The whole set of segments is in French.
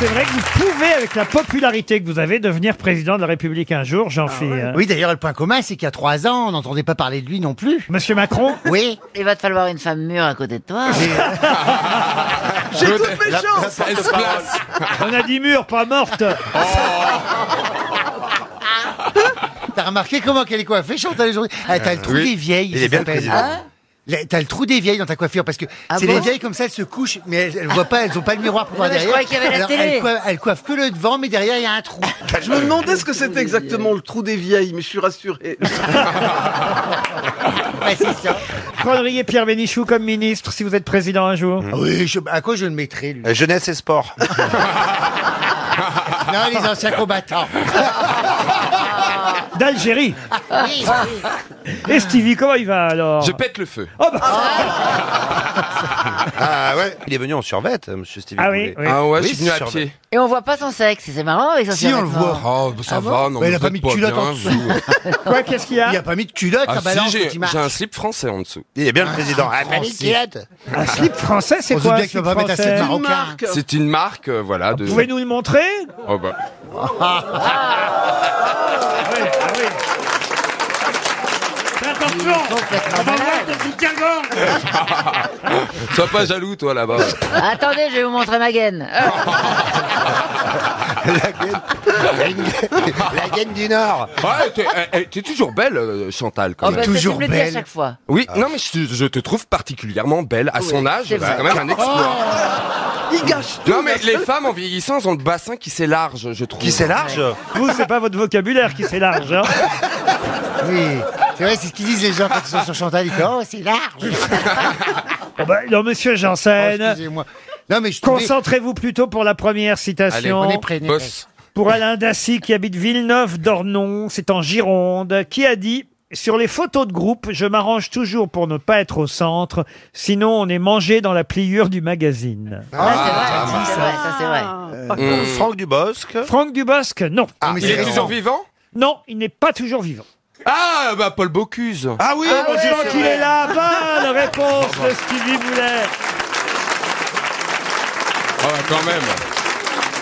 C'est vrai que vous pouvez, avec la popularité que vous avez, devenir président de la République un jour, Ah jean hein. philippe Oui, d'ailleurs, le point commun, c'est qu'il y a trois ans, on n'entendait pas parler de lui non plus. Monsieur Macron Oui. Il va te falloir une femme mûre à côté de toi. J'ai toutes mes chances On a dit mur, pas morte T'as remarqué comment qu'elle est coiffée, Chantal aujourd'hui Ah, T'as le trou Oui. des vieilles. Il ça est bien le s'appelle. président. Hein La- T'as le trou des vieilles dans ta coiffure parce que c'est Ah bon les vieilles comme ça, elles se couchent, mais elles, elles voient pas, elles ont pas le miroir pour voir mais je derrière. croyais qu'il y avait la Alors, télé. Elles, coiffent, elles coiffent que le devant, mais derrière il y a un trou. Je me demandais ce que c'était exactement le trou des vieilles, mais je suis rassuré. Ouais, c'est ça. Prendriez Pierre Bénichou comme ministre si vous êtes président un jour Ah Oui, je- à quoi je le mettrais lui Euh, Jeunesse et sport. Ah, Non, les anciens combattants. D'Algérie Oui, Ah. oui. Et Stevie, comment il va alors Je pète le feu. Oh, bah, Ah ouais. Il est venu en survette, euh, monsieur Stevie Ah oui, Boulet. oui. Ah ouais, Oui, je suis venu c'est à sûr, pied. Et on voit pas son sexe, c'est marrant avec son Si, on le voit. Oh, bah, ça Ah va, bon non, Mais il vous a pas êtes mis de culotte en dessous. bien, vous. Quoi, qu'est-ce qu'il y Il n'y a a pas mis de culotte, ça Ah si, balance j'ai quand il marche. j'ai un slip français en dessous. Il est bien le président. Ah, Français. Malikiad. Un slip français, c'est On se quoi dit bien un qu'il slip va pas mettre français assez de marron. Une Marocain. marque C'est une marque, euh, voilà. De... Vous pouvez nous le montrer Oh, bah. Ah. Ah oui, ah oui. C'est important On va voir ton soutien-gorge Sois pas jaloux, toi, là-bas. Attendez, je vais vous montrer ma gaine. Ah, Euh, La gaine- la gaine- La gaine du Nord. Ouais, t'es eh, eh, t'es toujours belle, euh, Chantal, quand oh, même. bah, toujours c'est me le dit à belle. Ah. chaque fois. Oui, non, mais je, te- je te trouve particulièrement belle à son âge. Ah, c'est C'est vrai. Oh, quand même un exploit. Il gâche tout. Non, mais les femmes, en vieillissant, elles ont le bassin qui s'élarge, je trouve. Qui c'est large Vous, c'est pas votre vocabulaire qui fait large, hein Oui. C'est vrai, c'est ce qu'ils disent les gens quand ils sont sur Chantal. Ils disent Oh, c'est large. Bon, bah, non, monsieur Oh, Janssen, Excusez-moi. Non, mais je trouvais- concentrez-vous plutôt pour la première Allez, citation. on est prêts. Boss. Pour Alain Dassy, qui habite Villeneuve d'Ornon, c'est en Gironde, qui a dit Sur les photos de groupe, je m'arrange toujours pour ne pas être au centre, sinon on est mangé dans la pliure du magazine. Ah, c'est vrai, ça, c'est vrai, ça c'est vrai. Ah. Mmh. Franck Dubosc. Franck Dubosc, non. Non, Ah, mais Il est c'est toujours récent. vivant Non, il n'est pas toujours vivant. Ah, bah, Paul Bocuse. Ah oui, Heureusement qu'il est là, bonne réponse de Stevie Boulet. Ah, bah, quand même.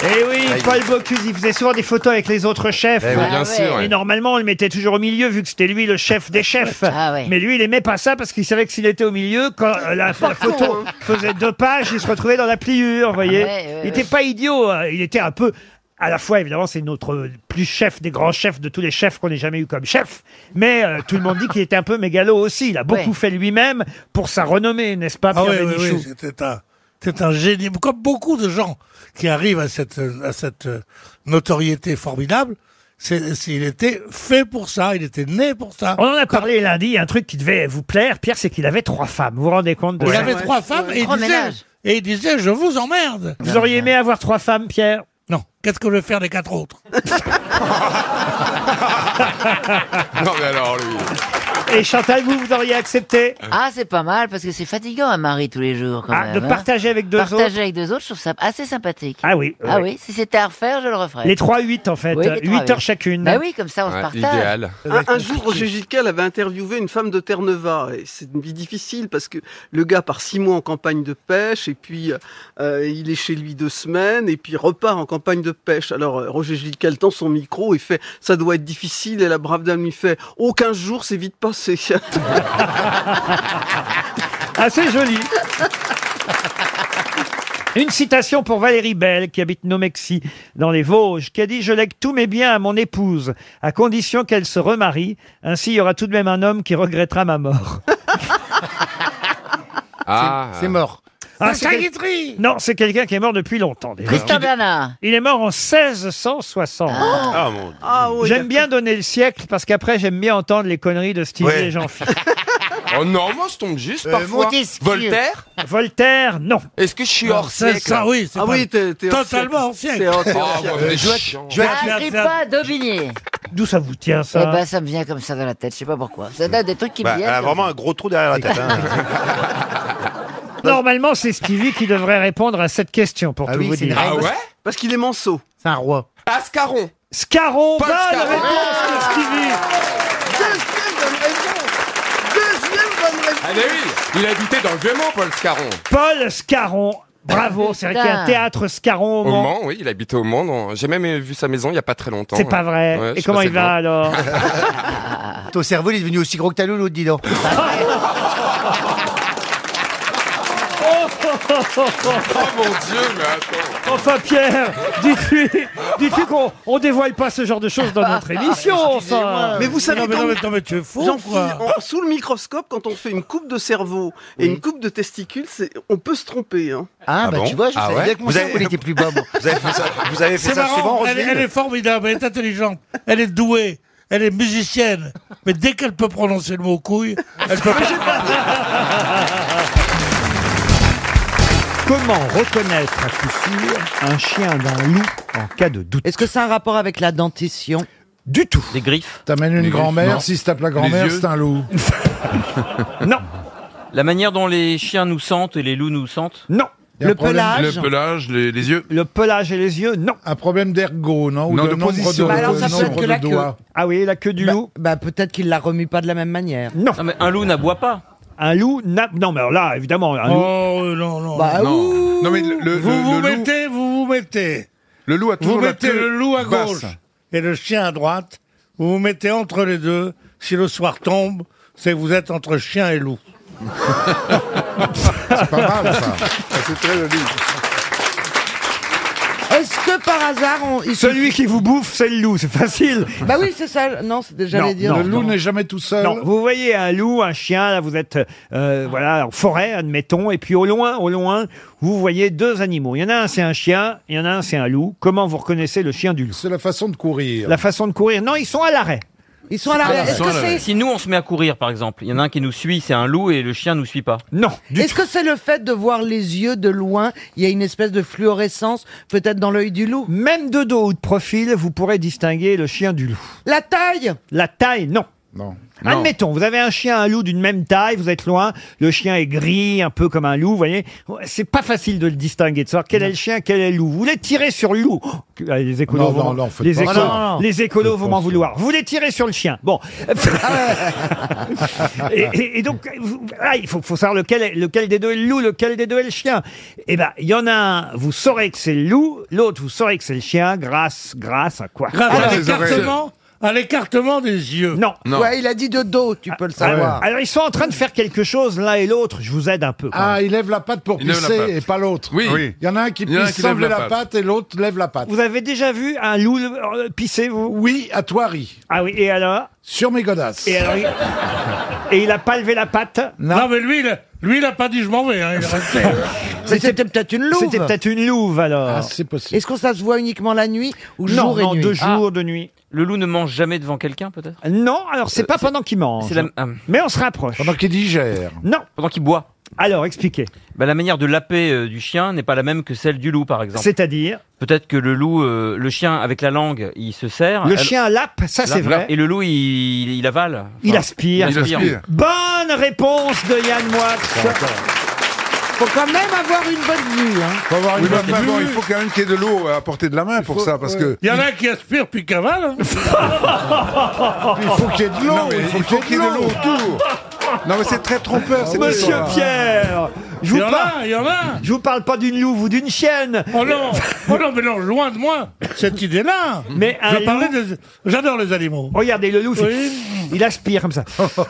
Eh oui, Paul Bocuse, il faisait souvent des photos avec les autres chefs. Eh oui. Ah Bien ouais. sûr. Et ouais. normalement, on le mettait toujours au milieu, vu que c'était lui le chef des chefs. Ah ouais. Mais lui, il aimait pas ça parce qu'il savait que s'il était au milieu, quand euh, la, la photo faisait deux pages, il se retrouvait dans la pliure, vous voyez. Ouais, hein. Ah ouais, il ouais. était pas idiot, euh, il était un peu. À la fois, évidemment, c'est notre plus chef des grands chefs de tous les chefs qu'on ait jamais eu comme chef. Mais euh, tout le monde dit qu'il était un peu mégalo aussi. Il a beaucoup Ouais. fait lui-même pour sa renommée, n'est-ce pas, Ah Pierre oui, oui, Bénichou oui, c'était un, c'est un génie. Comme beaucoup de gens qui arrivent à cette, à cette euh, notoriété formidable, c'est, c'est- il était fait pour ça, il était né pour ça. On en a parlé lundi, il y a un truc qui devait vous plaire, Pierre, c'est qu'il avait trois femmes. Vous vous rendez compte de Il ça avait trois femmes et il, Trois disait, ménages. et il disait, je vous emmerde. Vous auriez aimé avoir trois femmes, Pierre Non, qu'est-ce que je vais faire des quatre autres Ah. Non, mais alors, lui. Et Chantal, vous, vous auriez accepté Ah, c'est pas mal parce que c'est fatigant un mari tous les jours quand Ah, même. de hein. partager avec deux Partager autres avec deux autres, je trouve ça assez sympathique. Ah oui. Ah oui, si c'était à refaire, je le referais. Les trois huit en fait. euh, Oui, les trois, Huit heures oui. chacune. Bah oui, comme ça on se Ouais, partage. idéal. Un, un jour, Roger Gilquel avait interviewé une femme de Terre-Neuva. Et c'est une vie difficile parce que le gars part six mois en campagne de pêche et puis euh, il est chez lui deux semaines et puis repart en campagne de pêche. Alors euh, Roger Gilquel tend son micro et fait « ça doit être difficile » et la brave dame lui fait « oh, 15 jours, c'est vite passé Ah, c'est joli. Une citation pour Valérie Bell, qui habite Nomexi, dans les Vosges, qui a dit « Je lègue tous mes biens à mon épouse, à condition qu'elle se remarie. Ainsi, il y aura tout de même un homme qui regrettera ma mort. Ah, C'est mort. » Ah, c'est quel- Non, c'est quelqu'un qui est mort depuis longtemps, déjà. Christian Bernard. Il est mort en 1660. Ah mon dieu. Ah ouais, j'aime bien donner le siècle, parce qu'après, j'aime bien entendre les conneries de Stevie Ouais. et Jean-Philippe. Oh non, moi je tombe juste Euh, parfois. Montesquieu. Voltaire Voltaire, non. Est-ce que je suis hors C'est siècle ça, oui, c'est Ah pas- oui, t'es t'es hors siècle. totalement ancien. T'es hors- t'es hors Ah, siècle. ouais, mais chiant. Je vais te faire ça. Agrippa d'Aubigné. D'où ça vous tient, Eh ça ben, ça me vient comme ça dans la tête, je sais pas pourquoi. Ça donne des trucs qui Bah, me elle viennent. a vraiment un gros trou derrière la tête. hein. Normalement, c'est Stevie qui devrait répondre à cette question, pour Ah tout oui, vous c'est une dire. reine. Ah ouais Parce qu'il est manceau. C'est un roi. Ascaron Scarron, Paul bonne Ah, Scarron. réponse de Stevie Deuxième bonne réponse Deuxième bonne réponse Ah bah oui Il habitait dans le Vieux-Mont, Paul Scarron Paul Scarron Bravo, c'est vrai qu'il y a un Putain. théâtre Scarron au Au Mans. Mans, oui, il habitait au Mans. dans- J'ai même vu sa maison il y a pas très longtemps. C'est pas vrai. Ouais, je Et sais comment pas, il c'est va vrai. alors Ton cerveau, il est devenu aussi gros que ta louloute, dis donc. Oh mon Dieu, mais attends. Enfin Pierre, dis-tu dis-tu qu'on on dévoile pas ce genre de choses dans notre émission Ah, enfin. Ah, Mais vous savez, non, mais, quand- non, mais, non, mais tu es fou, Jean-Philippe, quoi. on- sous le microscope, quand on fait une coupe de cerveau et une coupe de testicules, c'est- on peut se tromper. hein. Ah, Ah bah bon tu vois, je Ah savais ouais bien que mon Vous avez- cerveau, il était plus bas. moi. Vous avez fait ça, vous avez fait C'est ça souvent, marrant, elle, Roselyne elle est formidable, elle est intelligente, elle est douée, elle est musicienne. Mais dès qu'elle peut prononcer le mot couille, elle peut pas. Comment reconnaître à coup sûr un chien d'un loup en cas de doute Est-ce que c'est un rapport avec la dentition Du tout. Des griffes T'amènes une grand-mère, si se tape la grand-mère, c'est un loup. Non, La manière dont les chiens nous sentent et les loups nous sentent. non. Y a un Le problème- pelage pelage, les, yeux. Le pelage et les yeux, non. Un problème d'ergo, non Ou Non, de nombre position. de- Bah alors, ça de peut être nombre que de la queue. doigts. Ah oui, la queue du bah, loup. bah, peut-être qu'il la remue pas de la même manière. Non. Non, mais un loup n'aboie pas. Un loup n'a... Non, mais alors là, évidemment, un loup... Oh euh, non, non. Bah ouh Non mais le, le- vous le- vous le loup, mettez, vous vous mettez. le loup a toujours Vous la mettez queue le loup à gauche basse. et le chien à droite. Vous vous mettez entre les deux. Si le soir tombe, c'est que vous êtes entre chien et loup. C'est pas mal, ça. Ah, Est-ce que par hasard on il Celui qui vous bouffe, c'est le loup, c'est facile. suffit- Bah oui, c'est ça. Non, c'est- j'allais Non, dire. non, Le loup n'est jamais tout seul. Ah. Non, vous voyez un loup, un chien, là vous êtes euh, voilà en forêt, admettons, et puis au loin, au loin, vous voyez deux animaux. Il y en a un c'est un chien, il y en a un c'est un loup. Comment vous reconnaissez le chien du loup C'est la façon de courir. La façon de courir Non, ils sont à l'arrêt. Ils sont à l'arrêt. Est-ce que c'est Si nous on se met à courir par exemple, il y en a un qui nous suit, c'est un loup et le chien nous suit pas. Non, du est-ce que c'est le fait de voir les yeux de loin Il y a une espèce de fluorescence, peut-être dans l'œil du loup. tout. Même de dos ou de profil, vous pourrez distinguer le chien du loup. La taille La taille, non. Non. Non. Admettons, vous avez un chien, un loup d'une même taille, vous êtes loin, le chien est gris, un peu comme un loup, vous voyez. C'est pas facile de le distinguer, de savoir quel est le chien, quel est le loup. Vous voulez tirer sur le loup. Oh, ah, les écolos Non, vont, non, non, faites les pas écolos, ça. Non, non. les écolos Faites vont pas m'en ça. vouloir. Vous voulez tirer sur le chien. Bon. et, et- et donc, vous- ah, il faut, faut savoir lequel, est- lequel des deux est le loup, lequel des deux est le chien. Eh ben, il y en a un, vous saurez que c'est le loup, l'autre, vous saurez que c'est le chien, grâce, grâce à quoi? Grâce Ah, à c'est l'écartement, à l'écartement des yeux. Non. Ah, Non. Ouais, il a dit de dos, tu peux le savoir. Alors ils sont en train de faire quelque chose l'un et l'autre. Je vous aide un peu. quand même. Ah, il lève la patte pour Il lève la pisser patte. et pas l'autre. Oui. Il y en a un qui Il y en a un pisse qui sans lève lever la la patte. et l'autre lève la patte. Vous avez déjà vu un loup euh, pisser vous Oui, à toi, Ri. Ah oui. Et alors Sur mes godasses. Et alors il... Et il a pas levé la patte. Non. mais lui, il a- lui, il a pas dit je m'en vais. hein, il est resté. Mais c'était peut-être une louve. C'était peut-être une louve alors. Ah, c'est possible. Est-ce que ça se voit uniquement la nuit ou non, jour et non, nuit de jour, de nuit. Le loup Ah. ne mange jamais devant quelqu'un peut-être. Non, alors c'est Euh, pas c'est- pendant qu'il mange. C'est la- ah, Mais on se rapproche. Pendant qu'il digère. Non. pendant qu'il boit. Alors expliquez. Bah, la manière de laper euh, du chien n'est pas la même que celle du loup par exemple. C'est-à-dire Peut-être que le loup, euh, le chien avec la langue, il se sert. le Elle- chien lappe, ça Là, c'est là. vrai. Et le loup, il, il avale. Enfin, Il aspire. Il aspire. Bonne réponse de Yann Moix. Faut quand même avoir une bonne vue. Hein. Faut avoir une Oui, mais bonne main. c'est Bon, plus- il faut quand même qu'il y ait de l'eau à portée de la main pour ça, parce que. Il y en a qui aspirent puis cavale. Il faut qu'il y ait de Non, l'eau. mais il faut qu'il y ait de l'eau autour. Non, mais c'est très trompeur, cette Monsieur histoire. Pierre, je Il vous y en parle. a, il y en a. Je vous parle pas d'une louve ou d'une chienne, Oh non, oh non, mais non, loin de moi, cette idée-là. mais un Je parlais loup- des- J'adore les animaux. Regardez, le loup, fait- Oui. il aspire comme ça.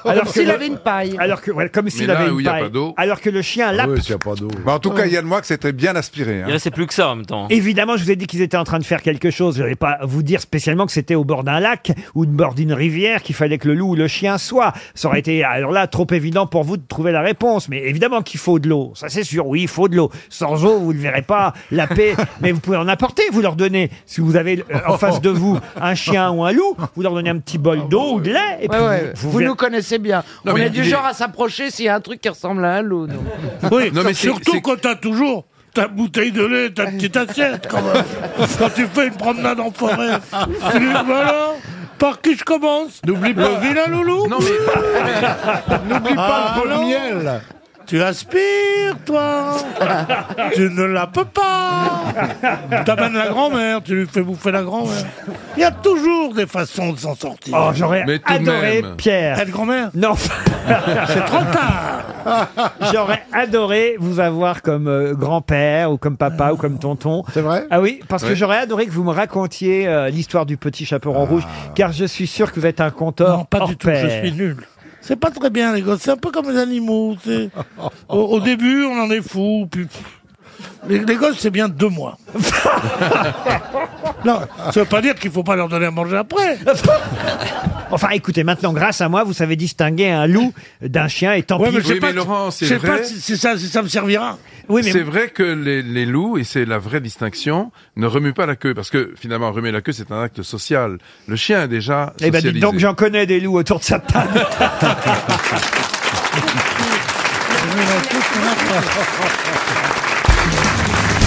Alors que, S'il le- avait une paille. alors que ouais, comme s'il là avait où une il y a paille. pas d'eau. Alors que le chien Ah lappe. Oui, s'il n'y a pas d'eau. Bah, en tout cas, Yann Moix était bien aspiré. Il Hein. restait plus que ça en même temps. Évidemment, je vous ai dit qu'ils étaient en train de faire quelque chose. Je vais pas vous dire spécialement que c'était au bord d'un lac ou de bord d'une rivière qu'il fallait que le loup ou le chien soit. Ça aurait été alors là trop évident pour vous de trouver la réponse. Mais évidemment qu'il faut de l'eau. Ça c'est sûr. Oui, il faut de l'eau. Sans eau, vous ne verrez pas la paix. mais vous pouvez en apporter. Vous leur donnez. Si vous avez euh, en face de vous un chien ou un loup, vous leur donnez un petit bol d'eau ou de lait. Et puis Ouais, ouais, vous, Vous, vous verrez- nous connaissez bien. Non, On mais est du il est- genre à s'approcher s'il y a un truc qui ressemble à un loup. nous. Oui, Non, mais c'est- surtout c'est- quand t'as toujours ta bouteille de lait, ta petite assiette, quand même. quand tu fais une promenade en forêt, tu dis, voilà, par qui je commence N'oublie pas. Le vilain loulou Non mais N'oublie pas Ah, le pot de non. miel. Tu aspires, toi Tu ne la peux pas T'amènes la grand-mère, tu lui fais bouffer la grand-mère. Il y a toujours des façons de s'en sortir. Oh, j'aurais adoré, Pierre. Être grand-mère Non. C'est trop tard. J'aurais adoré vous avoir comme euh, grand-père ou comme papa ou comme tonton. C'est vrai Ah oui, Ah. parce que Ouais. j'aurais adoré que vous me racontiez euh, l'histoire du petit chaperon rouge, car je suis sûr que vous êtes un conteur. Non, pas hors du tout, je pair. suis nul. C'est pas très bien, les gosses. C'est un peu comme les animaux. tu sais. Au, au début, on en est fou. Puis... Les, les gosses, c'est bien deux mois. non, ça veut pas dire qu'il faut pas leur donner à manger après. Enfin, écoutez, maintenant, grâce à moi, vous savez distinguer un loup d'un chien et tant Ouais, pis. mais je sais pas si- je sais pas si, si ça, si ça me servira. Oui, mais- c'est vrai que les, les loups, et c'est la vraie distinction, ne remuent pas la queue, parce que finalement, remuer la queue, c'est un acte social. Le chien est déjà Eh ben, socialisé. dites donc, j'en connais des loups autour de sa table.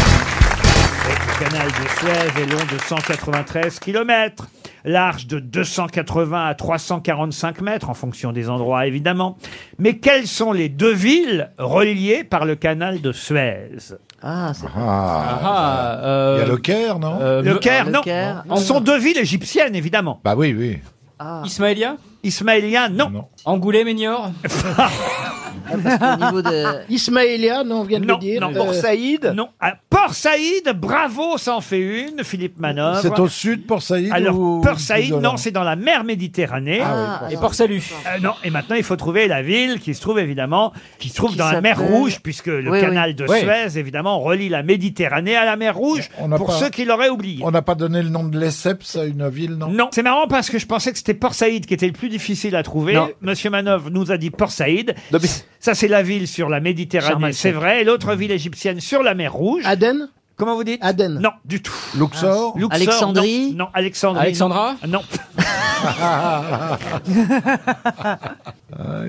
Le canal de Suez est long de 193 km, large de 280 à 345 mètres, en fonction des endroits évidemment. Mais quelles sont les deux villes reliées par le canal de Suez Ah, c'est Ah, Il y a le Caire, non Le Caire, non. Ce sont Son- deux villes égyptiennes, évidemment. Bah oui, oui. ah. Ismaélia Ismaélien, non. Angoulême et Niort Ismaélia, non, on vient de Non, le dire. euh, non. Port Saïd Non. À Port Saïd, bravo, s'en fait une, Philippe Manœuvre. C'est au sud, Port Saïd Alors, ou... Port Saïd, non, c'est dans la mer Méditerranée. Ah oui, Port Et Saïd. Port Salut. non, et maintenant, il faut trouver la ville qui se trouve, évidemment, qui se trouve Qui dans la mer s'appelle- Rouge, puisque le Oui, canal oui. de Oui. Suez, évidemment, relie la Méditerranée à la mer Rouge, On n'a pour pas- ceux qui l'auraient oublié. On n'a pas donné le nom de Lesseps à une ville, non Non, c'est marrant parce que je pensais que c'était Port Saïd qui était le plus difficile à trouver. Non. Monsieur Manov nous a dit Port Saïd. Ça, c'est la ville sur la Sharm Méditerranée, el-Sheikh. c'est vrai. Et l'autre ville égyptienne sur la mer Rouge. Aden Comment vous dites Aden. Non, du tout. Ah, Luxor Luxor, Alexandrie Non, non, Alexandrie. Alexandra Non. Ah,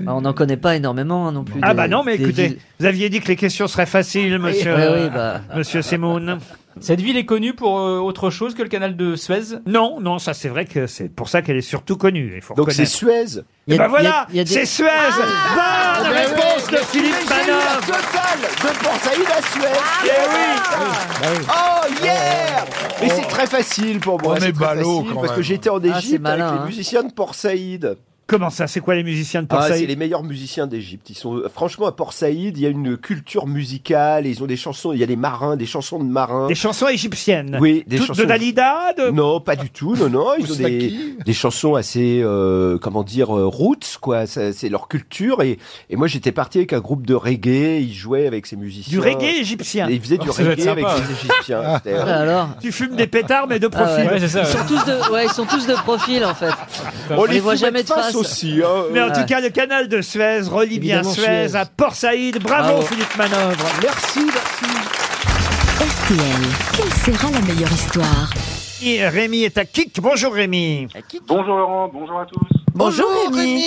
On n'en connaît pas énormément hein, non plus. Ah des- bah non, mais des écoutez, villes. vous aviez dit que les questions seraient faciles, monsieur, Oui, oui, bah. monsieur Semoun. Cette ville est connue pour euh, autre chose que le canal de Suez Non, non, ça c'est vrai que c'est pour ça qu'elle est surtout connue. Il faut Donc c'est Suez. Il y a- il Et ben y a- voilà, il y a des- c'est Suez. Ah Bonne Mais réponse oui, de Philippe Eh mais j'ai eu la Manœuvre. Total de Port Saïd à Suez. Bah Eh Oh yeah Et c'est très facile pour moi. On c'est est très ballot, facile, quand Parce que même. j'étais en Ah, c'est Égypte malin, avec hein. les musiciens de Port Saïd. Comment ça C'est quoi les musiciens de Port Ah, c'est Saïd les meilleurs musiciens d'Égypte. Ils sont euh, franchement à Port Saïd. Il y a une culture musicale. Ils ont des chansons. Il y a des marins, des chansons de marins. Des chansons égyptiennes. Oui, des Toutes chansons. de Dalida. De... Non, pas du tout. Non, non. Ils ont des, Moussaki. des chansons assez, euh, comment dire, euh, roots, quoi. Ça, C'est leur culture. Et, et moi, j'étais parti avec un groupe de reggae. Ils jouaient avec ces musiciens. Du reggae égyptien. Ah, Et Ils faisaient du Oh, Ah, reggae avec les Égyptiens. C'était- Tu fumes des pétards mais de Ah profil. ouais. ils, Oh. sont tous de, ouais, ils sont tous de profil en fait. On les les voit fout jamais de face face. aussi, hein. Mais en Ouais. tout cas, le canal de Suez relie bien Évidemment, Suez, Suez. à Port Saïd. Bravo, Bravo. Philippe Manœuvre. Merci, merci. RTL, quelle sera la meilleure histoire Et Rémi est à Kik. Bonjour Rémi. Bonjour Laurent, bonjour à tous. Bonjour, Rémi.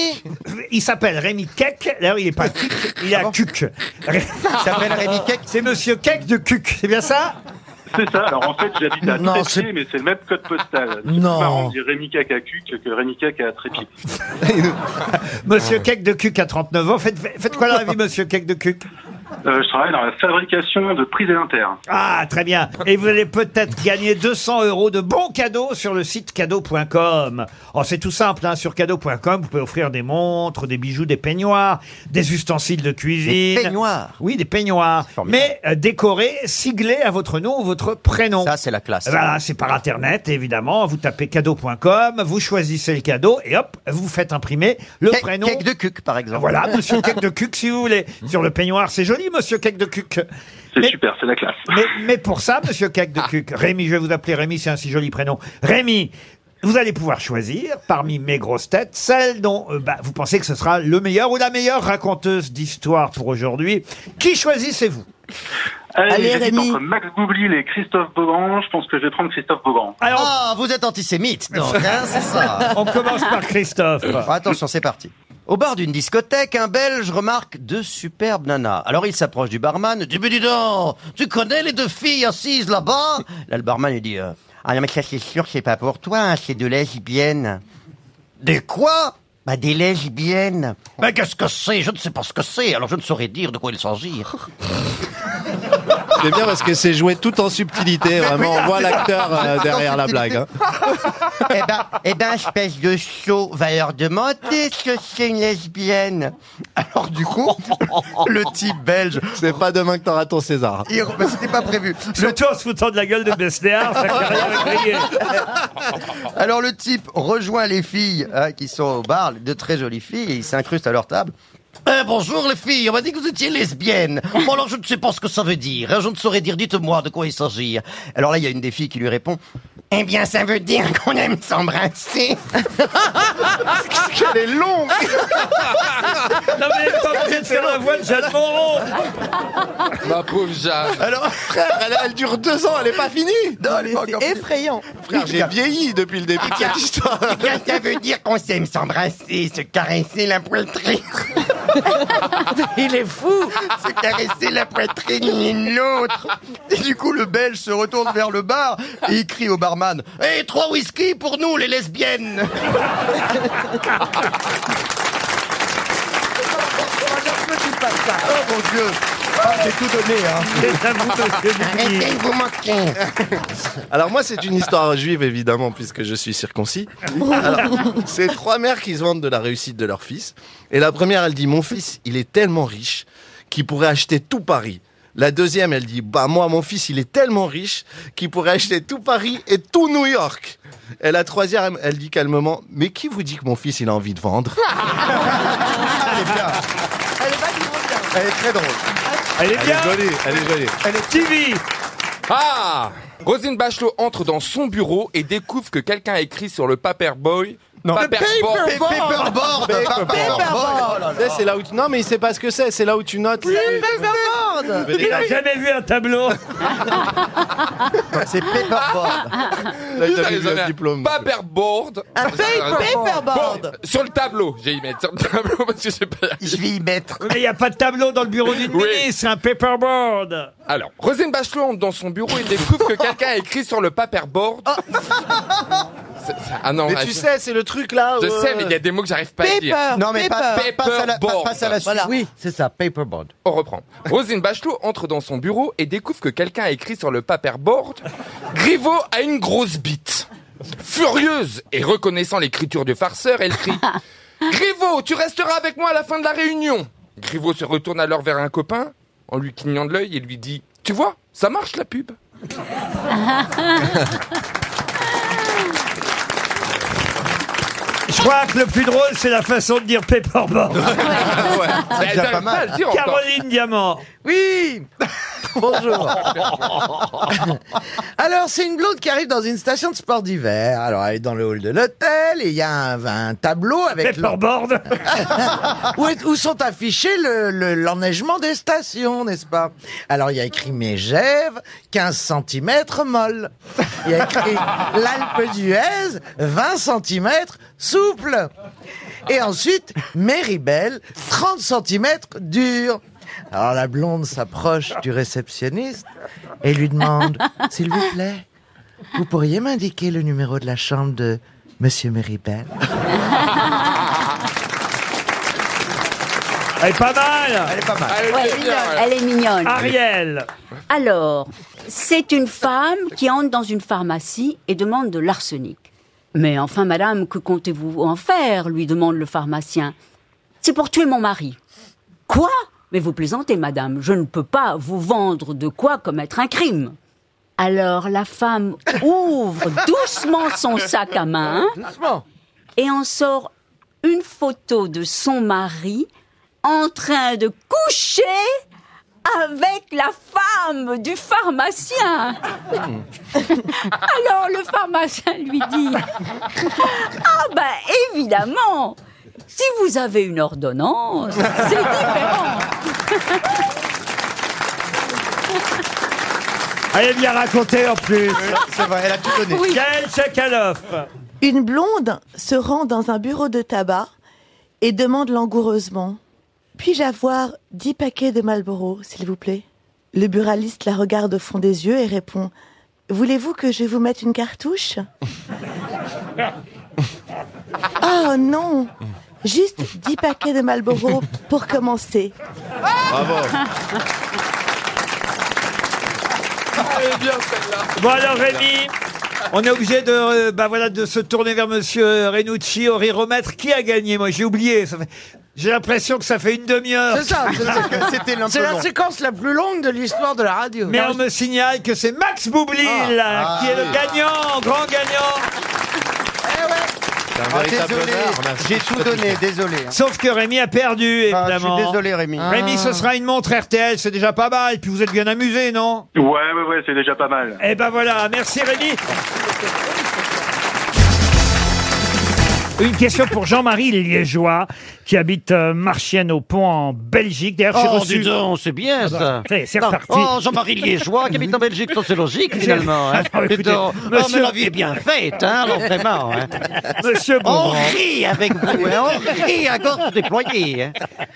Il s'appelle Rémi Keck. D'ailleurs, il est pas Kik, il est à Cuc. Ré- Il s'appelle Rémi Keck. C'est monsieur Keck de Cuc. C'est bien ça C'est ça, alors en fait j'habite à Non, Trépied, c'est- mais c'est le même code postal. C'est Non. plus marrant de dire Rémi Cac à Cuc que Rémi Cac à Trépied. Monsieur Keck de Cuc à 39 ans. Faites, faites quoi dans la vie, monsieur Keck de Cuc Euh, je travaille dans la fabrication de prises alimentaires. Ah, très bien. Et vous allez peut-être gagner 200 euros de bons cadeaux sur le site cadeau.com. Oh, c'est tout simple, hein. sur cadeau.com, vous pouvez offrir des montres, des bijoux, des peignoirs, des ustensiles de cuisine. Des peignoirs. Oui, des peignoirs. Mais euh, décorés, siglés à votre nom ou votre prénom. Ça, c'est la classe. Voilà, c'est par Internet, évidemment. Vous tapez cadeau.com, vous choisissez le cadeau et hop, vous faites imprimer le prénom. Cake de cuc, par exemple. Voilà, monsieur Cake de cuc, si vous voulez. Sur le peignoir, c'est joli, monsieur Cake de cuc. C'est super, c'est la classe. Mais, mais pour ça, monsieur Cake de Cuc, Rémi, je vais vous appeler Rémi, c'est un si joli prénom. Rémi, vous allez pouvoir choisir parmi mes grosses têtes celle dont euh, bah, vous pensez que ce sera le meilleur ou la meilleure raconteuse d'histoire pour aujourd'hui. Qui choisissez-vous Allez, Allez, j'hésite Rémi. entre Max Boublil et Christophe Beaugrand, je pense que je vais prendre Christophe Beaugrand. Ah, vous êtes antisémite, donc, hein, c'est ça. On commence par Christophe. attention, c'est parti. Au bar d'une discothèque, un Belge remarque deux superbes nanas. Alors il s'approche du barman, dit, mais dis donc, tu connais les deux filles assises là-bas Là, le barman, il dit, euh, ah non, mais ça, c'est sûr, c'est pas pour toi, hein, c'est de lesbiennes. Des quoi Bah, des lesbiennes. Mais Bah, qu'est-ce que c'est Je ne sais pas ce que c'est, alors je ne saurais dire de quoi il s'agit. C'est bien parce que c'est joué tout en subtilité, Ah, vraiment. On voit l'acteur euh, derrière la blague. hein. eh ben, eh ben, espèce de chaud, va leur demander ce que c'est une lesbienne. Alors du coup, le type belge. C'est pas demain que t'auras ton César. il- bah, c'était pas prévu. Le tout en se foutant de la gueule de Besnéard, Ah, ça fait rien à griller. Alors le type rejoint les filles hein, qui sont au bar, de très jolies filles, et il s'incruste à leur table. Eh, bonjour les filles, on m'a dit que vous étiez lesbiennes. Bon alors je ne sais pas ce que ça veut dire, hein, je ne saurais dire, dites-moi de quoi il s'agit. Alors là il y a une des filles qui lui répond, eh bien ça veut dire qu'on aime s'embrasser. Elle est longue Non mais elle est pas obligée de faire la voix de Jeanne Moreau Ma pauvre Jeanne. Alors, frère, elle, elle dure deux ans, elle est pas finie. effrayant. Frère, j'ai vieilli depuis le début de Ah. cette histoire. Qu'est-ce que ça veut dire qu'on s'aime s'embrasser, se caresser la poitrine Il est fou Se caresser la poitrine l'une l'autre Et du coup, le belge se retourne vers le bar et il crie au barman « Eh, trois whisky pour nous, les lesbiennes !» Oh mon Dieu j'ai tout donné. hein. Arrêtez de vous manquer Alors moi, c'est une histoire juive, évidemment, puisque je suis circoncis. Alors, c'est trois mères qui se vantent de la réussite de leur fils. Et la première, elle dit, mon fils, il est tellement riche qu'il pourrait acheter tout Paris. La deuxième, elle dit, bah moi, mon fils, il est tellement riche qu'il pourrait acheter tout Paris et tout New York. Et la troisième, elle dit calmement, mais qui vous dit que mon fils, il a envie de vendre Elle est très drôle. Elle est bien. jolie, elle est jolie. Elle est TV. Ah Rosine Bachelot entre dans son bureau et découvre que quelqu'un a écrit sur le paperboy. Non, paperboard. Paperboard. Paperboard. Tu sais, C'est Oh là où tu... Non, mais il sait pas ce que c'est. C'est là où tu notes. Il n'a jamais vu un tableau C'est paperboard Là, il Putain, a les eu un honneurs. diplôme. Paperboard. Un Ah, paperboard. Bon, Sur le tableau, j'ai y mettre sur le tableau parce que je sais pas. Je vais y mettre. Mais il n'y a pas de tableau dans le bureau d'une Oui. ministre, c'est un paperboard Alors, Rosine Bachelot entre dans son bureau et découvre que quelqu'un a écrit sur le paperboard. Oh, C'est- Ah non, Mais ah, tu je- sais, c'est le truc là. Je où, sais, euh, mais il y a des mots que j'arrive pas à dire. Non mais pas, Paper- passe à la, paperboard. passe à la suite. Oui, c'est ça, paperboard. On reprend. Rosine Bachelot entre dans son bureau et découvre que quelqu'un a écrit sur le paperboard Griveaux a une grosse bite. Furieuse et reconnaissant l'écriture du farceur, elle crie Griveaux, tu resteras avec moi à la fin de la réunion. Griveaux se retourne alors vers un copain en lui clignant de l'œil et lui dit Tu vois, ça marche la pub. Je crois que le plus drôle, c'est la façon de dire paperboard Mais elle déjà arrive pas mal. à le dire encore. Caroline Diamant Oui Bonjour Alors, c'est une blonde qui arrive dans une station de sport d'hiver. Alors, elle est dans le hall de l'hôtel et il y a un, un tableau avec... l'en- Paperboard où, est- où sont affichés le- le- l'enneigement des stations, n'est-ce pas Alors, il y a écrit Mégève, 15 cm molle. Il y a écrit l'Alpe d'Huez, 20 cm souple. Et ensuite, Méribel, 30 cm dur. Alors, la blonde s'approche du réceptionniste et lui demande, s'il vous plaît, vous pourriez m'indiquer le numéro de la chambre de Monsieur Méribel Elle est pas mal Elle est pas mal. Elle Ouais, est bien, elle. Elle est mignonne. Ariel Alors, c'est une femme qui entre dans une pharmacie et demande de l'arsenic. Mais enfin, madame, que comptez-vous en faire lui demande le pharmacien. C'est pour tuer mon mari. Quoi Mais vous plaisantez, madame, je ne peux pas vous vendre de quoi commettre un crime. Alors la femme ouvre doucement son sac à main et en sort une photo de son mari en train de coucher avec la femme du pharmacien. Hmm. Alors le pharmacien lui dit Ah ben évidemment, si vous avez une ordonnance, c'est différent. Elle est bien racontée en plus C'est vrai, elle a tout donné. Gaël Chakalov Une blonde se rend dans un bureau de tabac et demande langoureusement Puis-je avoir dix paquets de Marlboro, s'il vous plaît Le buraliste la regarde au fond des yeux et répond Voulez-vous que je vous mette une cartouche Oh non Juste 10 paquets de Marlboro pour commencer. Bravo. Elle est bien celle-là. Bon alors Rémi, on est obligé de, euh, bah voilà, de se tourner vers Monsieur Renucci, au remettre qui a gagné. Moi j'ai oublié. ça fait- J'ai l'impression que ça fait une demi-heure. C'est ça, c'est ça. C'est la séquence la plus longue de l'histoire de la radio. Mais on me signale que c'est Max Boublil Ah. qui Ah, est le oui. gagnant, grand gagnant. Ah, désolé, j'ai tout donné, désolé. hein. Sauf que Rémi a perdu, Ah, évidemment. désolé, Rémi. Rémi, ce Ah. sera une montre RTL, c'est déjà pas mal. Puis vous êtes bien amusé, non Ouais, ouais, ouais, c'est déjà pas mal. Eh ben voilà, merci Rémi. Une question pour Jean-Marie Liégeois, qui habite euh, Marchienne au Pont en Belgique. D'ailleurs, j'ai Oh, reçu. Ah, dis donc, c'est bien ça. C'est c'est Non. reparti. Oh, Jean-Marie Liégeois qui habite en Belgique, ça, c'est logique finalement. Hein. Ah, écoutez, Dis donc. Oh, monsieur- mais la vie est bien faite, hein, alors vraiment. Hein. Monsieur On Beaugrand. rit avec vous, hein, on rit à gorge déployée. Hein.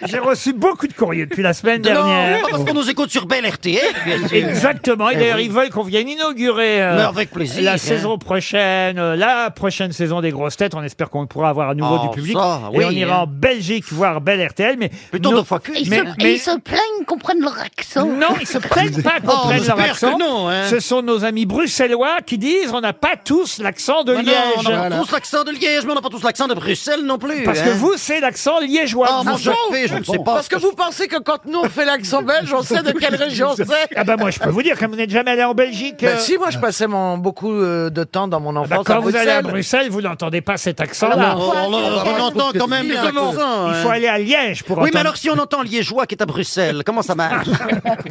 J'ai reçu beaucoup de courriers depuis la semaine Non, dernière. pas parce qu'on nous écoute sur Belle RTL, bien sûr. Exactement. Et Eh d'ailleurs, oui. ils veulent qu'on vienne inaugurer euh, Mais avec plaisir, la hein. saison prochaine, euh, la prochaine saison des grosses têtes. On espère qu'on pourra avoir à nouveau Oh, du public. ça, et oui, on ira hein. en Belgique voir Belle RTL. Mais Plutôt nos- deux fois que- mais- Ils, se, mais- ils se plaignent qu'on prenne leur accent. Non, ils se prennent pas qu'on Oh, prenne leur j'espère que accent. non, hein. Ce sont nos amis bruxellois qui disent on n'a pas tous l'accent de Mais non, Liège. on n'a pas tous l'accent de Liège, mais on n'a pas tous l'accent de Bruxelles non plus. Parce que hein. vous, c'est l'accent liégeois. Ah, Vous- mon Jacques P, je ne sais pas. Parce que vous pensez que quand nous on fait l'accent belge, on sait de quelle région c'est. Ah bah moi je peux vous dire, comme vous n'êtes jamais allé en Belgique. Ben euh, si, moi je passais mon, beaucoup euh, de temps dans mon bah, enfance à quand vous Bruxelles. allez à Bruxelles, vous n'entendez pas cet accent-là. Oh, là, là, on entend quand même les Évidemment. accents. Il hein. faut aller à Liège pour Oui, mais entendre. alors si on entend liégeois qui est à Bruxelles, comment ça marche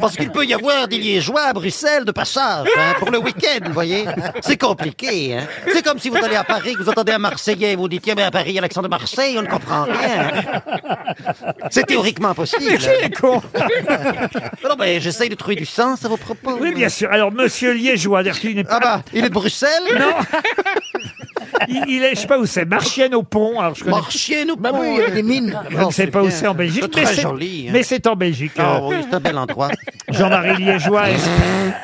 Parce qu'il peut y avoir des liégeois à Bruxelles de passage hein, pour le week-end, vous voyez. C'est compliqué. hein. C'est comme si vous allez à Paris, que vous entendez un Marseillais, vous dites tiens, mais à Paris il y a l'accent de Marseille, on ne comprend rien. C'est théoriquement Mais possible. qui est con Non, mais j'essaye de trouver du sens à vos propos. Oui, bien sûr. Alors, monsieur Liégeois, d'ailleurs, il n'est pas. Ah bah, il est de Bruxelles Non il, il est, je sais pas où c'est, Marchienne au pont. Alors, je connais- Ben Marchienne ou pas oui, il y a des mines. Je ne sais pas où c'est en Belgique, mais très c'est- joli. hein. mais c'est en Belgique. Ah euh, oui, c'est un bel endroit. Jean-Marie Liégeois. est-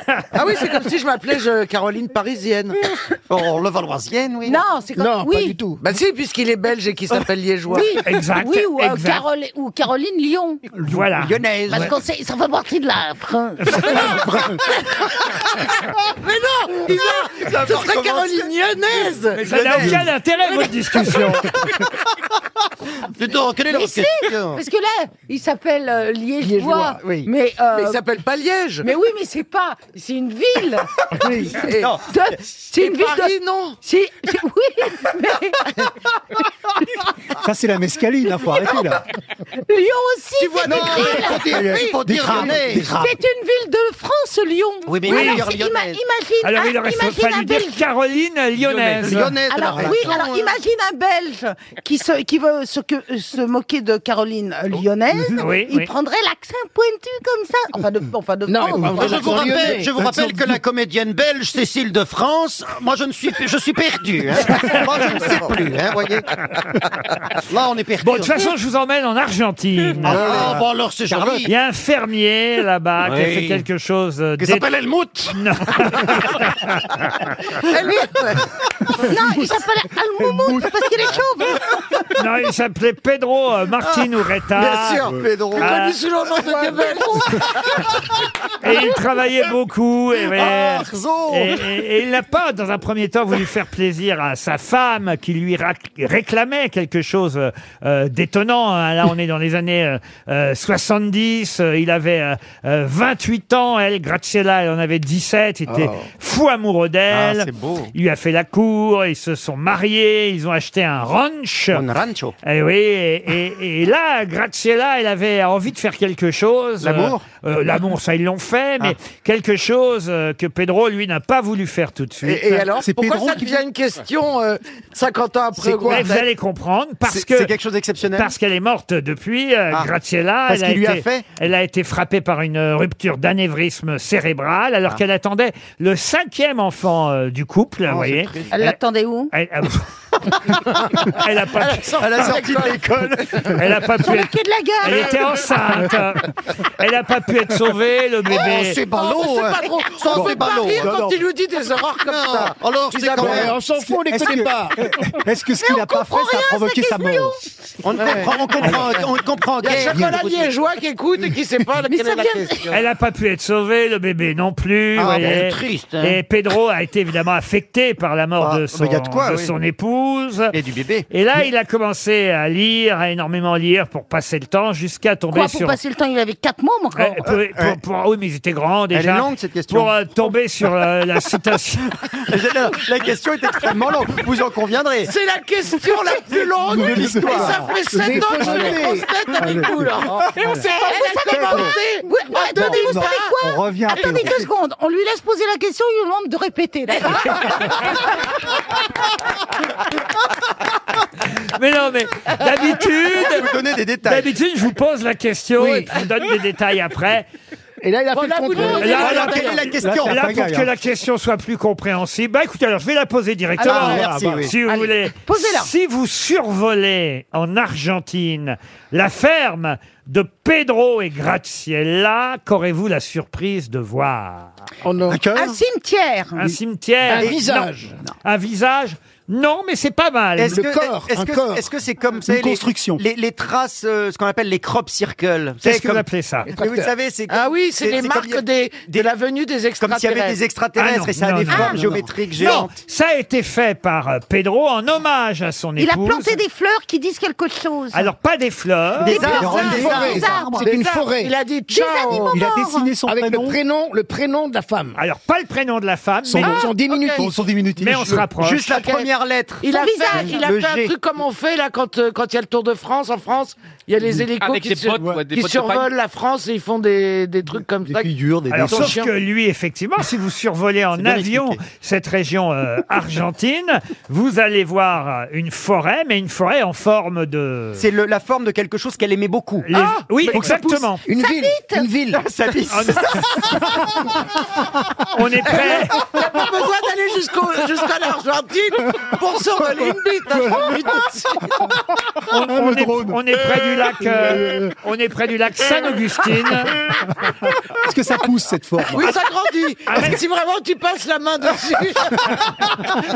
Ah oui, c'est comme si je m'appelais je- Caroline Parisienne. Oh, le Valoisienne, oui. Non, c'est comme- Non, pas oui. du tout. Bah si, puisqu'il est belge et qu'il s'appelle liégeois. Oui, Oui, ou, euh, exact. Carole- ou Caroline Lyon. Voilà. Lyonnaise. Parce qu'on sait, ça fait partie de la France. Mais non il a- Ce serait Caroline Lyonnaise Mais ça n'a aucun intérêt, votre discussion. Dis donc, quelle est la Mais votre si, question parce que là, il s'appelle euh, Liégeois. Liégeois, oui. mais, euh, Mais il s'appelle pas Liège mais oui, mais c'est pas. C'est une ville. Et- De- C'est une ville Paris, de. non c'est- c'est- oui, mais Ça, c'est la mescaline, là, faut arrêter, là. Lyon aussi. Tu vois, c'est une non, ville. faut dire, Oui. il faut Des dire crabes, lyonnaise. des crabes. C'est une ville de France, Lyon. Oui, mais oui, alors, c'est- ima- lyonnaise. imagine, Alors, un- il aurait imagine un fallu dire Belge. Caroline Lyonnaise. euh, Lyonnaise de la Alors, raison, oui, alors hein. imagine un Belge qui, se, qui veut se, que- euh, se moquer de Caroline euh, lyonnaise, Oui, il oui. prendrait l'accent pointu comme ça. Enfin, de, enfin, de France. Moi, Oh, je vous rappelle, je vous rappelle que la comédienne belge Cécile de France, moi je ne suis, je suis perdu. Hein. Moi je ne sais plus, hein, voyez. Là on est perdu. Bon, de toute façon, je vous emmène en Argentine. Ah, bon alors c'est Il joli. y a un fermier là-bas qui a Oui. fait quelque chose. euh, Qui d'é- s'appelle Helmut. Non, il s'appelle Almoumout parce qu'il est chauve. Non, il s'appelait Pedro euh, Martin Ah, Ureta. Bien sûr, Pedro. Plus Ah. connu sous le nom de Québec. Et il travaillait beaucoup. Et, Ah, Arzo et- et- et il n'a pas, dans un premier temps, voulu faire plaisir à sa femme qui lui ra- réclamait quelque chose euh, euh, d'étonnant. hein. Là, on est dans les années euh, euh, 70. euh, Il avait euh, euh, 28 ans. Elle, Graciela, elle en avait 17. Il était Oh. fou amoureux d'elle. Ah, c'est beau. Il lui a fait la cour. Ils se sont mariés. Ils ont acheté un ranch. Un rancho. Eh oui, et, et- et là, Graciela, elle avait envie de faire quelque chose. L'amour Euh, euh, L'amour, ça, ils l'ont fait, mais quelque chose euh, que Pedro, lui, n'a pas voulu faire tout de suite. Et, et alors, C'est pourquoi Pedro ça qui- devient une question euh, 50 ans après C'est quoi, Gaulle Mais vous allez comprendre, parce C'est- que... c'est quelque chose d'exceptionnel Parce qu'elle est morte depuis, euh, Ah. Graciela. Parce elle qu'il lui a été- fait Elle a été frappée par une euh, rupture d'anévrisme cérébral, alors Ah. qu'elle attendait le cinquième enfant euh, du couple, vous voyez. Elle l'attendait où Elle- elle- Elle a pas pu- Elle a sorti de l'école. Elle a pas pu Sur le être- quai de la gare. Elle était enceinte. Elle n'a pas pu être sauvée, le bébé. Oh, c'est ballot, Oh, hein. drôle. Ça Bon. fait pas rire Non, non. quand il lui dit des erreurs comme Non, ça. alors Tu c'est dis, quand ah, même- ouais, On s'en fout, on les Est-ce connaît que- pas. Est-ce que ce qu'il n'a pas fait, ça a provoqué sa mort On le comprend, on comprend, on le comprend. Il y a Gaël. chaque fois la liégeois qui écoute et qui sait pas laquelle est la question. Elle n'a pas pu être sauvée, le bébé non plus. Ah, vous voyez. bon, c'est triste, hein. Et Pedro a été évidemment affecté par la mort Ah, de, bah, son, y a de quoi, de oui. son épouse. Et du bébé. Et là, il a commencé à lire, à énormément lire pour passer le temps, jusqu'à tomber Quoi, pour sur... passer le temps, il avait quatre mômes encore. Euh, pour- pour- pour- oui, mais ils étaient grands Elle déjà. est longue, cette question. Pour euh, tomber sur euh, la citation. la question est extrêmement longue, vous en conviendrez. C'est la question la plus longue De l'histoire. Et ça fait Mais 7 ans que je faut fais donner. grosse tête avec Allez. vous là. Oh, Et on Elle sait pas a pourquoi commencé. Ouais, ouais, à attendez, donner vous ça. savez quoi on revient à Attendez Théo. deux secondes, on lui laisse poser la question, il lui demande de répéter. d'accord Mais non, mais d'habitude. Je vais vous donner des détails. D'habitude, je vous pose la question Oui. et puis je vous donne des détails après. Et là, il a Bon, fait là, le vous contraire. demandez- Voilà, quelle est la question Là, pour Pagaille, que hein. la question soit plus compréhensible, bah écoutez, alors je vais la poser directement. Ah bah, merci, Ah bah, oui. Si vous Allez, voulez. posez-la. Si vous survolez en Argentine la ferme de Pedro et Graciela, qu'aurez-vous la surprise de voir Un cimetière. Un cimetière. Oh, Un Et- visage. non. Un visage Non, mais c'est pas mal. Est-ce que- est-ce que- Est-ce que c'est comme vous savez, les- les, les traces, euh, ce qu'on appelle les crop circles Vous savez, Qu'est-ce que comme- vous appelez ça Mais vous savez, c'est Ah oui, c'est les comme marques il y a- des, de la venue des Comme extraterrestres. s'il y avait des Ah extraterrestres et ça a des formes géométriques Non, géantes. ça a été fait par euh, Pedro en hommage à son Il a épouse. planté des fleurs qui disent quelque chose. Alors pas des fleurs, Des Des arbres, plantes, des des arbres. arbres. C'est Des arbres. forêt. Il a dit Des ciao. animaux Il a dessiné son Avec le prénom. le prénom de la femme. Alors pas le prénom de la femme, Son- mais ah, son diminutif. Son- son diminutif. Mais on se rapproche. Juste la Ok. première lettre. Il Son a visage. fait, il a Le fait un G. truc comme on fait là quand euh, quand il y a le Tour de France en France, il y a Mmh. les hélicos Avec qui, des se- potes, ouais, des qui potes de survolent paille. la France et ils font des, des trucs comme ça. des Alors, sauf que lui, effectivement, si vous survolez en avion cette région euh, argentine, vous allez voir euh, une forêt, mais une forêt en forme de. C'est le- la forme de quelque chose qu'elle aimait beaucoup. Les- Ah Oui, Mais exactement. ça pousse. Ça bite. Une ville. Ça bite. Ah, On est prêt. Il n'y a pas besoin d'aller jusqu'au jusqu'à l'Argentine pour survoler une bite. hein, j'ai envie de te Ah, dire. On, on est, on est près du lac. euh, on est près du lac Saint-Augustine. Est-ce que ça pousse cette forme Oui, ça grandit. Ah, Si vraiment tu passes la main dessus.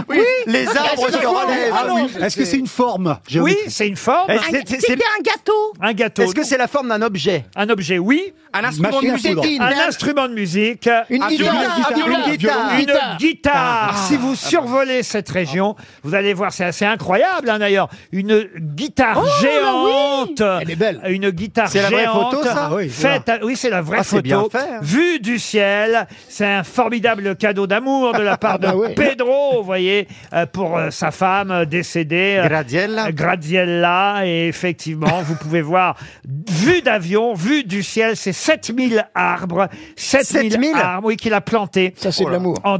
oui, Les arbres se relèvent. Ah non, Est-ce que c'est une forme Oui, c'est une forme. Est-ce que c'est- c'est- C'était un gâteau. Un gâteau. Est-ce que c'est la forme d'un objet Un objet, oui. Un instrument Machine de à musique. coudre. Un instrument de musique. Une Un guitare. violon, un violon, Une un guitare. violon. Une Guitare. guitare. Ah. Si vous survolez cette région, vous allez voir, c'est assez incroyable hein, d'ailleurs. Une guitare Oh, là, géante. Elle est belle. Une guitare C'est la vraie géante photo, ça Ah oui, c'est faite à- Oui, c'est la vraie Ah, photo. c'est bien fait, hein. Vue du ciel. C'est un formidable cadeau d'amour de la part de Ah bah ouais. Pedro, vous voyez, euh, pour euh, sa femme euh, décédée. euh, Graziella. Graziella. Et effectivement, vous pouvez voir, vue d'avion, vue du ciel, c'est 7000 arbres. 7000 7000 arbres, oui, qu'il a planté. Ça, c'est l'amour. En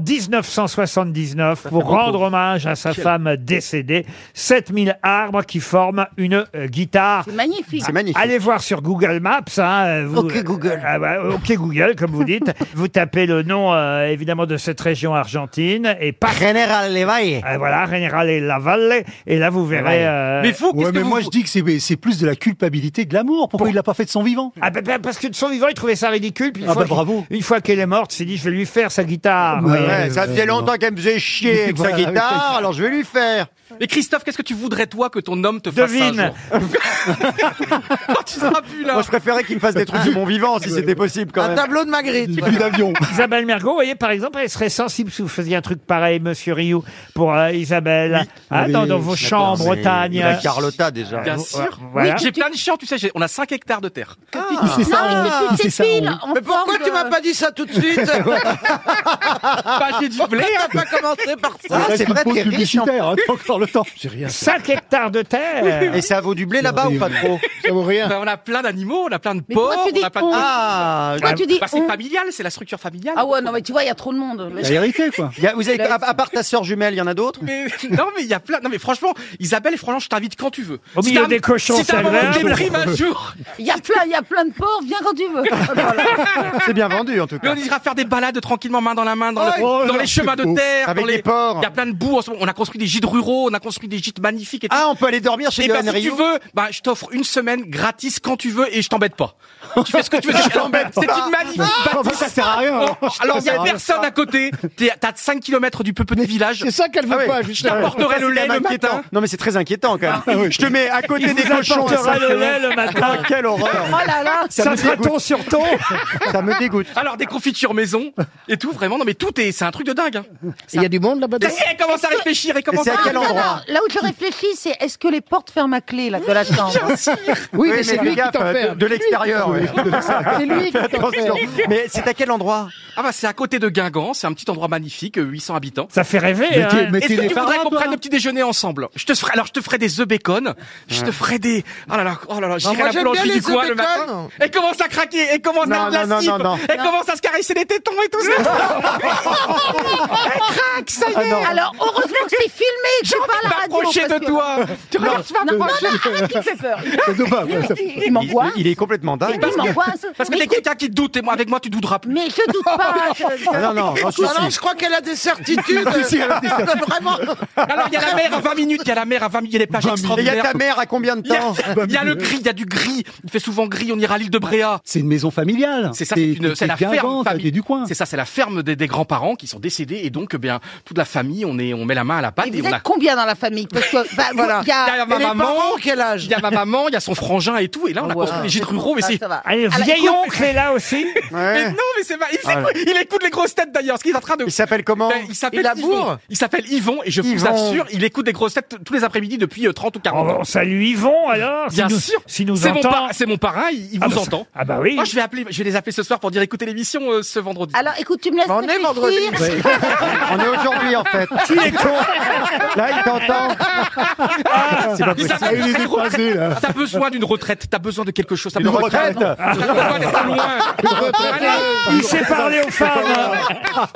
1979, pour beaucoup. rendre hommage à sa Quel- femme décédée. 7000 arbres qui forment une euh, guitare. C'est magnifique. Ah, Allez voir sur Google Maps. hein, euh, vous- Ok, Google. Ah bah, ok Google, comme vous dites. vous tapez le nom euh, évidemment de cette région argentine et pas Ah, General Levalle. voilà, General Lavalle. Et là, vous verrez. euh, Mais fou, mais moi je dis que c'est- c'est plus de la culpabilité que de l'amour. Pourquoi il l'a pas fait de son vivant Ah bah, bah, parce que de son vivant, il trouvait ça ridicule. Puis une Ah fois bah, qu'il- bravo. Une fois qu'elle est morte, il s'est dit, je vais lui faire sa guitare. Ouais, Oui. ouais, ça faisait longtemps qu'elle me faisait chier avec sa Voilà, avec sa guitare, guitare. alors je vais lui faire. Mais Christophe, qu'est-ce que tu voudrais toi que ton homme te fasse un Devine. jour Quand tu seras plus là. Moi, je préférais qu'il me fasse des trucs de mon vivant, si c'était possible, quand même. de Magritte. d'avion. Isabelle Mergot, vous voyez, par exemple, elle serait sensible si vous faisiez un truc pareil, monsieur Rioux, pour euh, Isabelle, Hein, dans, dans vos champs en Bretagne. La Carlotta, déjà. Bien Ouais, sûr. voilà. Oui, j'ai plein de chiens, tu sais, j'ai- on a 5 hectares de terre. Ah. C'est ça, Non, oui. mais c'est ça, oui. Mais pourquoi tu m'as pas dit ça tout de suite Bah, j'ai du blé. Pourquoi t'as pas commencé par ça c'est vrai, t'es riche. hein, Encore le temps. Cinq hectares de terre. Et ça vaut du blé là-bas ou pas trop Ça vaut rien. Bah, on a plein d'animaux, on a plein de Mais pourquoi porcs, tu dis on a plein de. on Ah. Pourquoi tu dis Bah, c'est on familial, c'est la structure familiale. Ah ouais, non, mais tu vois, il y a trop de monde. quoi. vous avez, à, à part ta sœur jumelle, il y en a d'autres Mais non, mais il y a plein. Non, mais franchement, Isabelle, franchement, je t'invite quand tu veux. Au Si milieu t'as- des cochons, si t'as c'est un moment de agréable. déprime un jour, Il y a plein, il y a plein de porcs, viens quand tu Oh veux. C'est bien vendu en tout mais on ira faire des balades tranquillement, main dans la main, dans, le- Oh, dans là, les chemins c'est beau. de terre, Avec dans les des porcs. Il y a plein de boues. en ce moment. On a construit des gîtes ruraux, on a construit des gîtes magnifiques. Et ah, on peut aller dormir chez et bah, Johan Si tu Rioux veux, bah, je t'offre une semaine gratis quand tu veux et je t'embête pas. Tu fais ce que tu veux. Je C'est- t'embête C'est pas. une magnifique Ah, bâtisse. ça sert à rien, alors. Oh, Alors, il Ça y sert a à rien. personne à côté. T'es- T'as 5 km du peu petit village. C'est ça qu'elle Ah veut pas, Je t'apporterai le lait le matin. Non, mais c'est très inquiétant quand Ah même. Je te mets à côté Ah Il des vous cochons. apportera et ça- le lait le matin. Oh, Quelle horreur. Oh là là, ça me fera dégoûte. ton sur ton. Ça me dégoûte. Alors des confitures maison et tout vraiment non mais tout est c'est un truc de dingue. Il y a du monde là-bas. Et si elle commence à réfléchir et commence à Non, non, Là où je réfléchis, c'est est-ce que les portes ferment à clé là de la chambre Oui, mais c'est lui qui t'en fait. De l'extérieur, oui. C'est lui qui Fais t'en fait. attention. Mais c'est à quel endroit Ah bah c'est à côté de Guingamp, c'est un petit endroit magnifique, euh, 800 habitants. Ça fait rêver, Mais hein. t'es- mais Est-ce t'es que des tu voudrais parrains, qu'on toi prenne le petit déjeuner ensemble Je te ferai alors je te ferai des œufs bacon, je te ferai des oh là là oh là là, j'irai moi, à la j'aime bien boulangerie les du coin œufs le matin. bacon. Et commence à craquer, et commence Non, à faire de la non, non, cible, non, non. et commence à se caresser les tétons et tout ça. Elle craque, ça y est. Ah, non. Alors, heureusement que c'est filmé, que J'ai c'est pas à la envie radio, de m'approcher parce de que- toi. Tu Non, regardes, tu vas non, non, m'approcher. non, arrête, il me fait peur. C'est dommage, ouais, ça- Il- il m'angoisse. Il est complètement dingue. Parce que- m'angoisse. Parce que t'es quelqu'un qui doute et moi avec moi tu douteras plus. Mais je doute pas. je- Ah, non, non, non, si, Alors, si. je crois qu'elle a des certitudes. Si, si, elle a des certitudes. Vraiment. Alors il y a la mer à 20 minutes, il y a la mer à 20 minutes, il y a des plages Et il y extraordinaires. a ta mère à combien de Il y a- temps Il y a le gris, il y a du gris. Il fait souvent gris. On ira à l'île de Bréa. C'est une maison familiale. C'est ça, c'est une- c'est la ferme t'as famille. été du coin. C'est ça, c'est la ferme des, des grands-parents qui sont décédés et donc eh bien toute la famille, on est, on met la main à la pâte Et et, vous on êtes a. combien dans la famille Parce que bah, Voilà. il y a, ma Et les maman, parents, Ah, quel âge Il y a ma maman, il y a son frangin et tout, et là on a construit des gîtes ruraux. Mais c'est. Allez, bah, Ah, là, vieil écoute- oncle est là aussi. Mais non, mais c'est pas. Il, Ah, écoute, il écoute les grosses têtes d'ailleurs, parce qu'il est en train de. Il s'appelle comment Ben, il s'appelle Il laboure Yvon. Il s'appelle Yvon, et je vous Yvon. assure, il écoute les grosses têtes tous les après-midi depuis euh, 30 ou 40 Oh, ans. on salue Yvon alors. si Bien nous- sûr. Si nous C'est mon, entend. par- c'est mon parrain, il, il Ah vous bah ça- entend. ah bah oui. Moi, je vais appeler, je vais les appeler ce soir pour dire écoutez l'émission euh, ce vendredi. Alors écoute, tu me laisses On est vendredi. réfléchir. On est aujourd'hui en fait. Tu es con. Là, il t'entend. c'est pas possible. Ah, il est dépassé, là. T'as besoin d'une retraite, t'as besoin de quelque chose. T'as Une besoin- retraite. T'as besoin d'être loin. Allez. Il sait parler aux femmes. hein.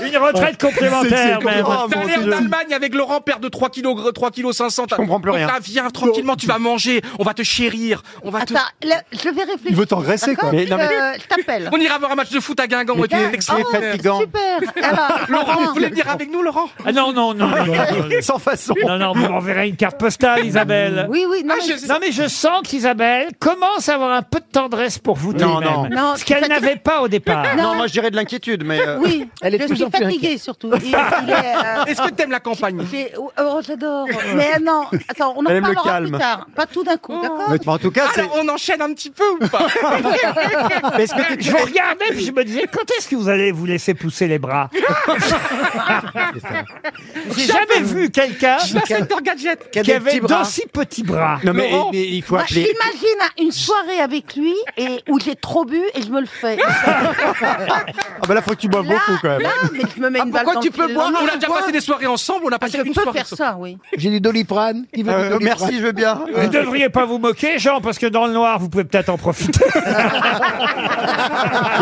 Une retraite complémentaire même. T'es allé en Allemagne avec Laurent, perdre de 3 kg, 3 kg 500. Je comprends plus rien. Viens tranquillement, tu vas manger, on va te chérir, on va te... Attends, là, je vais réfléchir. Il veut t'engraisser, quoi. D'accord Mais non, mais- Euh, je t'appelle. On ira voir un match de foot à Guingamp. et tu es extraordinaire. Ah Super. Alors, Laurent, vous voulez venir avec nous, Laurent Ah non, non, non. non, non, non. Sans façon. Non, non, vous m'enverrez une carte postale, Isabelle. Oui, oui. Non, Ah, mais- je- Non, mais je sens qu'Isabelle commence à avoir un peu de tendresse pour vous Non, deux-mêmes. non. Non, Ce qu'elle c'est- n'avait pas au départ. Non, moi je dirais de l'inquiétude, mais. euh, Oui, Elle est de je plus suis en plus fatiguée surtout. Il- il est, euh, Est-ce que t'aimes la campagne j'ai- Oh, j'adore. Mais non, attends, on en Elle aime le parlera calme. plus tard. Pas tout d'un Oh. coup, d'accord mais En tout cas, c'est. Alors, on enchaîne un petit peu ou pas Mais est-ce que tu- Je vous regardais puis je me disais quand est-ce que vous allez vous laisser pousser les bras J'ai jamais vu quelqu'un Je passe avec ton gadget. qui avait d'aussi petits bras. Non, mais, Laurent, mais il faut Moi, appeler. Bah, J'imagine une soirée avec lui et où j'ai trop bu et je me le fais. Ah, bah là, faut que tu boives Là, beaucoup quand même. là, mais je me mets Ah, une balle dans le pied le On lendemain. a déjà passé des soirées ensemble, on a passé Ah, Je une peux soirée faire ensemble. ça, oui. J'ai du doliprane. Qui veut du Euh, doliprane merci, je veux bien. Vous ne devriez pas vous moquer, Jean, parce que dans le noir, vous pouvez peut-être en profiter. Il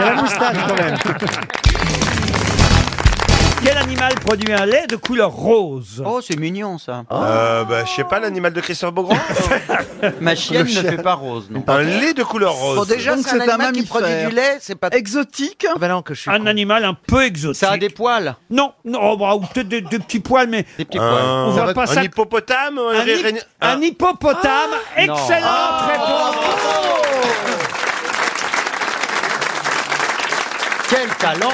y a la moustache quand même. Quel animal produit un lait de couleur rose Oh, c'est mignon ça. Euh, bah, je sais pas, l'animal de Christophe Beaugrand Ma chienne Le ne chien. fait pas rose, non. Un lait de couleur rose. Bon, déjà, Donc, c'est un, c'est un animal qui mammifère. produit du lait, c'est pas. Exotique Ah bah non, que je suis. Un animal un peu exotique. Ça a des poils. Non, non, oh, bah, ou peut-être des, des petits poils, mais Des petits poils. on Un, voit pas ça. un hippopotame un Un, ré- Ah. hi- ré- un hippopotame, non. excellente réponse. Quel talent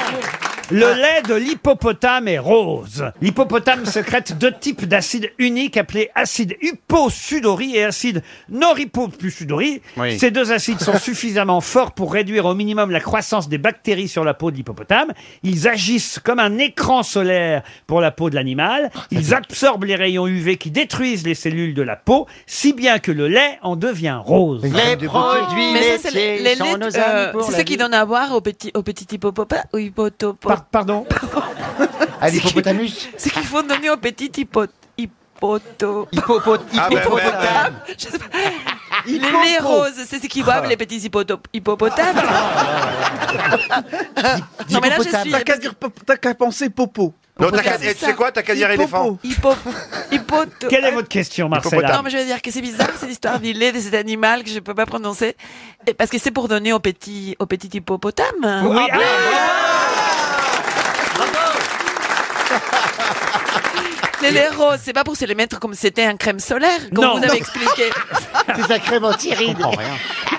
Le lait de l'hippopotame est rose. L'hippopotame sécrète deux types d'acides uniques appelés acide hyposudori et acide noripopusudori. Oui. Ces deux acides sont suffisamment forts pour réduire au minimum la croissance des bactéries sur la peau de l'hippopotame. Ils agissent comme un écran solaire pour la peau de l'animal. Ils absorbent les rayons UV qui détruisent les cellules de la peau, si bien que le lait en devient rose. Les produits Oh, Mais ça, c'est laitiers les, les sont laits, nos euh, amis pour c'est la ça vie. qui donne à boire au petit, au petit hippopota- au hippotopo- Par- pardon À l'hippopotamus C'est qu'il faut donner au petit hippo, hippoto- Hippopo- ben, Ah, bah, ben. hippopotame. bah, Je sais pas. Les, comprend. roses, c'est ce qui boivent les petits hippoto- hippopotames. non, mais là, je suis. T'as qu'à dire pop- t'as qu'à penser popo. Non, t'as qu'à- C'est eh, tu ça. sais quoi, t'as qu'à dire éléphant. Hippo. Hippoto. Quelle est votre question, Marcella Non, mais je veux dire que c'est bizarre, c'est l'histoire vilée de cet animal que je peux pas prononcer. Et parce que c'est pour donner au petit, au petit hippopotame. Oui, ah, Les, les roses, c'est pas pour se les mettre comme c'était un crème solaire, comme Non. vous avez Non. expliqué. C'est un crème antiride.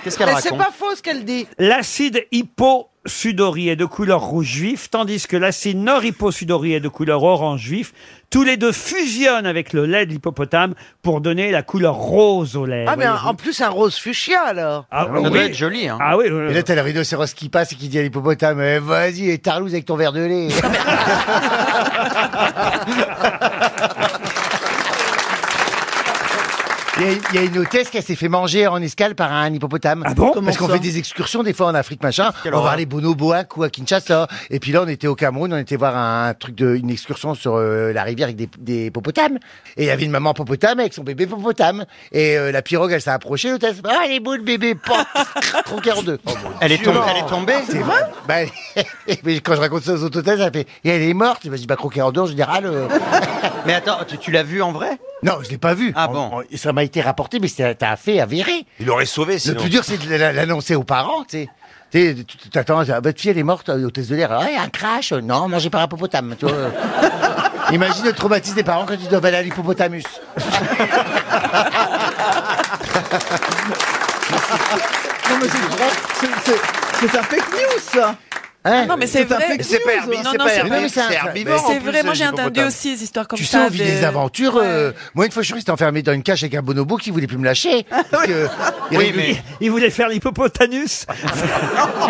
Qu'est-ce faux ce qu'elle dit. L'acide hyposudori est de couleur rouge vif, tandis que l'acide nord-hyposudori est de couleur orange vif. Tous les deux fusionnent avec le lait de l'hippopotame pour donner la couleur rose au lait. Ah, mais voyez-vous. en plus, un rose fuchsia, alors. Ah, oui. Ah oui, oui, oui. Et là, t'as le rhinocéros qui passe et qui dit à l'hippopotame eh, Vas-y, et tarlouse avec ton verre de lait. Il y, a, il y a une hôtesse qui s'est fait manger en escale par un hippopotame. Ah bon Parce Comment qu'on ça fait des excursions des fois en Afrique, machin. Quelle on va horreur. voir les bonoboacs ou à Kinshasa. Et puis là, on était au Cameroun, on était voir un truc de, une excursion sur euh, la rivière avec des, des hippopotames. Et il y avait une maman hippopotame avec son bébé hippopotame. Et euh, la pirogue, elle s'est approchée, l'hôtesse. Ah, elle est beau le bébé, paf, tronqué en deux. Elle est tombée- elle est tombée Oh, C'est vrai bah, mais Quand je raconte ça aux autres hôtesses, elle fait Et elle est morte. Je dis Bah, croquée en deux en général. euh. Mais attends, tu, tu l'as vu en vrai Non, je l'ai pas vu. Ah bon Ça m'a été rapporté, mais c'est un fait avéré. Il aurait sauvé Le sinon. plus dur, c'est de la- l'annoncer aux parents, tu sais. Tu sais, tu t'attends, ah, votre fille, elle est morte, euh, hôtesse de l'air. Ah, un crash. euh, Non, mangé par un hippopotame, tu vois. Imagine le traumatisme des parents quand ils doivent aller à l'hippopotamus. Non, mais c'est vrai. c'est- c'est- C'est un fake news, ça. Hein Ah non, mais c'est un vrai. fake news. Non, non, c'est vrai. c'est un- Mais C'est vrai, moi j'ai entendu aussi des histoires comme tu sais, ça. on vit des de- aventures. euh, moi, une fois, je suis resté enfermé dans une cage avec un bonobo qui voulait plus me lâcher. parce que, euh, il, Oui, avait- mais- il voulait faire l'hippopotanus. Oh.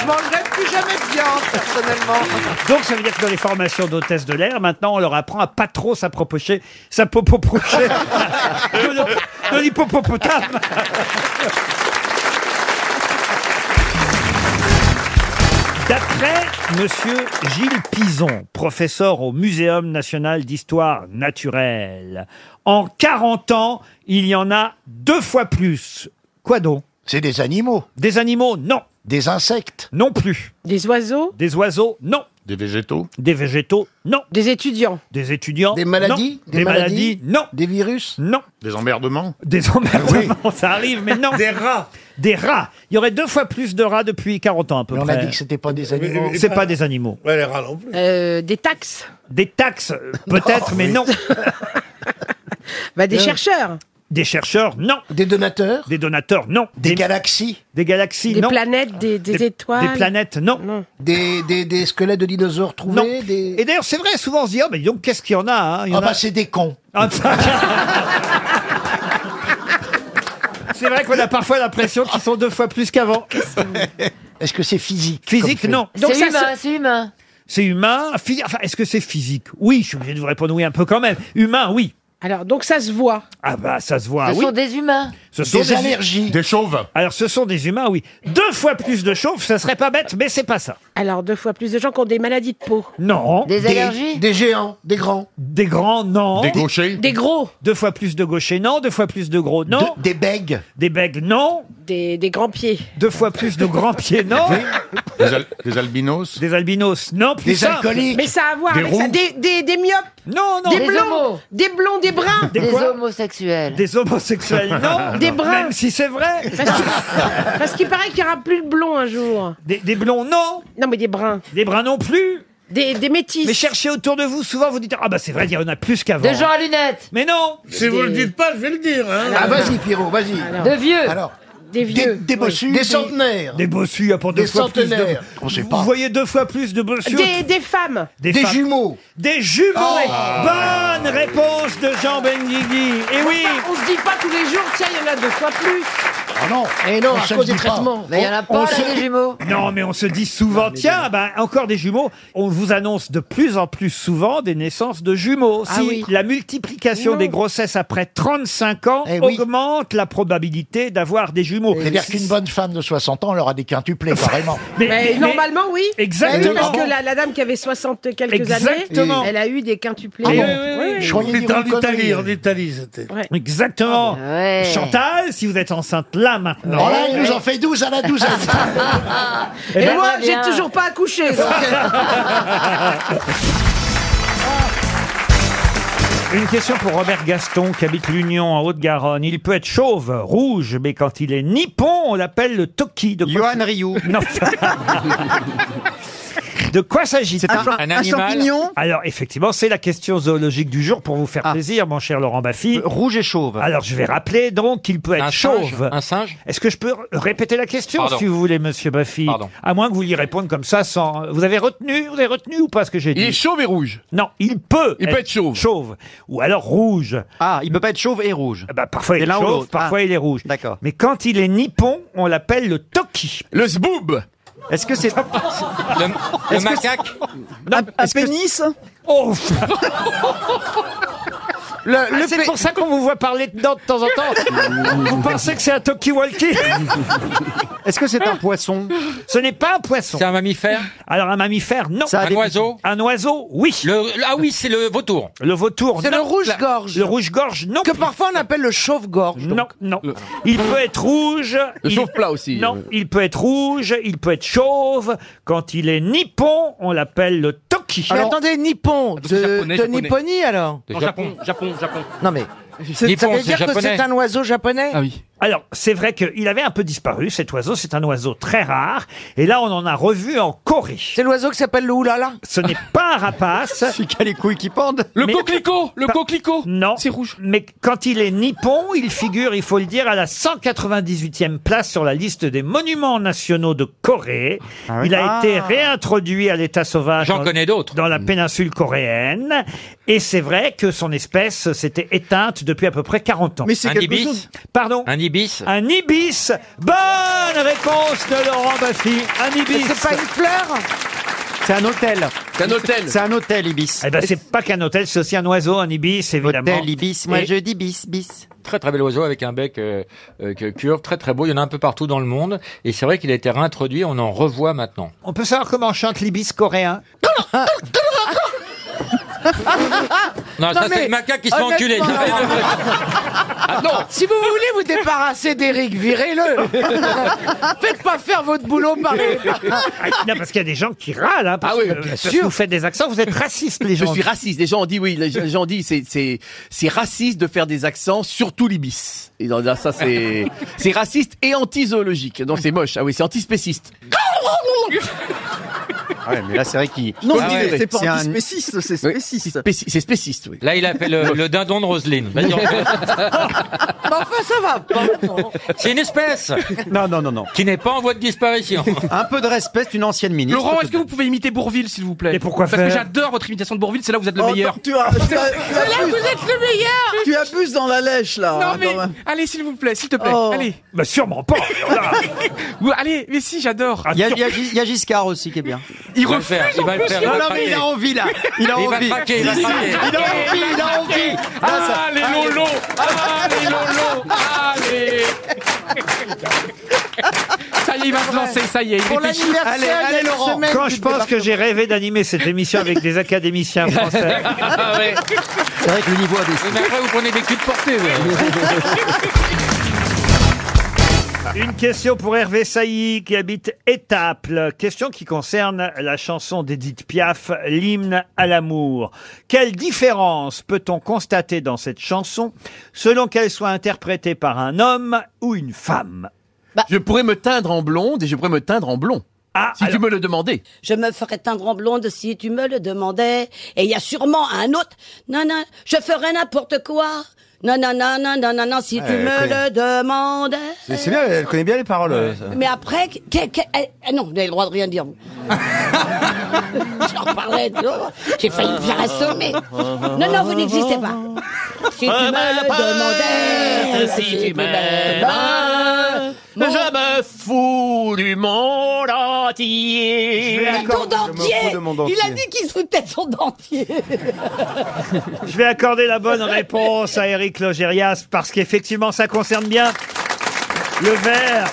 Je mangerai plus jamais de viande, personnellement. Donc ça veut dire que dans les formations d'hôtesse de l'air, maintenant on leur apprend à pas trop s'approcher, s'approcher de l'hip- de l'hippopotame. D'après Monsieur Gilles Pison, professeur au Muséum national d'histoire naturelle, en 40 ans, il y en a deux fois plus. Quoi donc C'est des animaux. Des animaux, non. Des insectes Non plus. Des oiseaux Des oiseaux, non. Des végétaux Des végétaux, non. Des étudiants Des étudiants Des maladies Des, Des maladies maladies, non. Des virus Non. Des emmerdements Des emmerdements, ça arrive, mais non. Des rats Des rats. Il y aurait deux fois plus de rats depuis 40 ans à peu Mais on près. a dit que c'était pas des animaux. C'est pas des animaux. Ouais, les rats non plus. Euh, des taxes. Oh, Des taxes, euh, peut-être, mais non. Bah, des Euh. chercheurs. Des chercheurs, non. Des donateurs Des donateurs, non. Des, galaxies Des galaxies, Des non. planètes, des- des étoiles Des planètes, non. Des, squelettes de dinosaures trouvés Et d'ailleurs, c'est vrai, souvent on se dit, ah, mais dis donc, qu'est-ce qu'il y en a hein Il y en Ah a- bah, c'est des cons. Ah, ça- C'est vrai qu'on a parfois l'impression qu'ils sont deux fois plus qu'avant. Est-ce que c'est physique Physique, comme fait non. Donc ça se- c'est humain. C'est humain. phy- Enfin, est-ce que c'est physique Oui, je suis obligé de vous répondre oui un peu quand même. Humain, oui. Alors, donc ça se voit. Ah bah, ça se voit, oui. des humains. Ce sont Des allergies. Des chauves. Alors, ce sont des humains, oui. Deux fois plus de chauves, ça serait pas bête, mais c'est pas ça. Alors, deux fois plus de gens qui ont des maladies de peau. Non. Des Des- allergies Des géants, des grands. Des grands, non. Des gauchers Des gros. Deux fois plus de gauchers, non. Deux fois plus de gros, non. des bègues. Des bègues, non. Des, des grands pieds. Deux fois plus de grands pieds, non. Des, al- des albinos Des albinos, non. Plus simple. Mais ça a à voir Des avec ça. roux. Des, des, des myopes. Non, non. Des, Des blonds. homos. Des blonds, des bruns. Des Des quoi homosexuels. Des homosexuels, non. Des bruns. Même si c'est vrai. Parce qu'il paraît qu'il n'y aura plus de blonds un jour. Des, des blonds, non. Non, mais des bruns. Des bruns non plus. Des, des métis. Mais cherchez autour de vous, souvent vous dites Ah bah c'est vrai, il y en a plus qu'avant. à lunettes. Mais non Si vous le dites pas, je vais le dire. Ah, vas-y, Pierrot, vas-y. De vieux. Alors, Des vieux. des bossus, des centenaires. Des bossus, il y a pour deux Des fois centenaires. plus de... On sait Vous voyez deux fois plus de bossus. Des, des femmes. Des femmes. jumeaux. Des jumeaux Ah ouais. Bonne réponse de Jean Benguigui. Et oui On se dit pas tous les jours, tiens, il y en a deux fois plus. Ah non Eh Et Eh non, On à se cause le dit des pas. traitements. Mais il y en a pas, là, des jumeaux. Non, mais on se dit souvent, tiens, bah, encore des jumeaux. On vous annonce de plus en plus souvent des naissances de jumeaux. Ah si oui. la multiplication Non. Eh des grossesses après 35 ans augmente la probabilité d'avoir des jumeaux. C'est-à-dire qu'une bonne femme de 60 ans, elle aura des quintuplés, carrément. Mais- Mais, mais- normalement, oui. Exactement. Parce que la, la dame qui avait 60 quelques Exactement. années, elle a eu des quintuplés. Ah bon Je croyais dire En une Italie, connerie. en Italie, c'était. Exactement. Ah bah ouais. Chantal, si vous êtes enceinte là maintenant. Oh là, elle nous en fait 12 à la douzaine. Eh Et, ben, moi, très j'ai bien. toujours pas accouché. donc- euh. Une question pour Robert Gaston qui habite l'Union en Haute-Garonne. Il peut être chauve, rouge, mais quand il est nippon, on l'appelle le toki. De Yohan Ryu. Non. De quoi s'agit-il C'est un- Un- un un animal champignon Alors effectivement, c'est la question zoologique du jour pour vous faire plaisir, mon cher Laurent Baffy. Rouge et chauve. Alors je vais rappeler donc qu'il peut être chauve. un singe. Est-ce que je peux répéter la question Pardon. si vous voulez, Monsieur Baffy À moins que vous y répondiez comme ça, sans. Vous avez retenu, vous avez retenu ou pas ce que j'ai dit Il est chauve et rouge. Non, il peut. Il peut être chauve. Chauve ou alors rouge. Ah, il peut pas être chauve et rouge. Bah parfois il C'est est l'un ou chauve, l'autre. parfois Ah. il est rouge. D'accord. Mais quand il est nippon, on l'appelle le toki. Le zboob. Est-ce que c'est Le, le Est-ce que c'est- macaque un pénis Oh Ah, C'est pour ça qu'on vous voit parler dedans de temps en temps. vous pensez que c'est un talkie-walkie Est-ce que c'est un poisson Ce n'est pas un poisson. C'est un mammifère Alors un mammifère, non. Ça a Un des- oiseau Un oiseau, oui. Ah oui, c'est le vautour. Le vautour. C'est non. le rouge-gorge. Le rouge-gorge, non. Que parfois on appelle le chauve-gorge. Non, non. Il peut être rouge. Le il- chauve-plat aussi. Non, il peut être rouge, il peut être chauve. Quand il est nippon, on l'appelle le toki. Mais attendez, Nippon, de, japonais, de japonais. Nipponie alors Non, Japon, Japon, Japon. Non mais, c'est- ça veut dire que c'est un oiseau japonais Ah Alors, c'est vrai qu'il avait un peu disparu, cet oiseau. C'est un oiseau très rare. Et là, on en a revu en Corée. C'est l'oiseau qui s'appelle le oulala Ce n'est pas un rapace. C'est qui a les couilles qui pendent Le coquelicot Le coquelicot Non. C'est rouge. Mais quand il est nippon, il figure, il faut le dire, à la 198e place sur la liste des monuments nationaux de Corée. Il Ah. a été réintroduit à l'état sauvage J'en dans- connais d'autres. dans la péninsule coréenne. Et c'est vrai que son espèce s'était éteinte depuis à peu près 40 ans. Mais c'est Un quelque ibis chose- Pardon Un ibis un ibis. Bonne réponse de Laurent Baffy. Un ibis. Mais c'est pas une fleur C'est un hôtel. C'est un hôtel. C'est un hôtel ibis. Eh ben c'est pas qu'un hôtel, c'est aussi un oiseau, un ibis évidemment. Hôtel ibis, moi Et- je dis bis, bis. Très très bel oiseau avec un bec euh, euh, que- curve, très très beau. Il y en a un peu partout dans le monde et c'est vrai qu'il a été réintroduit. On en revoit maintenant. On peut savoir comment chante l'ibis coréen Ah, Non, ça, c'est le macaque qui se fait enculer. Ah non Si vous voulez vous débarrasser d'Eric, virez-le Faites pas faire votre boulot par lui Non, parce qu'il y a des gens qui râlent. Hein, parce Ah oui, que, bien parce sûr. que vous faites des accents, vous êtes racistes les gens. Je suis raciste. Les gens ont dit oui. Les gens- les gens ont dit c'est c'est c'est raciste de faire des accents, surtout l'ibis. Et dans- là, ça c'est c'est raciste et anti-zoologique. Non, c'est moche. Ah oui, c'est antispéciste. Ouais, mais là c'est vrai qu'il. Non, Ah je ouais, disais, c'est pas un- antispéciste, c'est spéciste. C'est spéciste, oui. Là, il a fait le, le dindon de Roselyne. Vas-y, on fait. Mais enfin, ça va pas C'est une espèce Non, non, non, non. qui n'est pas en voie de disparition. Un peu de respect, c'est une ancienne ministre. Laurent, est-ce que vous pouvez imiter Bourville, s'il vous plaît Et pourquoi Parce faire que j'adore votre imitation de Bourville, c'est là où vous êtes le Oh, meilleur. Ah, non, Tu as, C'est là où vous êtes le meilleur. tu abuses dans la lèche, là. Non, mais allez, s'il vous plaît, s'il te plaît. Oh. Allez. Bah sûrement pas. Ah, Ouais, allez, mais si, j'adore. Il y, a- il y a Gi- il y a Giscard aussi qui est bien. Il Il va le refuse, faire, il en va le plus. faire, il va Non, le non, mais craquer. il a envie là. Il a Il va envie. craquer, il va Si, si, craquer. Il a envie, il a envie. Là, ça- Ah, Allez, Lolo Allez, Lolo Allez Ça y est, il va se lancer, ça y est. il Pour dépêche. Ah, l'anniversaire, Allez, il y a allez, une Laurent. semaine Quand du je pense que j'ai rêvé d'animer cette émission avec des académiciens français. Ah ouais. C'est vrai que le niveau a Oui, Mais après, vous prenez des culs de portée. vous. Ah. Une question pour Hervé Sailly qui habite Étaples. Question qui concerne la chanson d'Edith Piaf, l'hymne à l'amour. Quelle différence peut-on constater dans cette chanson selon qu'elle soit interprétée par un homme ou une femme Bah. Je pourrais me teindre en blonde et je pourrais me teindre en blond. Ah, si tu me le demandais. Je me ferais teindre en blonde si tu me le demandais. Et il y a sûrement un autre. Non, non, je ferais n'importe quoi. Non, non, non, non, non, non, non, si tu Eh, Ouais, me ouais. le demandais. C'est c'est bien, elle connaît bien les paroles. euh, ça. Mais après, que- que- elle- ah non, vous n'avez le droit de rien dire, vous. J'en reparlerai. tu vois. J'ai failli me faire assommer. Non, non, vous n'existez pas. Eh, Si tu me le demandais, si tu me le demandais, Je me fous du monde entier. Ton dentier Il a dit qu'il se foutait de son dentier Je vais accorder la bonne réponse à Eric Logérias parce qu'effectivement, ça concerne bien le verre.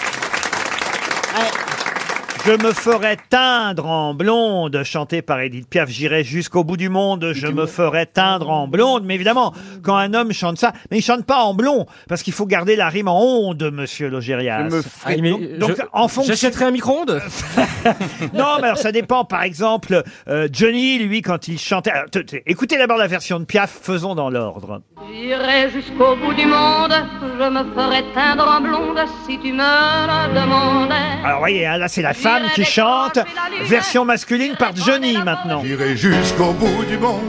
Je me ferai teindre en blonde, chanté par Edith Piaf, j'irai jusqu'au bout du monde, je me ferai teindre en blonde. Mais évidemment, quand un homme chante ça, mais il chante pas en blond, parce qu'il faut garder la rime en onde, monsieur Logérias. Je me ferai- Ah, mais donc, donc, je- en fonction... j'achèterai un micro-ondes Non, mais alors ça dépend. Par exemple, euh, Johnny, lui, quand il chantait... alors, t- t- écoutez d'abord la version de Piaf, faisons dans l'ordre. J'irai jusqu'au bout du monde, je me ferai teindre en blonde si tu me le demandais. Alors voyez, hein, là c'est la femme qui chante, version masculine par Johnny maintenant. J'irai jusqu'au bout du monde,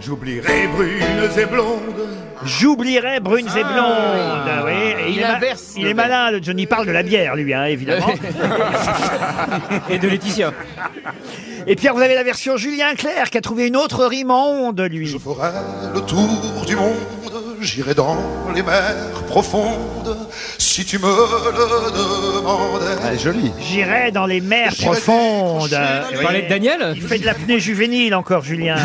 j'oublierai brunes et blondes. J'oublierai brunes et blondes. Ah. oui. Et Il est ma- inverse il le est verbe. malin, le Johnny Il parle de la bière lui, hein, évidemment. Et de Laetitia. Et Pierre, vous avez la version Julien Clerc qui a trouvé une autre rime en onde lui. Je ferai le tour du monde. J'irai dans les mers profondes si tu me le demandais. joli. J'irai dans les mers profondes. Vous parlez de Daniel Il fait de l'apnée juvénile encore, Julien.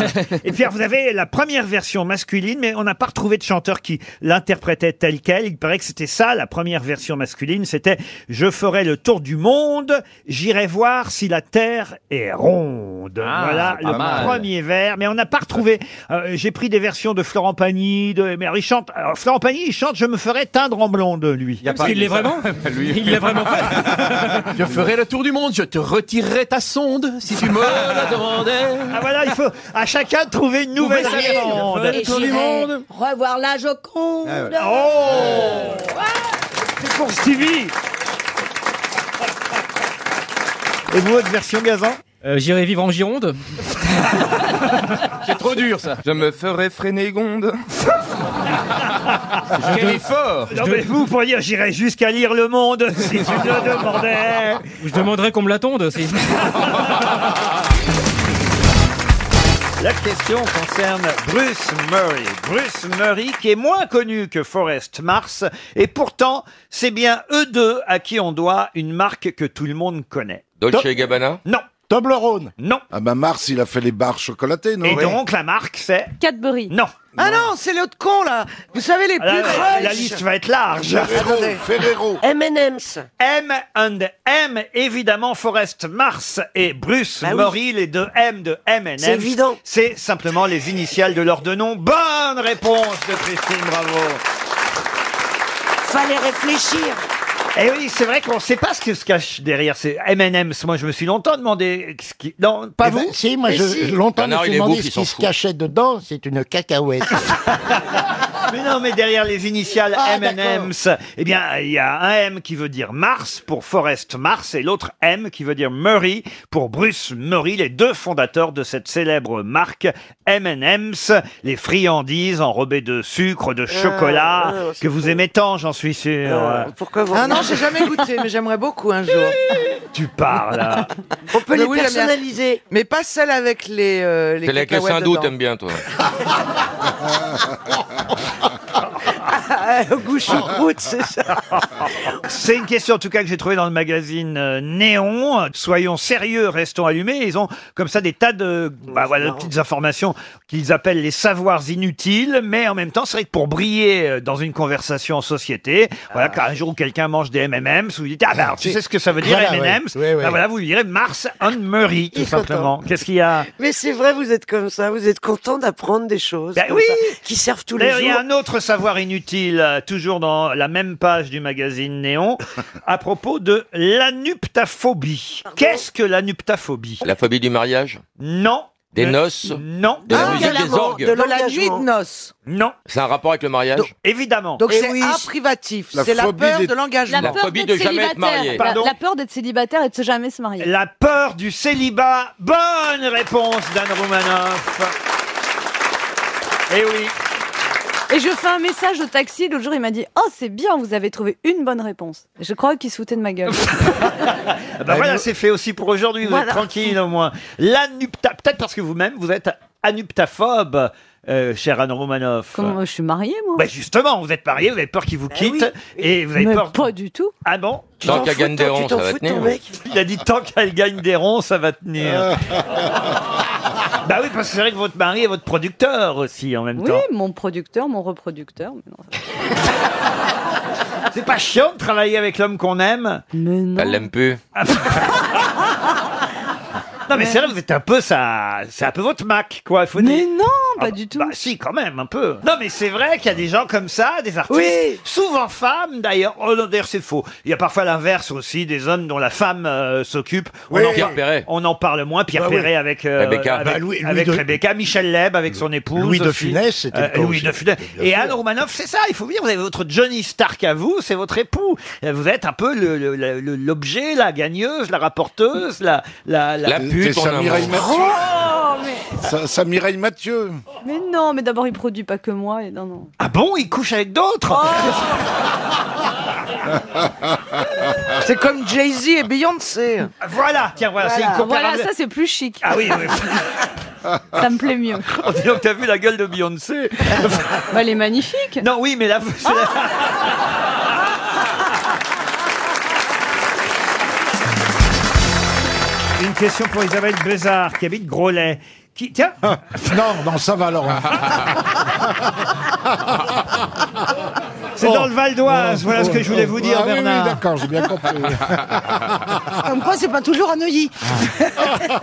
Et Pierre, vous avez la première version masculine, mais on n'a pas retrouvé de chanteur qui l'interprétait tel quel. Il paraît que c'était ça, la première version masculine. C'était « Je ferai le tour du monde, j'irai voir si la terre est ronde Ah, Voilà c'est pas le mal. premier vers. Mais on n'a pas retrouvé. Euh, J'ai pris des versions de Florent Pagny. De... Mais alors, il chante... alors, Florent Pagny, il chante « Je me ferai teindre en blonde », lui. Parce qu'il l'est vraiment Il l'a vraiment fait Je ferai le tour du monde, je te retirerai ta sonde si tu me le demandais. Ah voilà, il faut à chacun trouver une nouvelle Nouvelle rime rime. en onde. Nouvelle Et j'irai revoir la Joconde. Ah ouais. Oh C'est pour Stevie Et vous, votre version gazant Euh, J'irai vivre en Gironde. C'est trop dur ça. Je me ferai frénégonde. Quel effort Non mais vous pourriez dire j'irai jusqu'à lire le monde si tu le demandais. Je demanderai qu'on me l'attende aussi. La question concerne Bruce Murray. Bruce Murray qui est moins connu que Forrest Mars et pourtant c'est bien eux deux à qui on doit une marque que tout le monde connaît. Dolce Gabbana Non. Toblerone Non. Ah bah Mars, il a fait les barres chocolatées, non Et donc la marque c'est Cadbury. Non. Ah, Ah non, c'est l'autre con là. Vous savez les plus La- riches. la liste va être large. Ferrero, Attendez. Ferrero. M&M's. M and M, évidemment, Forrest Mars et Bruce Bah oui. Murray, les deux M de M&M. C'est évident. C'est simplement les initiales de leurs deux noms. Bonne réponse de Christine, bravo. Fallait réfléchir. Et Eh oui, c'est vrai qu'on ne sait pas ce qui se cache derrière ces M&M's. Moi, je me suis longtemps demandé ce qui... Non, pas Eh ben, vous Si, moi, je, longtemps, je me suis demandé ce qui se cachait dedans. C'est une cacahuète. Mais non, mais derrière les initiales Ah, M&M's, eh bien, il y a un M qui veut dire Mars pour Forrest Mars et l'autre M qui veut dire Murray pour Bruce Murray, les deux fondateurs de cette célèbre marque M&M's, les friandises enrobées de sucre, Euh, de chocolat, ah, c'est que vous aimez tant, j'en suis sûr. Pourquoi vous Ah non, j'ai jamais goûté, mais j'aimerais beaucoup un jour. Tu parles, là. On peut Mais les oui, j'aime bien. personnaliser, mais pas celle avec les euh, les T'es avec le cacahuètes Sindou, dedans. t'aimes bien toi. Ah, euh, Goût choucroute, c'est ça. C'est une question en tout cas que j'ai trouvée dans le magazine euh, Néon. Soyons sérieux, restons allumés. Ils ont comme ça des tas de bah, voilà, de petites informations qu'ils appellent les savoirs inutiles, mais en même temps, c'est vrai que pour briller euh, dans une conversation en société, voilà, Ah. quand un jour où quelqu'un mange des M&M's, vous lui dites ah bah alors, tu sais ce que ça veut dire Voilà, ouais. M&M's, Ouais, ouais. Bah, voilà, vous lui direz Mars and Murray tout Il faut simplement. Qu'est-ce qu'il y a Mais c'est vrai, vous êtes comme ça. Vous êtes content d'apprendre des choses Ben comme oui. ça, qui servent tous les D'ailleurs, jours. il y a un autre savoir inutile, euh, toujours dans la même page du magazine Néon, à propos de l'anuptaphobie. Qu'est-ce que l'anuptaphobie La phobie du mariage Non. Des noces Non. De la Ah, musique de des l'amour, orgues. de De la nuit de noces. Non. C'est un rapport avec le mariage Évidemment. Donc Eh c'est oui. un privatif. La C'est la phobie peur des- de l'engagement. La phobie de jamais être marié. Pardon La, la peur d'être célibataire et de se jamais se marier. La peur du célibat. Bonne réponse d'Anne Romanoff. Eh oui. Et je fais un message au taxi, l'autre jour il m'a dit « Oh c'est bien, vous avez trouvé une bonne réponse ». Je crois qu'il se foutait de ma gueule. Ah bah voilà, c'est fait aussi pour aujourd'hui. Vous Voilà. êtes tranquille au moins. L'anupta, peut-être parce que vous-même vous êtes anuptaphobe, euh, cher Anne Romanoff. Comment, je suis mariée, moi. Bah Bah justement, vous êtes marié, vous avez peur qu'il vous quitte et vous avez Mais peur. pas du tout. Ah bon Tu Tant t'en qu'elle fous, gagne des toi, tu ronds, t'en ça va fous de tenir. ton mec Il a dit tant qu'elle gagne des ronds, ça va tenir. bah oui, parce que c'est vrai que votre mari est votre producteur aussi en même Oui, temps. mon producteur, mon reproducteur. mais non. C'est pas chiant de travailler avec l'homme qu'on aime Elle l'aime plus. Non mais c'est vrai, vous êtes un peu ça, c'est un peu votre Mac quoi. mais non, pas du tout. Bah si, quand même un peu. Non mais c'est vrai qu'il y a des gens comme ça, des artistes, Oui. souvent femmes d'ailleurs. Oh non d'ailleurs c'est faux. Il y a parfois l'inverse aussi, des hommes dont la femme euh, s'occupe. Oui. en Pierre parle- On en parle moins. Pierre Bah oui. Perret avec euh, Rebecca. avec, Bah, Louis- Louis avec de- Rebecca, Michel Leb avec son épouse. Louis de aussi. Euh, Funès, c'était le cas Louis aussi. de Funès. Bien Et sûr. Anne Romanoff, c'est ça. Il faut dire, vous avez votre Johnny Stark à vous, c'est votre époux. Vous êtes un peu le- le- le- le- l'objet, la gagneuse, la rapporteuse, la la La pute, T'es sa en un Mireille mot. Mathieu. Oh, mais, Ça, ça Mireille Mathieu. mais non, mais d'abord, il produit pas que moi. Et non, non. Ah bon, il couche avec d'autres Oh. C'est comme Jay-Z et Beyoncé. Voilà, tiens, voilà, c'est Voilà, incomparable. voilà, ça c'est plus chic. Ah oui, oui. Ça me plaît mieux. On dit Oh, donc t'as vu la gueule de Beyoncé Bah, elle est magnifique. Ah, Non, oui, mais là, c'est Une question pour Isabelle Bézard, qui habite Groslay. Qui, tiens Ah. Non, non, ça va, Laurent. C'est dans le Val d'Oise, voilà ce que je voulais vous dire, Oh, Ah oui, oui, Bernard. d'accord, j'ai bien compris. Comme quoi, c'est pas toujours à Neuilly. Ah.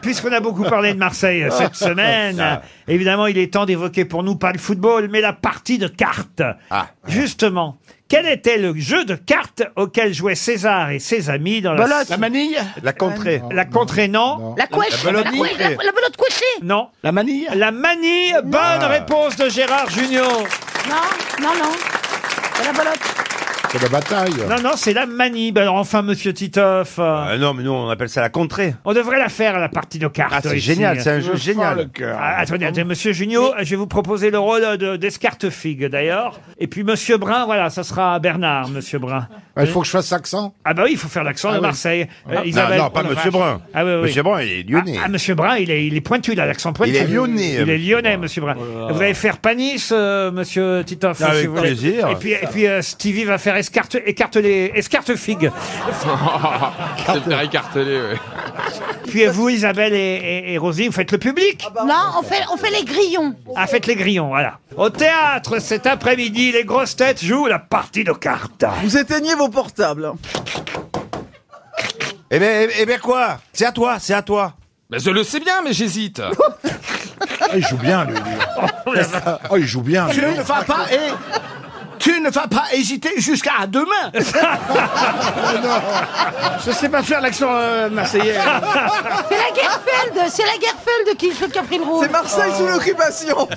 Puisqu'on a beaucoup parlé de Marseille euh, cette semaine, Ah. euh, évidemment, il est temps d'évoquer pour nous pas le football, mais la partie de cartes. Ah. Justement, quel était le jeu de cartes auquel jouaient César et ses amis dans la... Belote. La manille La contrée. La contrée, non. La couèche. La belote La couèche, la- couchée. la belote couchée Non. La manille La manille, bonne Ah. réponse de Gérard Junior. Non, non, non. C'est la balotte. C'est la bataille. Non, non, c'est la manille. Ben Alors enfin, monsieur Titoff, euh, Ah non, mais nous, on appelle ça la contrée. on devrait la faire, la partie de cartes. Ah, c'est ici. génial, c'est un jeu Ah, génial. attendez, attendez, monsieur Junio, je vais vous proposer le rôle de- d'Escartefigue, d'ailleurs. Et puis, monsieur Brun, voilà, ça sera Bernard, monsieur Brun. Ah, Il faut que je fasse accent Ah bah oui, il faut faire l'accent Ah de oui. Marseille. Ah. Non, non, pas oh la Monsieur vache. Brun. Ah oui, oui. Monsieur Brun, il est lyonnais. Ah, ah, Monsieur Brun, il est, il est pointu, il a l'accent pointu. Il est lyonnais, Il euh, est lyonnais, Monsieur Brun. Vous allez faire Panis, euh, Monsieur Ah, Titoff. Avec si vous voulez. plaisir. Et puis, et puis euh, Stevie va faire escarte, écarte les, escartefigue. C'est faire écarteler, ouais. puis euh, vous, Isabelle et, et- et Rosie, vous faites le Ah public. bah, Non, on fait, on fait les grillons. Ah, faites les grillons, voilà. Au théâtre, cet après-midi, les grosses têtes jouent la partie de cartes. Ah. Vous éteignez vos portables. Eh ben, eh ben quoi C'est à toi, c'est à toi. Mais je le sais bien, mais j'hésite. Ah, Il joue bien, lui. Oh, il joue bien. Tu ne vas pas et tu ne vas pas hésiter jusqu'à demain. Je sais pas faire l'accent euh, marseillais. C'est la Guerfeld, c'est la Guerfeld qui, qui a pris le rouge. C'est Marseille sous l'occupation.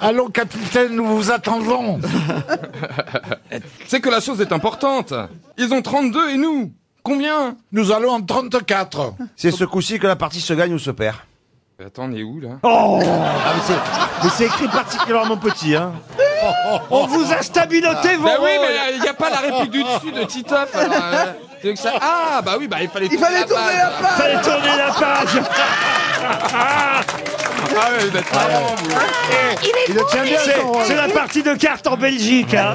Allons, capitaine, nous vous attendons. C'est que la chose est importante. Ils ont 32 et nous Combien Nous allons en 34. C'est ce coup-ci que la partie se gagne ou se perd. Attends, on est où là Oh Ah, mais c'est- mais c'est écrit particulièrement petit, hein. On vous a stabiloté vos Bah oui, rôles. mais il n'y a pas la réplique du dessus de Titoff. alors, euh, c'est que ça- Ah, bah oui, bah il fallait Il fallait tourner la page. Fallait tourner la page. Ah ouais, vous êtes marrant, vous. Il est bon, il est C'est- bon. C'est la partie de cartes en Belgique. Hein.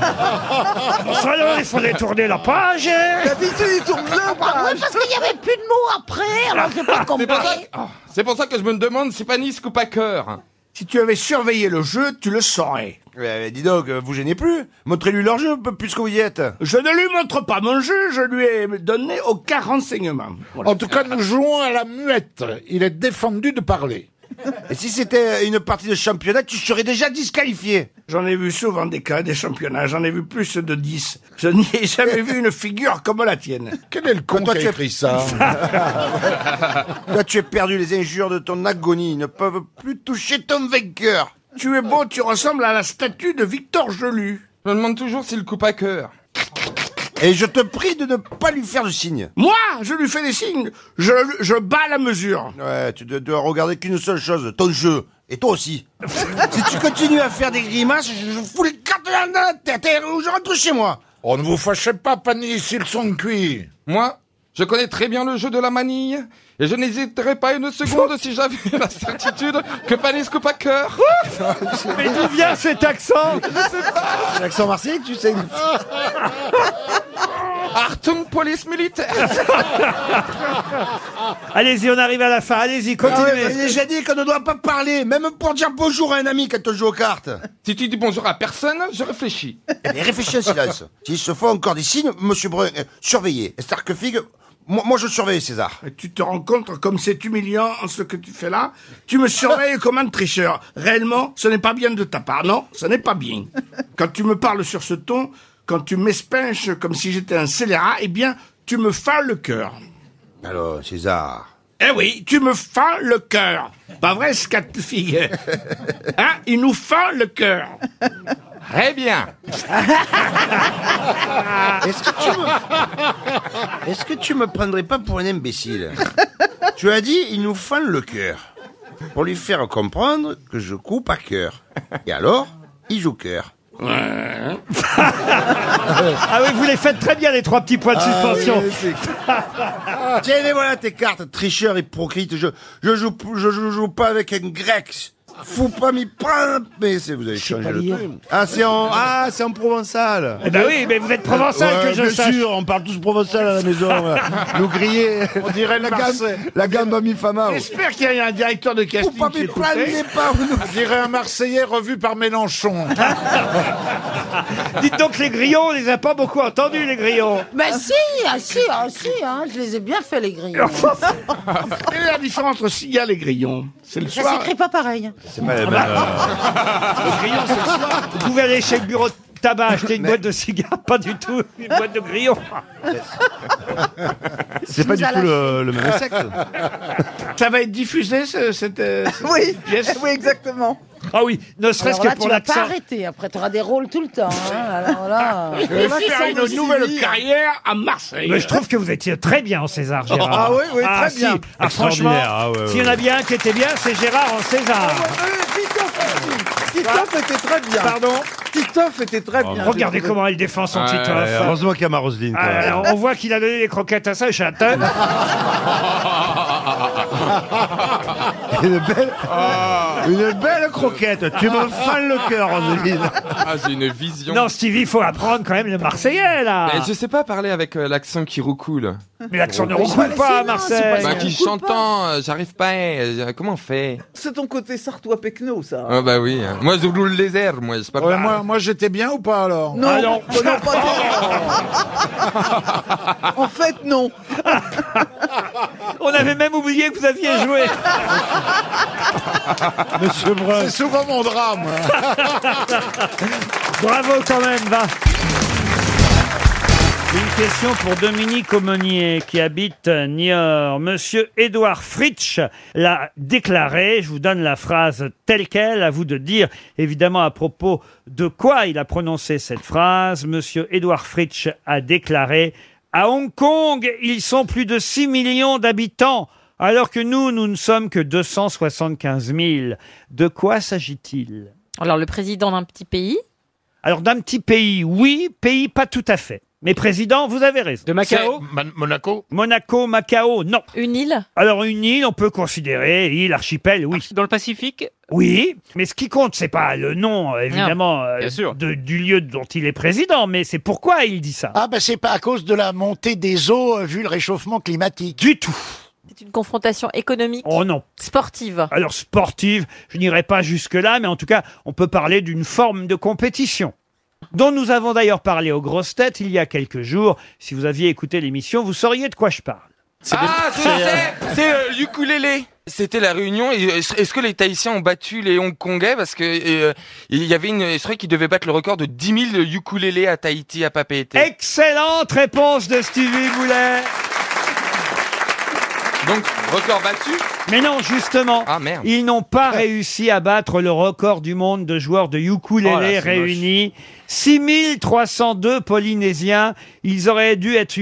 Bon, ça, alors, il fallait tourner la page. hein. bah, D'habitude, il tourne la Ah ouais, page. parce qu'il n'y avait plus de mots après, alors j'ai pas C'est pour, ça compris. que... ah, c'est pour ça que je me demande si Panisque ou pas cœur. Si tu avais surveillé le jeu, tu le saurais. Eh, eh, dis donc, euh, vous gênez plus. Montrez-lui leur jeu, peu- puisque vous y êtes. Je ne lui montre pas mon jeu, je lui ai donné aucun renseignement. Voilà. En tout cas, nous jouons à la muette. Il est défendu de parler. Et si c'était une partie de championnat, tu serais déjà disqualifié. J'en ai vu souvent des cas, des championnats, j'en ai vu plus de 10. Je n'y ai jamais vu une figure comme la tienne. Quel est le con Toi, qui tu a es- écrit ça Là, tu es perdu. Les injures de ton agonie ne peuvent plus toucher ton vainqueur. Tu es beau, tu ressembles à la statue de Victor Gelu. Je me demande toujours s'il coupe à cœur. Et je te prie de ne pas lui faire de signe. Moi, je lui fais des signes, je, je bats la mesure. Ouais, tu dois- dois regarder qu'une seule chose, ton jeu. Et toi aussi. Si tu continues à faire des grimaces, je, je fous les cartes dans la tête et je rentre chez moi. Oh, ne vous fâchez pas, Panis, ils sont cuits. Moi, Je connais très bien le jeu de la manille et je n'hésiterai pas une seconde si j'avais la certitude que panisco pas cœur. Mais d'où vient cet accent L'accent marseillais, tu sais. Artung police militaire. Allez-y, on arrive à la fin. Allez-y, Ah ouais, continuez. mais J'ai dit qu'on ne doit pas parler, même pour dire bonjour à un ami quand on joue aux cartes. Si tu dis bonjour à personne, je réfléchis. Mais réfléchis en silence. S'il se faut encore des signes, monsieur Brun, euh, surveillez. Starkefig, moi, moi je surveille César. Et tu te rends compte comme c'est humiliant en ce que tu fais là Tu me surveilles comme un tricheur. Réellement, ce n'est pas bien de ta part. Non, ce n'est pas bien. Quand tu me parles sur ce ton, quand tu m'espinches comme si j'étais un scélérat, eh bien, tu me fends le cœur. Oh, Alors, César. Ah, Eh oui, tu me fends le cœur. Pas vrai, ce cas de figure Hein Il nous fend le cœur. Très bien. Est-ce que, tu me... Est-ce que tu me prendrais pas pour un imbécile Tu as dit, il nous fend le cœur. Pour lui faire comprendre que je coupe à cœur. Et alors, il joue cœur. ah oui, vous les faites très bien, les trois petits points de Ah oui, suspension. Ah, Tiens, et voilà tes cartes, tricheur, hypocrite. Je, je joue, je, je joue pas avec un grec. Faut pas m'y prendre. Mais c'est, vous avez changé le truc. Ah, c'est en, ah, c'est en provençal. Eh ben oui, mais vous êtes provençal, que je bien sache. sûr, on parle tous provençal à la maison. Nous griller. On dirait le la gamme, Marseille. la gamme à mi fama. J'espère qu'il y a un directeur de casting. pas qui m'étonner, écoutait. pas On dirait un Marseillais revu par Mélenchon. Dites donc, les grillons, on les a pas beaucoup entendus, les grillons. Mais si, ah si, ah si, hein, je les ai bien fait les grillons. Quelle est la différence entre cigale et grillon C'est le Ça soir. s'écrit pas pareil. C'est pas la même, euh, bah. Vous pouvez aller chez le bureau de tabac acheter une boîte de cigares, pas du tout une boîte de grillons. C'est pas du tout le, le même sexe. Ça va être diffusé, ce- cette, euh, cette pièce Oui, exactement. Ah oui, ne serait-ce Alors là, que pour tu vas pas l'accent. arrêter. Après, tu auras des rôles tout le temps. hein, Alors là. Je vais faire une hein. nouvelle carrière à Marseille. Mais je trouve que vous étiez très bien en César, Gérard. Ah oui, oui, très si. bien. Ah, franchement, Extraordinaire, ah ouais, ouais. s'il y en a bien un qui était bien, c'est Gérard en Oh, César. Titoff était très bien. Pardon Titoff était très bien. Regardez comment elle défend son Oh, Ouais, Titoff. heureusement qu'il y a ma Roselyne. quoi. Ah, alors, on voit qu'il a donné les croquettes à sa chatte. hein. Une belle, Ah. une belle croquette. Tu me fends le cœur, Roselyne. Ah, j'ai une vision. non, Stevie, il faut apprendre quand même le Marseillais, là. Mais je sais pas parler avec euh, l'accent qui roucoule. Mais l'accent ne roule pas à Marseille. Bah, qui chantant, euh, j'arrive pas. euh, comment on fait C'est ton côté sartois pecno, ça. Ah bah oui. hein. Moi, je roule les airs, moi, je sais pas. Ouais, moi, moi j'étais bien ou pas alors Non, Ah non. non, pas- en fait, non. On avait même oublié que vous aviez joué. Monsieur Brun. C'est souvent mon drame. Bravo quand même, va. Une question pour Dominique Aumonier qui habite Niort. Monsieur Édouard Fritsch l'a déclaré. Je vous donne la phrase telle qu'elle. À vous de dire évidemment à propos de quoi il a prononcé cette phrase. Monsieur Édouard Fritsch a déclaré À Hong Kong, ils sont plus de 6 millions d'habitants, alors que nous, nous ne sommes que 275 000. De quoi s'agit-il Alors, le président d'un petit pays, Alors d'un petit pays, oui, pays pas tout à fait. Mais président, vous avez raison. De Macao Monaco Monaco, Macao, non. une île, Alors une île, on peut considérer île, archipel, oui. Dans le Pacifique Oui, mais ce qui compte, c'est pas le nom, euh, évidemment, euh, bien sûr. de- du lieu dont il est président, mais c'est pourquoi il dit ça. Ah ben c'est pas à cause de la montée des eaux euh, vu le réchauffement climatique. Du tout. c'est une confrontation économique, Oh non. sportive. Alors sportive, je n'irai pas jusque-là, mais en tout cas, on peut parler d'une forme de compétition dont nous avons d'ailleurs parlé aux grosses têtes il y a quelques jours. Si vous aviez écouté l'émission, vous sauriez de quoi je parle. Ah, je sais C'est euh, l'ukulélé c'était la réunion. et, euh, Est-ce que les Tahitiens ont battu les Hongkongais parce que euh, il y avait une, je crois qu'ils devaient battre le record de 10 000 ukulélés à Tahiti à Papeete. Excellente réponse de Stevie Boulet. Donc Record battu Ah, Mais non, justement, ils n'ont pas réussi à battre le record du monde de joueurs de ukulélé Oh là, c'est réunis. 6302 Polynésiens, ils auraient dû être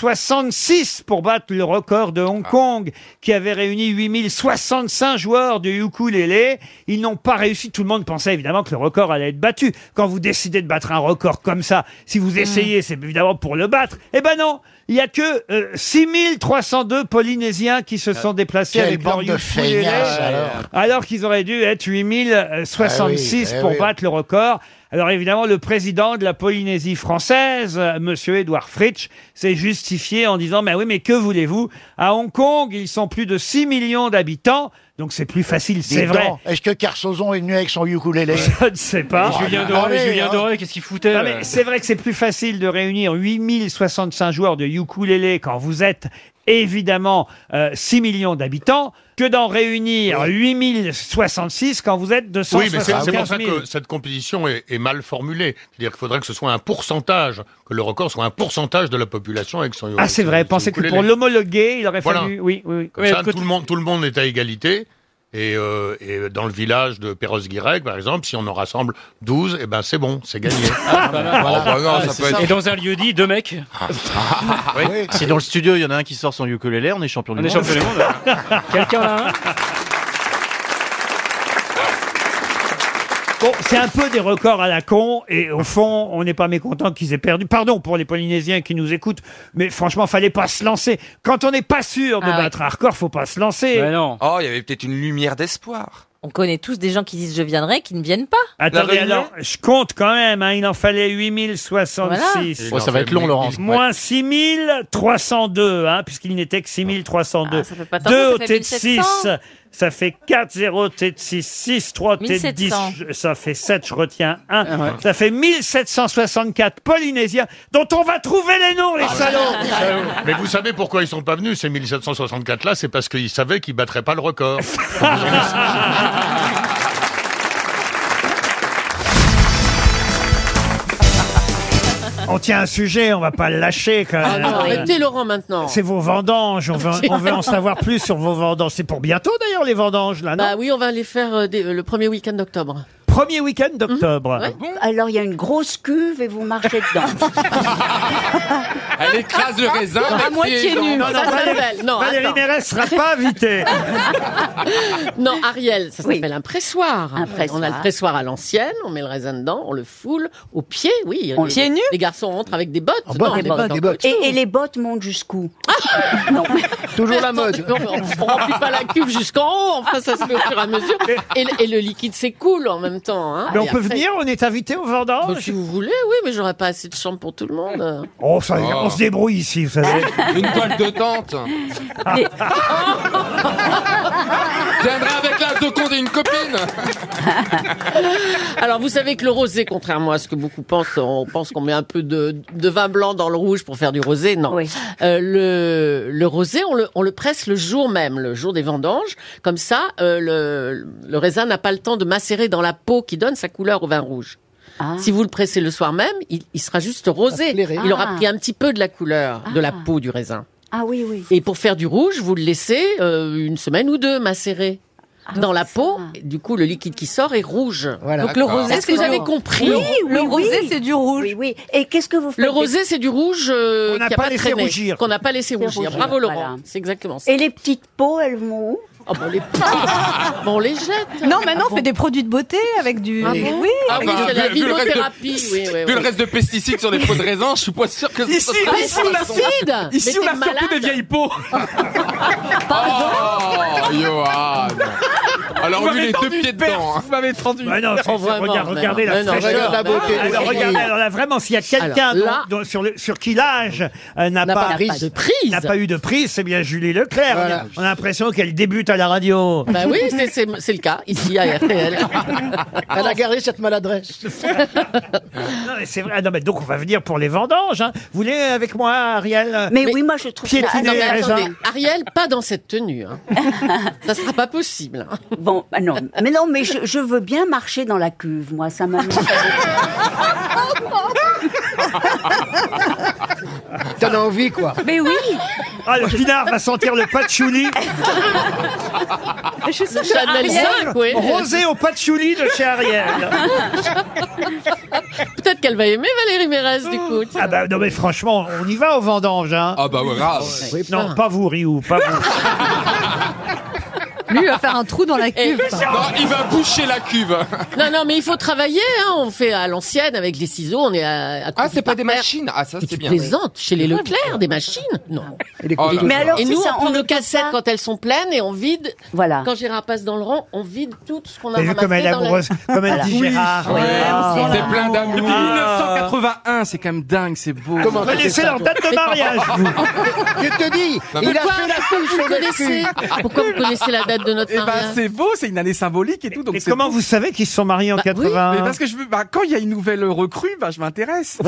8066 pour battre le record de Ah. Hong Kong, qui avait réuni 8065 joueurs de ukulélé. Ils n'ont pas réussi, tout le monde pensait évidemment que le record allait être battu. Quand vous décidez de battre un record comme ça, si Hmm. vous essayez, c'est évidemment pour le battre. Eh ben non, il y a que euh, 6302 Polynésiens qui se sont déplacés Ah, quelle avec bande leur de ukulélé, feignasses, alors. alors qu'ils auraient dû être 8066 Ah oui, eh pour oui. battre le record. Alors évidemment, le président de la Polynésie française, euh, Monsieur Édouard Fritsch, s'est justifié en disant, mais oui, mais que voulez-vous À Hong Kong, ils sont plus de 6 millions d'habitants, donc c'est plus facile, Dis c'est vrai. donc, Est-ce que Carsozon est venu avec son ukulélé Ah, bah, Je ne sais pas. Ah, Et hein. Julien Doré, Julien hein. Doré, qu'est-ce qu'il foutait Non, là mais c'est vrai que c'est plus facile de réunir 8065 joueurs de ukulélé quand vous êtes évidemment euh, 6 millions d'habitants que d'en réunir 8066 quand vous êtes Oui, mais c'est- 275 c'est pour ça 000. que cette compétition est, est mal formulée. C'est-à-dire qu'il faudrait que ce soit un pourcentage, que le record soit un pourcentage de la population avec son Ah, c'est vrai, pensez que pour l'homologuer, il aurait Voilà. fallu... Oui, oui, oui. Comme ça, tout, le monde, tout le monde est à égalité. Et, euh, et dans le village de Perros-Guirec, par exemple, si on en rassemble 12, eh ben c'est bon, c'est gagné. Ah, Oh, bah non, ça peut être- Ah, Et dans un lieu dit, deux mecs. bah. Si dans le studio, il y en a un qui sort son ukulélé, on est champion On est champion du monde. Quelqu'un là hein Bon, c'est un peu des records à la con, et au fond, on n'est pas mécontent qu'ils aient perdu. Pardon pour les Polynésiens qui nous écoutent, mais franchement, fallait pas se lancer. Quand on n'est pas sûr de Ah ouais. battre un record, faut pas se lancer. Oh, il y avait peut-être une lumière d'espoir. On connaît tous des gens qui disent je viendrai, qui ne viennent pas. Attendez, alors, je compte quand même, hein, il en fallait 8066. Voilà. Oh, ça va être long, Laurence. Moins 6302, hein, puisqu'il n'était que 6302. Ah, ça fait pas tant 2 que au ça T fait de 6, 1700. ça fait 4, 0 au T de 6, 6, 3 T de 10, 1700. je- ça fait 7, je retiens 1. Ça fait 1764 Polynésiens, dont on va trouver les noms, les salauds Mais vous savez pourquoi ils sont pas venus, ces 1764 là, c'est parce qu'ils savaient qu'ils battraient pas le record. hein On tient un sujet, on va pas le lâcher quand Ah, même. non, arrêtez Laurent maintenant. Euh, C'est vos vendanges. On veut, on veut en savoir plus sur vos vendanges. C'est pour bientôt d'ailleurs les vendanges là, non Bah oui, on va les faire euh, dès- euh, le premier week-end d'octobre. Mhm. Premier week-end d'octobre. Alors Ah, il y a une grosse cuve et vous marchez dedans. Elle écrase le raisin. Ah, À avec ses moitié dents. nu. Non, non, Ça Valérie- s'appelle- non, Valérie attends. Mérès sera pas invitée. Non, Ariel, ça Oui. s'appelle un pressoir. Un pressoir. On a le pressoir à l'ancienne, on met le raisin dedans, on le foule au pied, oui. On les, le- Pieds nus Les garçons rentrent avec des bottes. Ah, En bottes, Non, des on est bottes, dans des bottes. autre Et, et chose. les bottes montent jusqu'où Toujours la mode. On, on remplit pas la cuve jusqu'en haut, enfin ça se fait au fur et à mesure. Et, le- et le liquide s'écoule en même temps. hein. Mais on Et peut après- venir, on est invité aux Bah, vendanges. si vous voulez, oui, mais j'aurais pas assez de chambre pour tout le monde. Oh, ça, on se débrouille ici, vous savez. Ah. Une toile de tente. Viendra avec la seconde et une copine. Alors, vous savez que le rosé, contrairement à ce que beaucoup pensent, on pense qu'on met un peu de, de vin blanc dans le rouge pour faire du rosé. Non. Oui. Euh, le, le rosé, on le, on le presse le jour même, le jour des vendanges. Comme ça, euh, le, le raisin n'a pas le temps de macérer dans la peau qui donne sa couleur au vin rouge. Ah. Si vous le pressez le soir même, il, il sera juste rosé. flairer. Il aura Ah. pris un petit peu de la couleur de la peau du raisin. Ah oui, oui. Et pour faire du rouge, vous le laissez euh, une semaine ou deux macérer Ah, dans la peau. Et Du coup, le liquide qui sort est rouge. Voilà. Donc le D'accord. rosé, Est-ce c'est que vous du avez rouge. compris Le oui, rosé, oui. c'est du rouge. Oui, oui. Et qu'est-ce que vous faites Le rosé, c'est du rouge euh, On n'a qui a pas pas laissé traîné, rougir. qu'on n'a pas laissé C'est rougir. rougir, Bravo Laurent, voilà. c'est exactement ça. Et les petites peaux, elles vont où Ah Oh, bon, les... Bon, on les jette. Non, maintenant, on fait des produits de beauté avec du. Ah bon oui, Ah avec bah, du- c'est la vu- vu le reste de- vinothérapie, oui, oui, Vu le oui. reste de pesticides sur les pots de raisin, je suis pas sûr que Ici, sera- ici, l'acide Ici, on a surtout des vieilles peaux. Oh, Johan. Alors lui, il est deux pieds dedans. hein. Vous m'avez tendu. Bah non, c'est- c'est- vraiment, regarde- mais regardez non. la Mais non, fraîcheur. Ah, regarde la beauté Alors, des regardez, filles. alors là, vraiment, s'il y a quelqu'un Alors, là- dont- dont- sur, le- sur qui l'âge euh, n'a N'a pas, pas de prise. n'a pas eu de prise, c'est bien Julie Leclerc. Voilà. On a, on a l'impression qu'elle débute à la radio. Bah oui, c'est- c'est c'est le cas, ici à RTL. Elle a gardé cette maladresse. Non, mais c'est vrai. Ah, Non, mais donc on va venir pour les vendanges. hein. Vous voulez euh, avec moi, Ariel euh, mais, oui, moi je trouve ça. piétiner Non, mais les attendez, raisins. Ariel, pas dans cette tenue. Hein. Ça sera pas possible. hein. Bon, bah ah non. Mais non, mais je, je veux bien marcher dans la cuve, moi. Ça m'amuse. T'en as envie, quoi. Mais oui Ah, le pinard va sentir le patchouli. Je suis sûre que Ariel- Rosé au patchouli de chez Ariel. Peut-être qu'elle va aimer Valérie Mérez, du coup. Ah bah non mais franchement, on y va aux vendanges hein. Ah bah ouais, grave. Oui, non, pas vous Riou, pas vous. Lui, il va faire un trou dans la Eh, cuve. Non, il va boucher la cuve. Non, non, mais il faut travailler. Hein. On fait à l'ancienne avec les ciseaux. On est à, Ah, c'est pas des machines. Ah, ça, c'est bien. Plaisante. Chez les Leclerc, des machines. Non. Oh là Et- là. et nous, on prend nos cassettes quand elles sont pleines et on vide. Voilà. Quand Gérard passe dans le rang, on vide tout ce qu'on a T'as vu ramassé comme elle est dans la- amoureuse, comme elle dit Voilà. Gérard. Oui. Ah. Ouais, on sent C'est plein d'amour. Depuis Ah. 1981, c'est quand même dingue, c'est beau. Comment Mais laissez leur date de mariage, vous. Je te dis, il a Pourquoi, fait la pourquoi touche vous sur le connaissez cul. Pourquoi vous connaissez la date de notre Eh ben, mariage c'est beau, c'est une année symbolique et tout. Donc Et c'est comment beau. vous savez qu'ils se sont mariés en Bah oui, 80 mais parce que je veux, bah, quand il y a une nouvelle recrue, bah, je m'intéresse.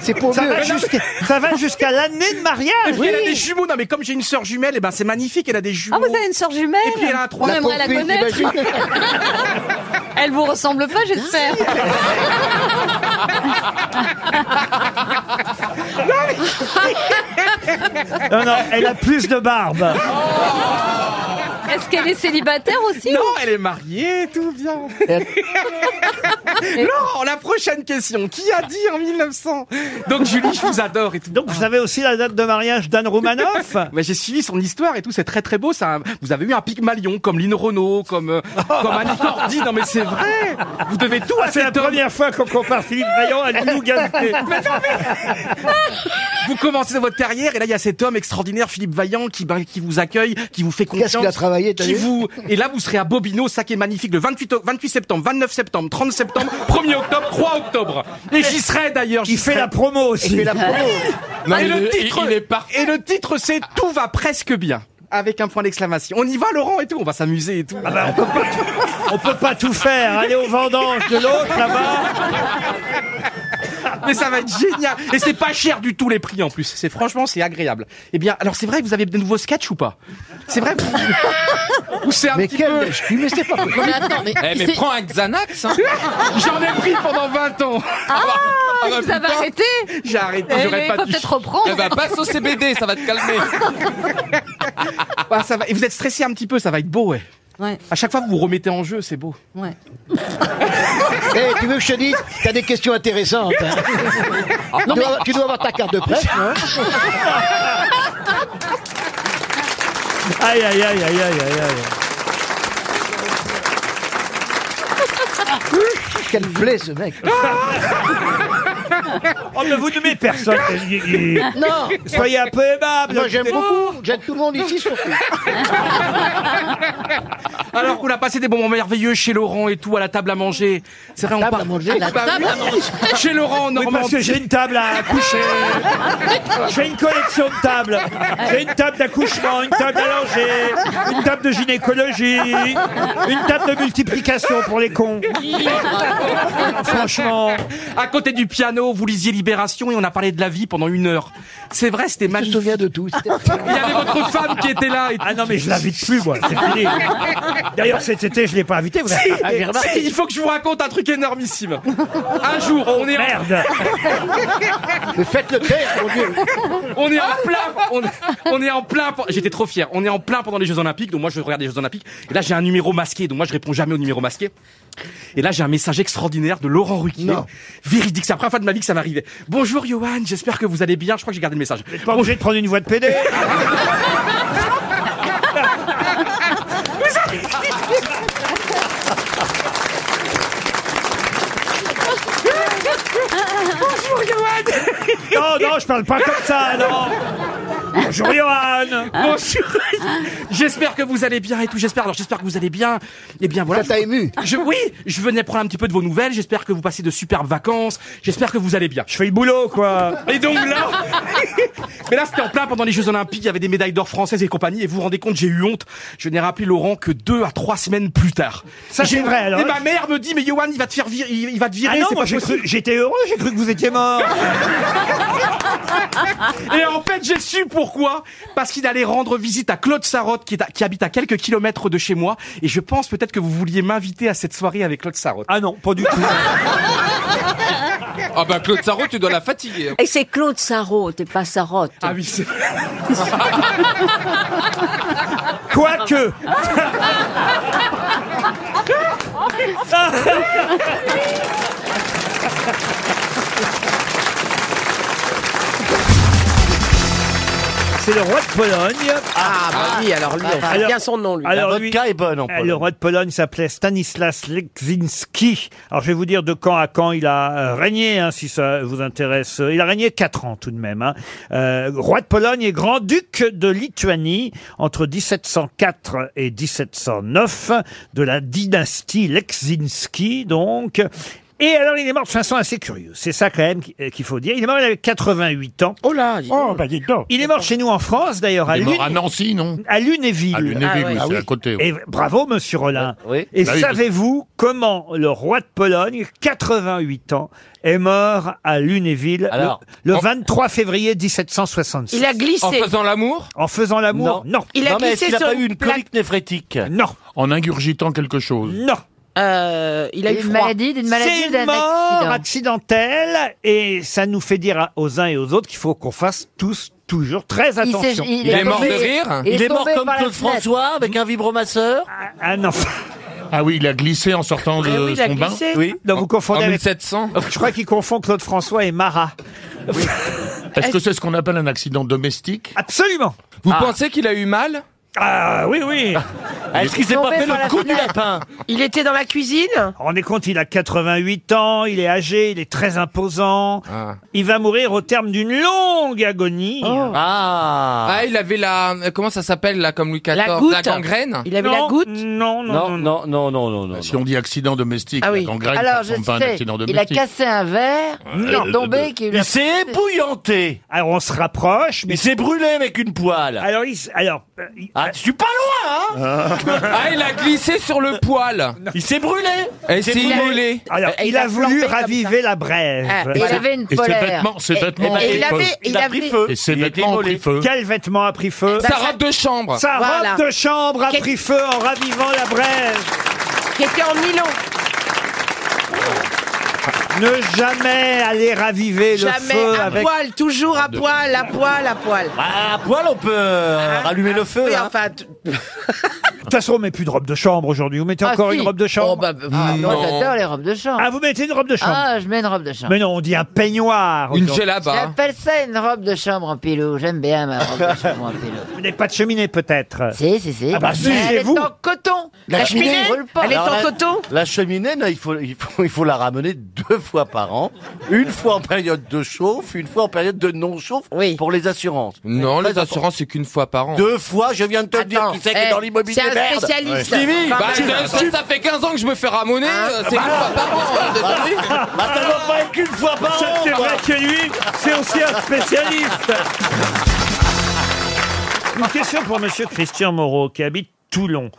C'est pour ça, mieux. va jusqu'à, ça va jusqu'à l'année de mariage. Elle a des jumeaux, non mais comme j'ai une sœur jumelle, et ben c'est magnifique, elle a des jumeaux. Ah, vous avez une sœur jumelle Et puis elle a un On troisième. aimerait la Pauvre fille, connaître. t'imagines Elle vous ressemble pas, j'espère. Non, non, elle a plus de barbe. Est-ce qu'elle est célibataire aussi Non, elle est mariée, tout bien. Laurent, la prochaine question. Qui a dit en 1900 Donc Julie, je vous adore et tout. Donc vous savez aussi la date de mariage d'Anne Roumanoff Mais j'ai suivi son histoire et tout, c'est très très beau. Ça, vous avez eu un Pygmalion comme Lynn Renault, comme euh, comme Annie Cordy. Non mais c'est vrai. Vous devez tout à Ah, C'est la cet homme. première fois qu'on compare Philippe Maillon à Lilou Ganté. Vous commencez votre carrière et là il y a cet homme extraordinaire, Philippe Vaillant, qui ben, qui vous accueille, qui vous fait confiance. Qu'est-ce qu'il a travaillé, t'as qui vu vous et là vous serez à Bobino, ça qui est magnifique le 28 o- 28 septembre, 29 septembre, 30 septembre, 1er octobre, 3 octobre. Et j'y serai d'ailleurs. j'y Il fait serai. Ah, la promo Il fait aussi. la promo. Non, et, il le est- titre, il est parfait. Ah. et le titre, c'est Tout va presque bien. Avec un point d'exclamation. On y va, Laurent, et tout. On va s'amuser et tout. Ah bah, on, peut pas tout, on peut pas tout faire. Aller aux vendanges de l'autre là-bas. Mais ça va être génial. Et c'est pas cher du tout les prix en plus. C'est franchement, c'est agréable. Eh bien, alors c'est vrai que vous avez de nouveaux sketchs ou pas C'est vrai Ou c'est un Mais petit peu. quel. Je mais c'est pas Non, mais attends, mais, Eh, mais c'est- prends un Xanax. hein. bah, J'en ai pris pendant 20 ans. Ah, vous avez arrêté J'ai arrêté, Eh, j'aurais mais Il pas faut dû. peut-être reprendre. Eh ben, passe au CBD, ça va te calmer. Ah, ça va. Et vous êtes stressé un petit peu, ça va être beau, ouais. Ouais, À chaque fois, vous vous remettez en jeu, c'est beau. ouais. Eh, tu veux que je te dise, t'as des questions intéressantes. hein. tu, dois, tu dois avoir ta carte de presse. hein. non Aïe, aïe, aïe, aïe, aïe, aïe, aïe. Quel blé, ce mec. Oh, mais vous nommez personne. Non. Soyez un peu aimable. Moi, j'aime beaucoup. J'aime tout le monde ici, surtout. Alors qu'on a passé des moments merveilleux chez Laurent et tout, à la table à manger. C'est vrai, on Table à parle- manger. la Bah table à oui. Chez Laurent, Oui, normalement. parce que j'ai une table à coucher. J'ai une collection de tables. J'ai une table d'accouchement, une table à langer, une table de gynécologie, une table de multiplication pour les cons. Franchement. À côté du piano, vous lisiez Libération et on a parlé de la vie pendant une heure. C'est vrai, c'était Je me magnifique. souviens de tout. C'était- Il y avait votre femme qui était là. Et... Ah non, mais je l'invite plus, moi. C'est fini. D'ailleurs, cet été, je ne l'ai pas invité. vous avez- Ah, j'ai remarqué. Si, il faut que je vous raconte un truc énormissime. Un jour, on est, en, Merde. Mais faites le taire, mon Dieu. on est en plein, on, on est en plein. pe- J'étais trop fier. On est en plein pendant les Jeux Olympiques. Donc moi, je regarde les Jeux Olympiques. Et là, j'ai un numéro masqué. Donc moi, je réponds jamais au numéro masqué. Et là, j'ai un message extraordinaire de Laurent Ruquier. Véridique, c'est la première fois de ma vie que ça m'arrivait. Bonjour, Johan. J'espère que vous allez bien. Je crois que j'ai gardé le message. Pas obligé de prendre une voix de PD. Non, non, je parle pas comme ça, non. Bonjour, Johan. Bonjour. J'espère que vous allez bien et tout. J'espère. Alors j'espère que vous allez bien. Et bien voilà. Ça t'a ému. Je, oui, je venais prendre un petit peu de vos nouvelles. J'espère que vous passez de superbes vacances. J'espère que vous allez bien. Je fais le boulot, quoi. Et donc là, mais là c'était en plein pendant les Jeux Olympiques. Il y avait des médailles d'or françaises et compagnie. Et vous vous rendez compte, j'ai eu honte. Je n'ai rappelé Laurent que deux à trois semaines plus tard. Ça, c'est J'ai- vrai, alors. Et ma mère me dit, mais Johan, il va te faire virer, il, il va te virer. Ah non, c'est moi pas j'ai possible. cru, j'étais heureux, j'ai cru que vous étiez mort. Et en fait, j'ai su pourquoi. Parce qu'il allait rendre visite à Claude Sarotte, qui, est à- qui habite à quelques kilomètres de chez moi. Et je pense peut-être que vous vouliez m'inviter à cette soirée avec Claude Sarotte. Ah non, pas du tout. Ah bah Claude Sarraud, tu dois la fatiguer. hein. Et c'est Claude Sarraud, t'es pas Sarotte. Ah oui, c'est... Quoique C'est le roi de Pologne. Ah, bah oui, alors lui, on sait bien son nom, lui. La lui- vodka est bonne en euh, Pologne. Le roi de Pologne s'appelait Stanislas Leszczynski. Alors, je vais vous dire de quand à quand il a euh, régné, hein, si ça vous intéresse. Il a régné quatre ans tout de même. hein. Euh, roi de Pologne et grand-duc de Lituanie entre 1704 et 1709 de la dynastie Leszczynski, donc. Et alors, il est mort de façon assez curieuse. C'est ça, quand même, qui- euh, qu'il faut dire. Il est mort, il avait 88 ans. Oh là! Oh, bah, Il est mort chez nous en France, d'ailleurs, à Il est Lune. mort à Nancy, non À Lunéville. À Lunéville, Ah, oui, oui. c'est à côté, oui. Et bravo, monsieur Rollin. Oui. Et Bah oui, parce- savez-vous comment le roi de Pologne, 88 ans, est mort à Lunéville le- Alors le, 23 février 1766 Il a glissé. En faisant l'amour En faisant l'amour, non. néphrétique Non. En ingurgitant quelque chose Non. Euh, il a eu Une froid. maladie, d'une maladie C'est ou une d'un mort accident accidentelle et ça nous fait dire à- aux uns et aux autres qu'il faut qu'on fasse tous toujours très Il s'est- attention. il Il est est mort tombé- de rire il est Il est mort tombé comme par la Claude fenêtre. François avec un vibromasseur Ah non. Ah Ah oui, il a glissé en sortant de oui, il a son bain glissé. Non, vous confondez en avec- 1700 Je crois qu'il confond Claude François et Marat. Est-ce que c'est ce qu'on appelle un accident domestique Absolument Vous pensez qu'il a eu mal Ah oui, oui Ah, Est-ce qu'il s'est pas fait le coup du lapin Il était dans la cuisine On est compte, il a 88 ans, il est âgé, il est très imposant. Il va mourir au terme d'une longue agonie. Ah. il avait la euh, comment ça s'appelle là comme Louis XIV La goutte. gangrène. Il avait la Non, goutte Non, non, non, non, non, Bah, Si on dit accident domestique, Ah oui. la gangrène, Alors, ça je ne pas un sais, accident il a domestique. cassé un verre, il Non. est tombé, qui lui a- épouillanté. Alors on se rapproche. Mais... Il s'est brûlé avec une poêle. Alors, il... s- alors euh, il- Ah, tu pas loin hein Ah, il a glissé sur le poil. Il s'est brûlé. Eh, Et s'est Il a- immolé. Ah, Alors, il, a, voulu raviver la brève. Ah, et il avait une Et ses polaire. vêtements- ses Et- vêtements et- et ont pris il feu. avait- il a pris feu. Et ses vêtements ont pris feu. Quel vêtement a pris feu Sa robe de chambre. Bah, Sa Voilà. robe de chambre a Qu'est- pris feu en ravivant la brève. Qui était en Milan. Ne jamais aller raviver le Jamais feu à avec... poil, toujours à poil, à poil, à poil. Bah, à poil, on peut euh, Ah. rallumer le feu. Oui, enfin, t- De toute façon, on met plus de robe de chambre aujourd'hui. Vous mettez Ah, encore si. une robe de chambre Mm. Ah, moi, j'adore les robes de chambre. Ah, vous mettez une robe de chambre Ah, je mets une robe de chambre. Mais non, on dit un peignoir. aujourd'hui. J'appelle ça une robe de chambre en pilou. J'aime bien ma robe de chambre en pilou. Vous n'avez pas de cheminée peut-être Si, si, si. Ah bah si, Mais elle c'est est vous. en coton. La, cheminée, roule pas. Alors, la- La cheminée, là, il, faut, il, faut, il faut la ramener deux fois par an. Une fois en période de chauffe, une fois en période de non-chauffe pour les assurances. Eh Non, Très les assurances c'est qu'une fois par an. Deux fois, je viens de te le dire, qui c'est qui est eh, dans l'immobilier c'est un merde. spécialiste. Ouais. Stevie, Bah, tu- je- tu- ça fait 15 ans que je me fais ramonner, Hein euh, c'est bah, une fois par an. hein, bah, oui. Bah, Ah, ça doit pas être qu'une fois par an, C'est quoi. vrai que lui, c'est aussi un spécialiste. Une question pour monsieur Christian Moreau qui habite Toulon.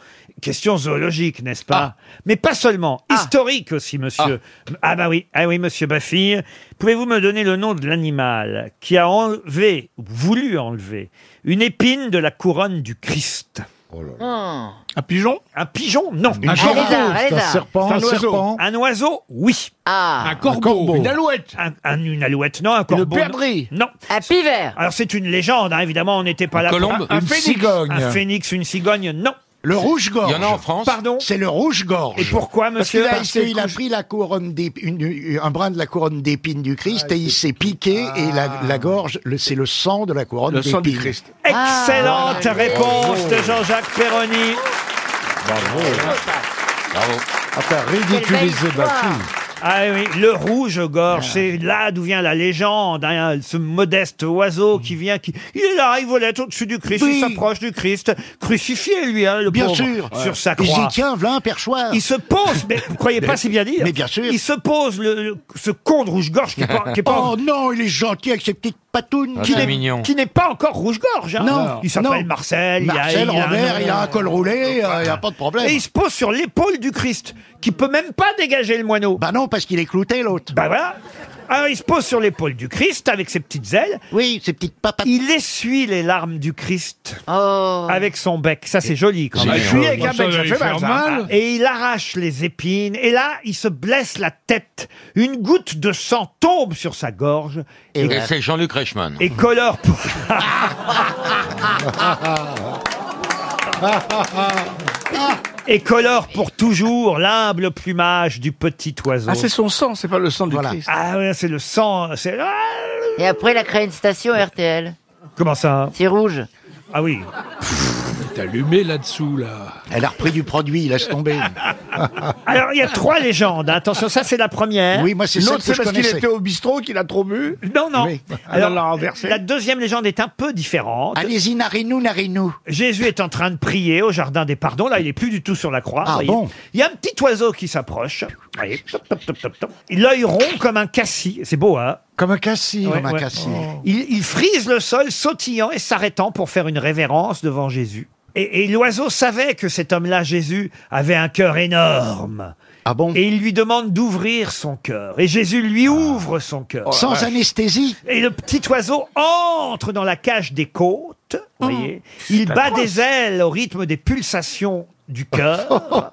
Question zoologique, n'est-ce pas Mais pas seulement, historique aussi, monsieur. Ah, bah oui, ah oui, monsieur Baffille. Pouvez-vous me donner le nom de l'animal qui a enlevé, ou voulu enlever, une épine de la couronne du Christ Hmm. Un pigeon Un pigeon, non. Un Un corbeau, lézard, un c'est un lézard. serpent, C'est un oiseau. serpent. Un oiseau, oui. Ah. Un corbeau. Un corbeau. Une alouette. une alouette, non, un corbeau. perdrix. Non. Un pivert. Alors c'est une légende, hein, évidemment, on n'était pas Une là colombe. pour un- un Une phénix. cigogne. Un phénix, une cigogne, non. Le rouge-gorge. Il y en a en France. Pardon C'est le rouge-gorge. Et pourquoi, monsieur Parce qu'il a, il a pris la couronne d'ép- une- un brin de la couronne d'épines du Ah, Christ et il s'est piqué et la, la gorge, le- c'est le sang de la couronne Le d'épines. Ah. sang du Christ. Ah, Excellente réponse de Jean-Jacques Perroni. Bravo. Enfin, ridiculiser ma fille. Ah. Ah oui, le rouge-gorge, c'est là d'où vient la légende, hein, ce modeste oiseau Mm. qui vient, qui, il est là, il volait au-dessus du Christ, il s'approche du Christ, crucifié lui, hein, le Bien pauvre, sûr. sur sa Et croix. j'y tiens, voilà un perchoir. Il se pose, mais vous croyez pas, c'est bien dit. Mais bien sûr. Il se pose, le, le- ce con de rouge-gorge qui est pas, qui est pas- Oh non, il est gentil avec ses petites patounes. Ah, Qui c'est n'est- mignon. qui n'est pas encore rouge-gorge. hein. Non. Il s'appelle non. Marcel. il a- Marcel il a- Robert, il a un col roulé, euh, il n'y a pas de problème. Et il se pose sur l'épaule du Christ, qui peut même pas dégager le moineau. Bah non, parce qu'il est clouté, l'autre. Bah voilà. Alors il se pose sur l'épaule du Christ avec ses petites ailes. Oui, ses petites papates. Il essuie les larmes du Christ avec son bec. Ça c'est joli quand Ah, même. il essuie avec un Ça, bec, ça il fait fait mal, ça. mal. Et il arrache les épines. Et là, il se blesse la tête. Une goutte de sang tombe sur sa gorge. Et c'est Jean-Luc Reichmann. et colore pour... Et colore pour toujours l'humble plumage du petit oiseau. Ah, c'est son sang, c'est pas le sang du Christ. Ah ouais, c'est le sang. c'est- Ah, Et après, il a créé une station RTL. Comment ça hein C'est rouge. Ah oui. T'es allumé là-dessous, là. Elle a repris du produit, laisse tomber. Ah Alors, il y a trois légendes. hein. Attention, ça, c'est la première. Oui, moi, c'est celle L'autre, que je connaissais. au bistrot qu'il a trop bu Non, non. Oui. Alors, Elle l'a renversé. la deuxième légende est un peu différente. Allez-y, narinou, narinou. Jésus est en train de prier au jardin des pardons. Là, il est plus du tout sur la croix. Ah voyez. bon Il y a un petit oiseau qui s'approche. Voyez, top, top, top, top, top. Il a rond comme un cassis. C'est beau, hein Comme un cassis. Ouais, Comme un ouais. Oh. cassis. Il, il frise le sol, sautillant et s'arrêtant pour faire une révérence devant Jésus. Et, et l'oiseau savait que cet homme-là, Jésus, avait un cœur énorme. Ah bon Et il lui demande d'ouvrir son cœur. Et Jésus lui ouvre son cœur. Sans Ouais. anesthésie. Et le petit oiseau entre dans la cage des côtes. Voyez. Il bat des ailes au rythme des pulsations du cœur.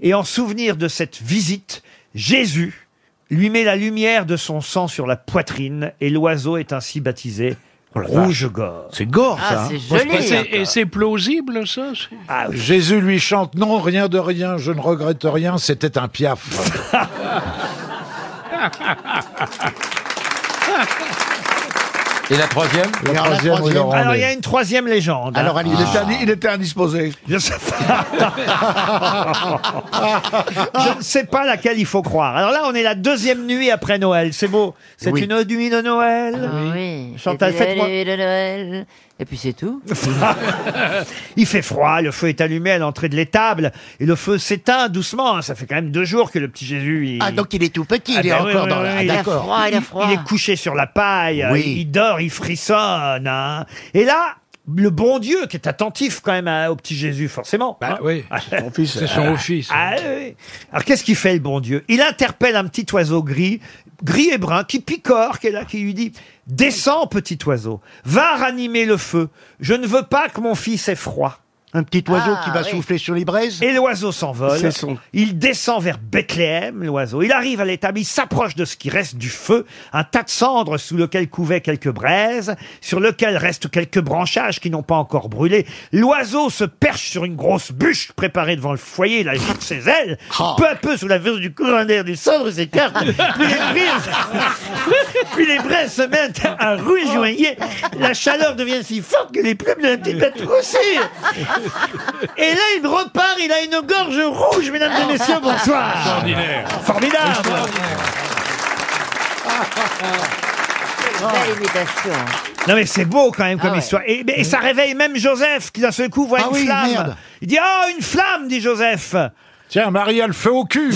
Et en souvenir de cette visite, Jésus lui met la lumière de son sang sur la poitrine et l'oiseau est ainsi baptisé Rouge-Gore. C'est Oh, gore, Ah, ça, hein. c'est joli. Moi, je pensais- Et c'est plausible, ça c'est- Ah oui. Jésus lui chante Non, rien de rien, je ne regrette rien, c'était un piaf. Et la troisième La troisième, oui, Laurent, Alors mais- il y a une troisième légende. Alors, hein. allez-y. Il, Ah. était indi- il était indisposé. Je sais pas. Je ne sais pas laquelle il faut croire. Alors là, on est la deuxième nuit après Noël. C'est beau. C'est Oui. une nuit de Noël. Ah oui. Chantal, Et puis, faites-moi- allez, le Noël. Et puis c'est tout. Il fait froid, le feu est allumé à l'entrée de l'étable et le feu s'éteint doucement. hein. Ça fait quand même deux jours que le petit Jésus. il- Ah, donc il est tout petit, Ah il est ben oui, encore oui, dans la. oui, ah, il a D'accord. froid, il a Il- froid. Il est couché sur la paille, euh, Oui. il dort, il frissonne. hein. Et là, le bon Dieu, qui est attentif quand même à- au petit Jésus, forcément. hein. Bah oui, c'est son fils. C'est son office. Ah, oui. Alors qu'est-ce qu'il fait le bon Dieu Il interpelle un petit oiseau gris, gris et brun, qui picore, qui est là, qui lui dit « Descends, petit oiseau, va ranimer le feu, je ne veux pas que mon fils ait froid. » Un petit oiseau qui Ah, va oui. souffler sur les braises. Et l'oiseau s'envole. C'est son- Il descend vers Bethléem, l'oiseau. Il arrive à l'étable, il s'approche de ce qui reste du feu, un tas de cendres sous lequel couvaient quelques braises, sur lequel restent quelques branchages qui n'ont pas encore brûlé. L'oiseau se perche sur une grosse bûche préparée devant le foyer, il agite ses ailes, Ah. peu à peu sous la vue du courant d'air du cendre s'écarte, puis les braises, puis les braises se mettent à rougeoyer. La chaleur devient si forte que les plumes de la tête battent roussir. Et là, il repart, il a une gorge rouge, mesdames et messieurs, bonsoir. Ah. Formidable. Belle imitation. hein. Non mais c'est beau quand même comme Ah ouais. histoire. Et, mais- et ça réveille même Joseph qui d'un seul coup voit Mm. Ah une oui, flamme. merde. Il dit oh une flamme, dit Joseph. Tiens, Marie a le feu au cul.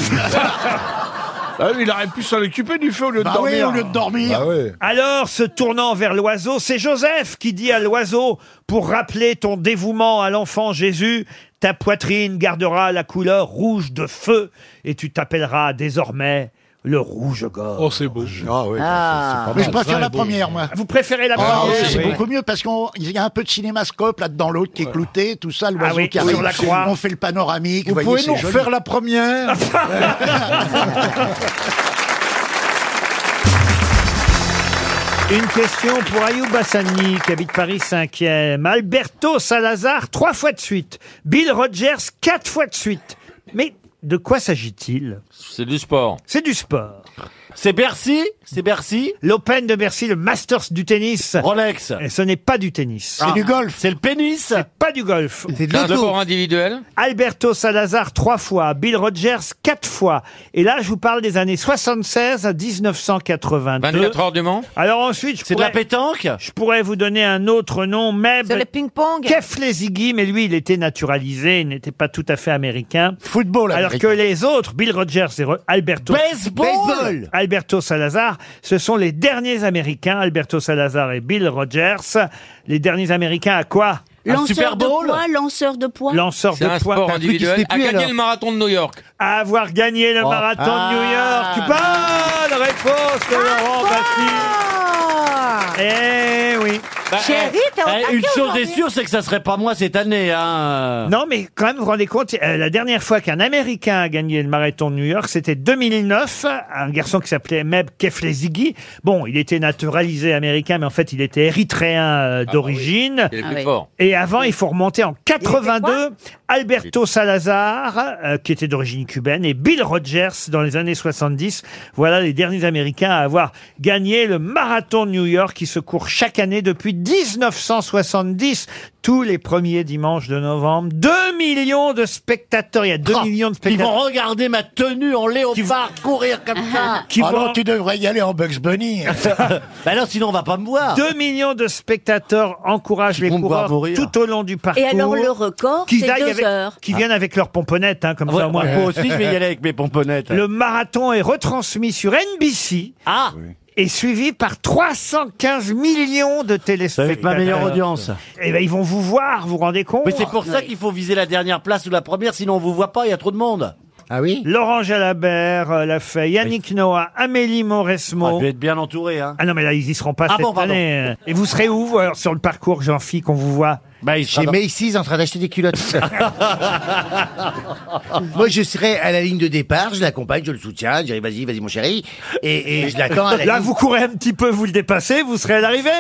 Ah oui, il aurait pu s'en occuper du feu au lieu de Bah dormir. oui, au lieu de dormir. Alors se tournant vers l'oiseau, c'est Joseph qui dit à l'oiseau pour rappeler ton dévouement à l'enfant Jésus. Ta poitrine gardera la couleur rouge de feu et tu t'appelleras désormais le rouge gorge. Oh, c'est beau. Ah oui, Ah. Mais je préfère la première, moi. Vous préférez la Ah première oui, c'est Oui. beaucoup mieux parce qu'il y a un peu de cinémascope là-dedans, l'autre qui est clouté, tout ça, l'oiseau Ah oui, qui sur arrive. la croix. On fait le panoramique. Vous voyez, c'est joli. la première Une question pour Ayou Bassani, qui habite Paris 5e. Alberto Salazar, trois fois de suite. Bill Rogers, quatre fois de suite. Mais de quoi s'agit-il C'est du sport. C'est du sport. C'est Bercy C'est Bercy L'Open de Bercy, le Masters du tennis. Rolex Ah, Et ce n'est pas du tennis. C'est du golf. C'est le pénis Pas du golf. C'est de C'est un l'auto. sport individuel Alberto Salazar, trois fois. Bill Rogers, quatre fois. Et là, je vous parle des années 76 à 1982. 24 heures du Mans Alors ensuite, je C'est de la pourrais, pétanque je pourrais vous donner un autre nom, mais... C'est le ping-pong. Keflezighi, mais lui, il était naturalisé, il n'était pas tout à fait américain. Football, Alors que les autres, Bill Rogers et Ro- Alberto, Baseball Baseball. Alberto Salazar, ce sont les derniers Américains, Alberto Salazar et Bill Rogers. Les derniers Américains à quoi Lanceur de poids, lanceur de poids. Lanceur de poids. sport individuel. A gagné le marathon de New York. Oh. Ah. À avoir gagné le marathon de New York. Bonne réponse de Ah, Laurent Baffy. Eh oui. Bah, Chérie, t'es eh, au taquet une chose est aujourd'hui. sûre, c'est que ça serait pas moi cette année. Hein. Non, mais quand même, vous vous rendez compte, euh, la dernière fois qu'un Américain a gagné le marathon de New York, c'était 2009. Un garçon qui s'appelait Meb Keflezighi. Bon, il était naturalisé américain, mais en fait, il était érythréen euh, d'origine. Ah bah Il est plus Ah oui. fort. Et avant, il faut remonter en 82. Alberto Salazar, euh, qui était d'origine cubaine, et Bill Rogers dans les années 70. Voilà les derniers Américains à avoir gagné le marathon de New York qui se court chaque année depuis 1970. Tous les premiers dimanches de novembre, 2 millions de spectateurs. Il y a 2 millions de Ils Oh, vont spectateurs. regarder ma tenue en léopard courir comme ça. qui Ah vont- non, tu devrais y aller en Bugs Bunny. bah non, sinon on va pas me voir. 2 millions de spectateurs encouragent les vont me voir coureurs mourir. tout au long du parcours. Et alors, le record, Qu'ils c'est aillent deux avec- heures. Qui Ah. viennent avec leurs pomponnettes, hein, comme ça, moi. moi aussi, je vais y aller avec mes pomponnettes. Le marathon est retransmis sur NBC. Ah et suivi par 315 millions de téléspectateurs. être ma meilleure audience. Eh ben, ils vont vous voir, vous vous rendez compte Mais c'est pour ça qu'il faut viser la dernière place ou la première, sinon on vous voit pas, il y a trop de monde. Ah oui Laurent Jalabert euh, l'a fait, Yannick Noah, Amélie Mauresmo. Ah, Je vais être bien entouré. Hein. Ah non, mais là, ils y seront pas Ah cette bon, pardon. année. euh. Et vous serez où, vous, alors, sur le parcours, Jean-Phi, qu'on vous voit Bah, Chez Macy's en train d'acheter des culottes. Moi, je serai à la ligne de départ, je l'accompagne, je le soutiens, je dirais vas-y, vas-y, mon chéri. Et, et je l'attends à la Là, ligne- vous courez un petit peu, vous le dépassez, vous serez à l'arrivée.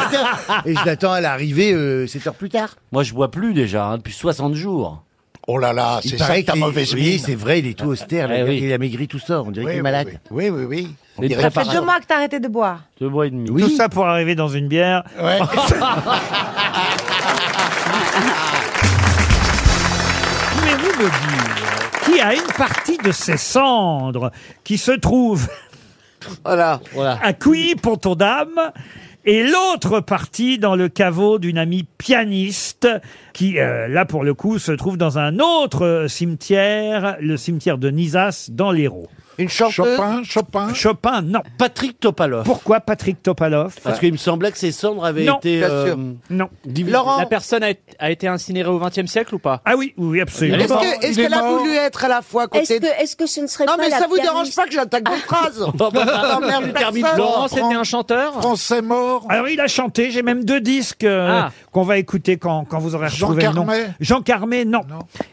Et je l'attends à l'arrivée euh, 7 heures plus tard. Moi, je bois plus déjà, hein, depuis 60 jours. Oh là là, c'est ça ta mauvaise Oui, mine. c'est vrai, il est tout austère, le Eh gars, oui. il a maigri tout ça, on dirait Oui, qu'il oui, est malade. Oui, oui, oui. On dirait Ça Ça fait deux mois que t'as arrêté de boire. Deux mois et demi. Tout ça pour arriver dans une bière. Oh, Pouvez-vous me dire qui a une partie de ses cendres qui se trouve à Couilly Pont-aux-Dames et l'autre partie dans le caveau d'une amie pianiste qui, euh, là pour le coup, se trouve dans un autre euh, cimetière, le cimetière de Nisas dans l'Hérault. Une Chopin, Chopin Chopin, non. Patrick Topalov. Pourquoi Patrick Topalov Parce qu'il me semblait que ses cendres avaient Non, été. euh, bien sûr. Non. Laurent. La personne a, a été incinérée au XXe siècle ou pas Ah oui, oui, absolument. Est-ce que- est-ce qu'elle a voulu être à la fois à Est-ce côté que, est-ce que ce ne serait Non, pas mais la ça vous dérange pianiste- pas que j'attaque vos phrases Oh, bah, J'emmerde Personne. personne. un chanteur Français mort. Alors il a chanté, j'ai même deux disques euh, Ah. qu'on va écouter quand, quand vous aurez retrouvé le nom. Carmet Jean Carmé, non.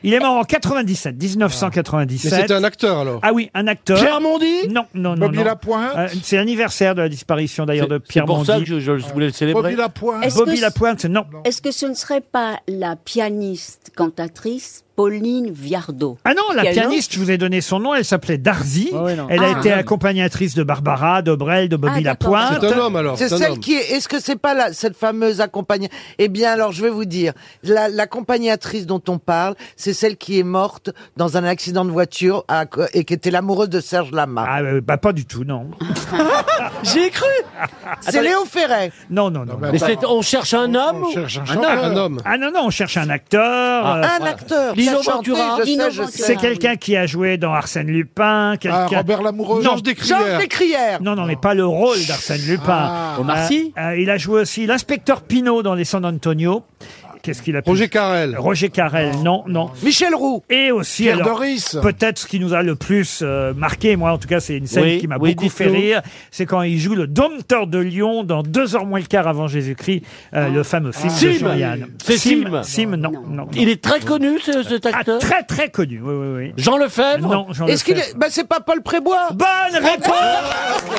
Il est mort en 97, 1997. Mais c'était un acteur, alors Ah oui, un acteur. Pierre Mondi Non, non, non. Bobby non. Lapointe Euh, C'est l'anniversaire de la disparition d'ailleurs de Pierre pour Mondi. ça que je- je voulais le célébrer. Bobby Lapointe. Est-ce Bobby que- Lapointe, non. Est-ce que ce ne serait pas la pianiste cantatrice Pauline Viardot Ah non, la Quel nom pianiste, je vous ai donné son nom, elle s'appelait Darzy. non. Elle a Ah. été accompagnatrice de Barbara, de Brel, de Ah, Bobby Lapointe. C'est celle qui est. Est-ce que c'est pas la, cette fameuse accompagnée Eh bien, alors je vais vous dire, la- l'accompagnatrice dont on parle, c'est celle qui est morte dans un accident de voiture à- et qui était l'amoureuse de Serge Lama. Ah, euh, bah pas du tout, non. J'ai cru. C'est Attendez. Léo Ferret. Non, non, non. Mais c'est- on cherche un homme ou- Ah non, non, on cherche un acteur. Ah, euh, un voilà. acteur. Lino Qui a chanté, Ventura. je sais, Lino je sais. C'est quelqu'un qui a joué dans Arsène Lupin. quelqu'un- Ah, Robert Lamoureux. Non. Georges Descrières. Georges Descrières. Non, non, mais pas le rôle d'Arsène Lupin. Ah. Omar Sy Euh, euh, Il a joué aussi l'inspecteur Pinault dans Les San Antonio. Qu'est-ce qu'il a pu- Roger Carrel. Roger Carrel, non, non. Michel Roux. Et aussi, Ah. Pierre alors, Doris. peut-être ce qui nous a le plus euh, marqué, moi en tout cas, c'est une scène Oui, qui m'a oui, beaucoup fait dites-nous. rire, c'est quand il joue le dompteur de Lyon dans Deux heures moins le quart avant Jésus-Christ, euh, le fameux film de Ah. Sim. Jean-Yann. C'est Sim. Sim, non, non. non. Ah, Il est très connu, ce- cet acteur Très très connu, oui, oui, oui. Jean Lefebvre Non, Jean Est-ce qu'il Lefebvre. est... Bah, c'est pas Paul Prébois. Ah, Bonne réponse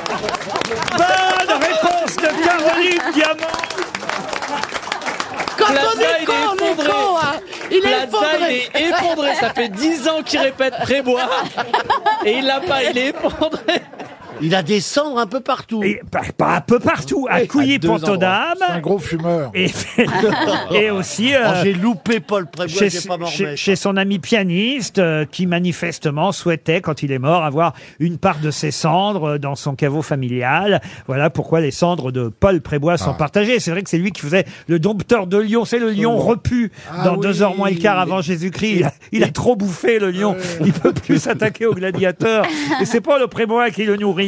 Bonne réponse de Caroline Diamant Quand on Plaza, est il con, est on est effondré. con, hein. Il est Plaza, effondré. il est effondré. Ça fait 10 ans qu'il répète Prébois. Et il l'a pas, il est effondré. Il a des cendres un peu partout. pas, un peu partout, à ah. couilly deux endroits. Pont-aux-Dames. C'est un gros fumeur. Et, et aussi. euh, Oh, j'ai loupé Paul Prébois, chez, j'ai pas m'en chez- remettre. chez son ami pianiste, euh, qui manifestement souhaitait, quand il est mort, avoir une part de ses cendres euh, dans son caveau familial. Voilà pourquoi les cendres de Paul Prébois Ah. sont partagées. C'est vrai que c'est lui qui faisait le dompteur de lion. C'est le Oh. lion repu Ah dans deux heures moins le quart avant Jésus-Christ. Il, a- il a trop bouffé le lion. Il peut plus s'attaquer aux gladiateurs. Et c'est pas le Prébois qui le nourrit. rire.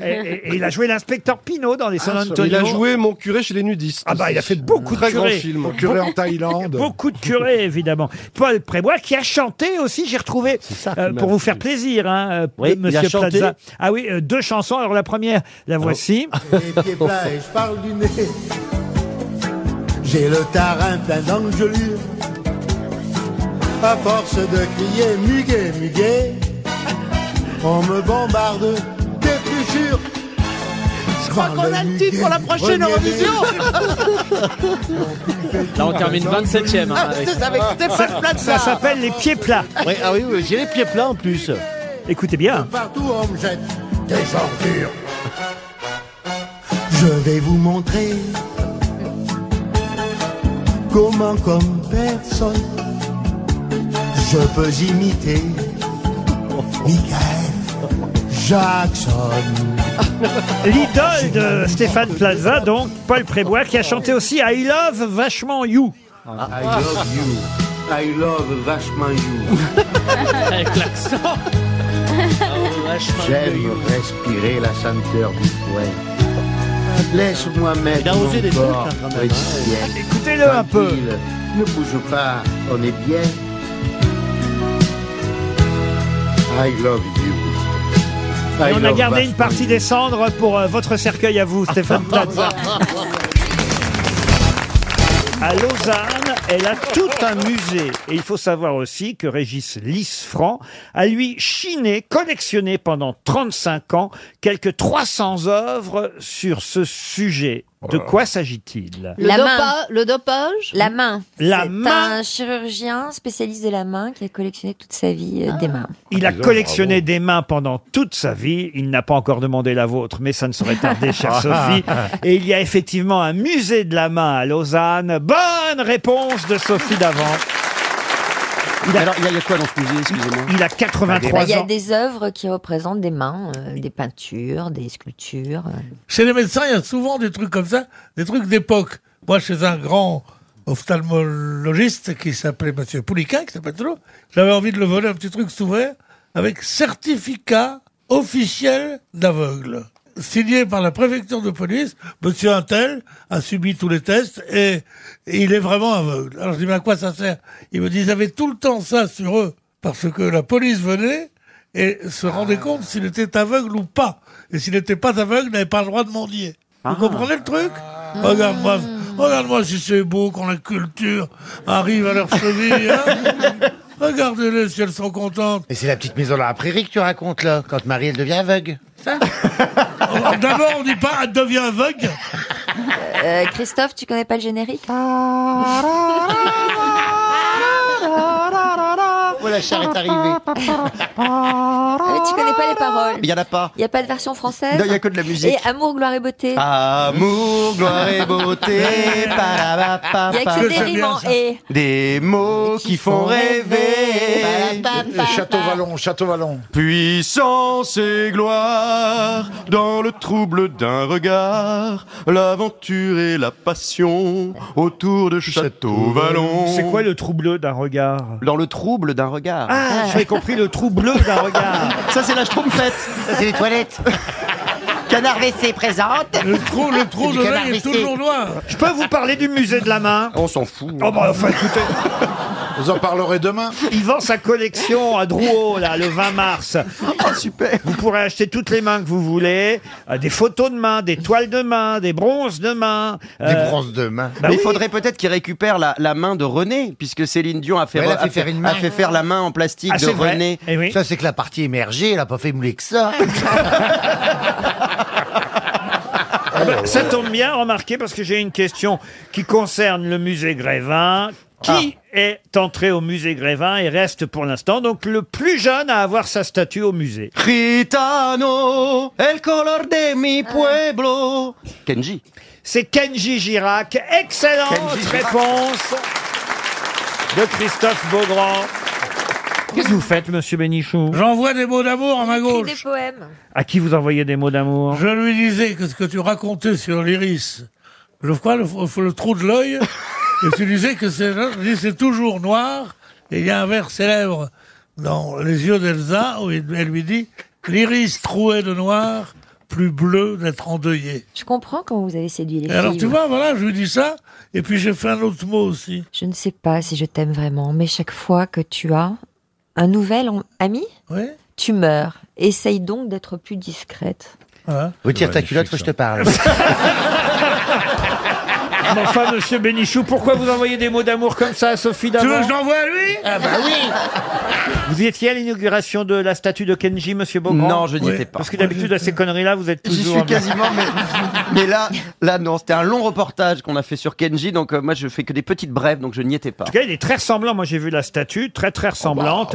Et, et- et il a joué l'inspecteur Pinot dans les San Antonio. Ah, Il a joué mon curé chez les nudistes. Ah bah il a fait beaucoup Très de grand curés. film. Beaucoup- Beaucoup de curés évidemment. Paul Prébois qui a chanté aussi, j'ai retrouvé euh, qui m'a pour vous faire plaisir hein, euh, Oui, il a monsieur chanté. Plaza. Ah oui, euh, deux chansons. Alors la première, la voici. Les pieds plats et je parle du nez. J'ai le tarin plein d'engelures. À force de crier muguet, muguet, on me bombarde d'épluchures. Je crois qu'on a le titre pour la prochaine Là, on termine 27ème. Ah, c'est avec Stéphane Plaza. Ça s'appelle les pieds plats. Oui, ah oui, j'ai les pieds plats en euh. plus. Écoutez bien. Partout on me jette des ordures. Je vais vous montrer comment comme personne je peux imiter Michael Jackson. L'idole de Stéphane Plaza, donc Paul Prébois, qui a chanté aussi I Love Vachement You. I love you. Ah, I love vachement you. Avec l'accent. J'aime respirer la senteur du poing. Laisse-moi mettre a osé des mon corps trucs, hein, quand près même, du hein. ciel. Écoutez-le un peu. Tranquille, Ne bouge pas, on est bien. I love you. Et Ah, I on a love gardé une vachement partie des cendres pour euh, votre cercueil à vous, Stéphane Plaza. À Lausanne, elle a tout un musée. Et il faut savoir aussi que Régis Lisse-Franc a lui chiné, collectionné pendant 35 ans quelques 300 œuvres sur ce sujet. De quoi s'agit-il Le, dopa- le dopage La main. La C'est main. un chirurgien spécialiste de la main qui a collectionné toute sa vie euh, des mains. Il a Déjà, collectionné des mains pendant toute sa vie. Il n'a pas encore demandé la vôtre, mais ça ne serait tardé, chère Sophie. Et il y a effectivement un musée de la main à Lausanne. Bonne réponse de Sophie d'avant. Il a, il y a quoi dans ce musée, excusez-moi Il a Bah, 83 Il y a ans. des œuvres qui représentent des mains, euh, des peintures, des sculptures. euh. Chez les médecins, il y a souvent des trucs comme ça, des trucs d'époque. Moi, chez un grand ophtalmologiste qui s'appelait Monsieur Pouliquin, qui s'appelle toujours, j'avais envie de le voler un petit truc s'ouvrir avec certificat officiel d'aveugle. Signé par la préfecture de police, Monsieur Intel a subi tous les tests et, et il est vraiment aveugle. Alors je dis, mais à quoi ça sert Ils me disent, ils avaient tout le temps ça sur eux, parce que la police venait et se Ah. rendait compte s'il était aveugle ou pas. Et s'il n'était pas aveugle, il n'avait pas le droit de mendier. Ah. Vous comprenez le truc Regarde-moi, regarde-moi si c'est beau quand la culture arrive à leur cheville. hein. Regardez-les si elles sont contentes. Et c'est la petite maison dans la prairie que tu racontes là, quand Marie elle devient aveugle. Oh, D'abord, on dit pas elle devient aveugle. Euh, Christophe, tu connais pas le générique Oh, Voilà, Charles est arrivé. Ah, mais tu connais pas les paroles. Il y en a pas. Il n'y a pas de version française. Non, il y a que de la musique. Ah. Et Amour, gloire et beauté. Amour, gloire et beauté, Il n'y a que des rimes en et. Des mots qui font rêver. Château Vallon, Château Vallon. Puissance et gloire, dans le trouble d'un regard, l'aventure et la passion autour de Château Vallon. C'est quoi le trouble d'un regard Dans le trouble d'un regard. Ah, j'avais compris le trouble d'un regard. Ça, c'est la trompette. Ça, c'est les toilettes. Canard WC présente. Le trou, le trou de l'œil est toujours noir. Je peux vous parler du musée de la main On s'en fout. Oh bah enfin écoutez, Vous en parlerez demain. il vend sa collection à Drouot là le 20 mars. Ah, super. Vous pourrez acheter toutes les mains que vous voulez, euh, des photos de mains, des toiles de mains, des bronzes de mains. euh, de main. Mais Bah oui. il faudrait peut-être qu'il récupère la, la main de René, puisque Céline Dion a fait, Elle a re- fait faire une main. a fait faire la main en plastique Ah, de c'est vrai. René. Ça, c'est que la partie émergée, elle a pas fait mouler que ça. Ah bah, ça tombe bien, remarquez, parce que j'ai une question qui concerne le musée Grévin. Qui Ah. est entré au musée Grévin et reste pour l'instant donc le plus jeune à avoir sa statue au musée Gitano, el color de mi pueblo. Kenji. Ah. C'est Kenji Girac. Excellente Kenji Girac. réponse de Christophe Beaugrand. Qu'est-ce que vous faites, monsieur Bénichou J'envoie des mots d'amour à ma Écrit gauche. des poèmes. À qui vous envoyez des mots d'amour Je lui disais que ce que tu racontais sur l'iris, le, quoi, le, le trou de l'œil, et tu disais que c'est je dis, c'est toujours noir, et il y a un vers célèbre dans Les yeux d'Elsa où il- elle lui dit L'iris troué de noir plus bleu d'être endeuillé. Je comprends comment vous avez séduit les Et filles. alors tu oui. vois, voilà, je lui dis ça, et puis j'ai fait un autre mot aussi. Je ne sais pas si je t'aime vraiment, mais chaque fois que tu as un nouvel en- ami, tu meurs. Essaye donc d'être plus discrète. Retire ta culotte, faut que je te parle. Ah. Mais enfin, monsieur Bénichou, pourquoi vous envoyez des mots d'amour comme ça à Sophie Tu Davant veux que je l'envoie à lui Ah bah oui Vous y étiez à l'inauguration de la statue de Kenji, monsieur Beaugrand Non, je n'y étais pas. Parce que d'habitude, à ces conneries-là, vous êtes toujours... J'y suis quasiment, mais, mais là, là non, c'était un long reportage qu'on a fait sur Kenji, donc euh, moi je fais que des petites brèves, donc je n'y étais pas. En tout cas, il est très ressemblant. Moi, j'ai vu la statue, très très ressemblante.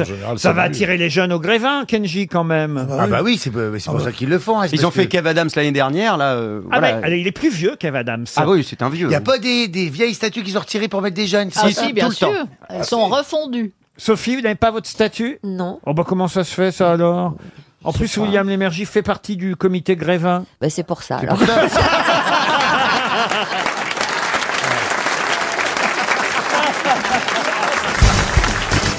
Ah, en Oh, bah, général, ça ça va va mieux. attirer les jeunes au grévin, Kenji, quand même. Ah bah oui, c'est c'est pour ça qu'ils le font. Ils ont fait Kev Adams l'année dernière, là. euh, Ah voilà. mais allez, il est plus vieux qu'Ev Adams. Ah oui, c'est un vieux. Il n'y hein. a pas des, des vieilles statues qui sont retirées pour mettre des jeunes. Ah, si, bien sûr. Elles sont refondues. Sophie, vous n'avez pas votre statut Non. Oh bah comment ça se fait ça alors En plus, William Lémergie fait partie du comité grévin. Bah c'est pour ça alors.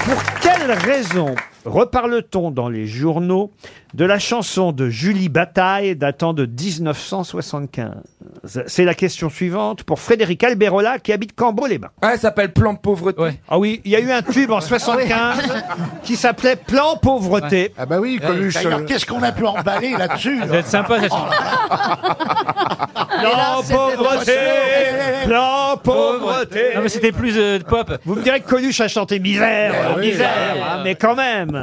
Pour quelle raison reparle-t-on dans les journaux de la chanson de Julie Bataille datant de 1975 C'est la question suivante pour Frédéric Alberola qui habite Cambo-les-Bains. Ah, elle s'appelle Plan Pauvreté. Ah oui, il y a eu un tube en 75 qui s'appelait Plan Pauvreté. Ah bah oui, Coluche. D'ailleurs, euh, Eh, Ah, qu'est-ce qu'on a pu emballer là-dessus doit être sympa, cette chanson. Plan Eh, pauvreté Plan pauvreté Non mais c'était plus euh, pop. Vous me direz que Coluche a chanté misère, Eh euh, oui, misère, ouais, hein, ouais. mais quand même.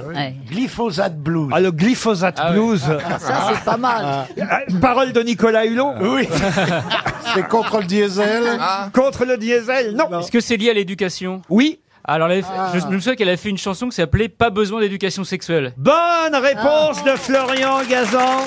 Glyphosate blues. Ah le glyphosate blues. Ça, c'est pas mal. Ah, Parole de Nicolas Hulot. Ah. Oui. C'est contre le diesel. Contre le diesel, non. Est-ce que c'est lié à l'éducation Oui. Alors, elle avait fait- je me souviens qu'elle a fait une chanson qui s'appelait Pas besoin d'éducation sexuelle. Bonne réponse de Florian Gazan.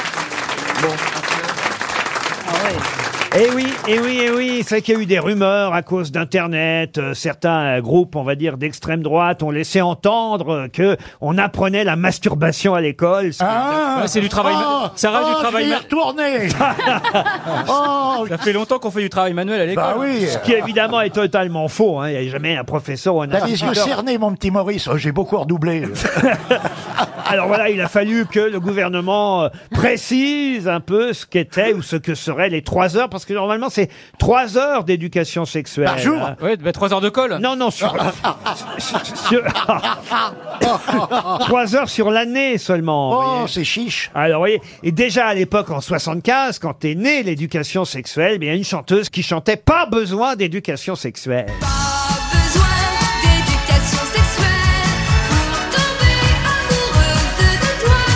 Eh oui, eh oui, eh oui, c'est vrai qu'il y a eu des rumeurs à cause d'Internet. Euh, certains euh, groupes, on va dire, d'extrême droite ont laissé entendre euh, que on apprenait la masturbation à l'école. ce qui- Ah. Ouais, c'est du travail. ma- ça reste Ah, du travail. ma- retourner. Ça fait longtemps qu'on fait du travail manuel à l'école. Ce qui évidemment est totalement faux. hein. Il n'y a jamais un professeur ou un T'as les yeux instituteur. cernés, mon petit Maurice. Oh, J'ai beaucoup redoublé. Alors voilà, il a fallu que le gouvernement euh, précise un peu ce qu'étaient ou ce que seraient les trois heures, parce que normalement c'est trois heures d'éducation sexuelle. Par jour hein. Ouais, bah, trois heures de colle. Non, non, sur... sur- Trois heures sur l'année seulement. Ah. Oh, c'est chiche. Alors, vous voyez, et déjà à l'époque, en 75, quand est née l'éducation sexuelle, eh bien, il y a une chanteuse qui chantait Pas besoin d'éducation sexuelle. D'éducation sexuelle pour tomber amoureuse de toi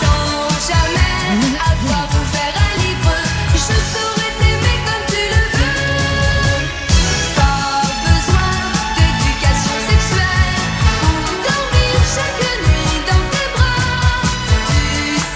Sans jamais avoir ouvert un livre Je saurais t'aimer comme tu le veux Pas besoin d'éducation sexuelle Pour dormir chaque nuit dans tes bras Tu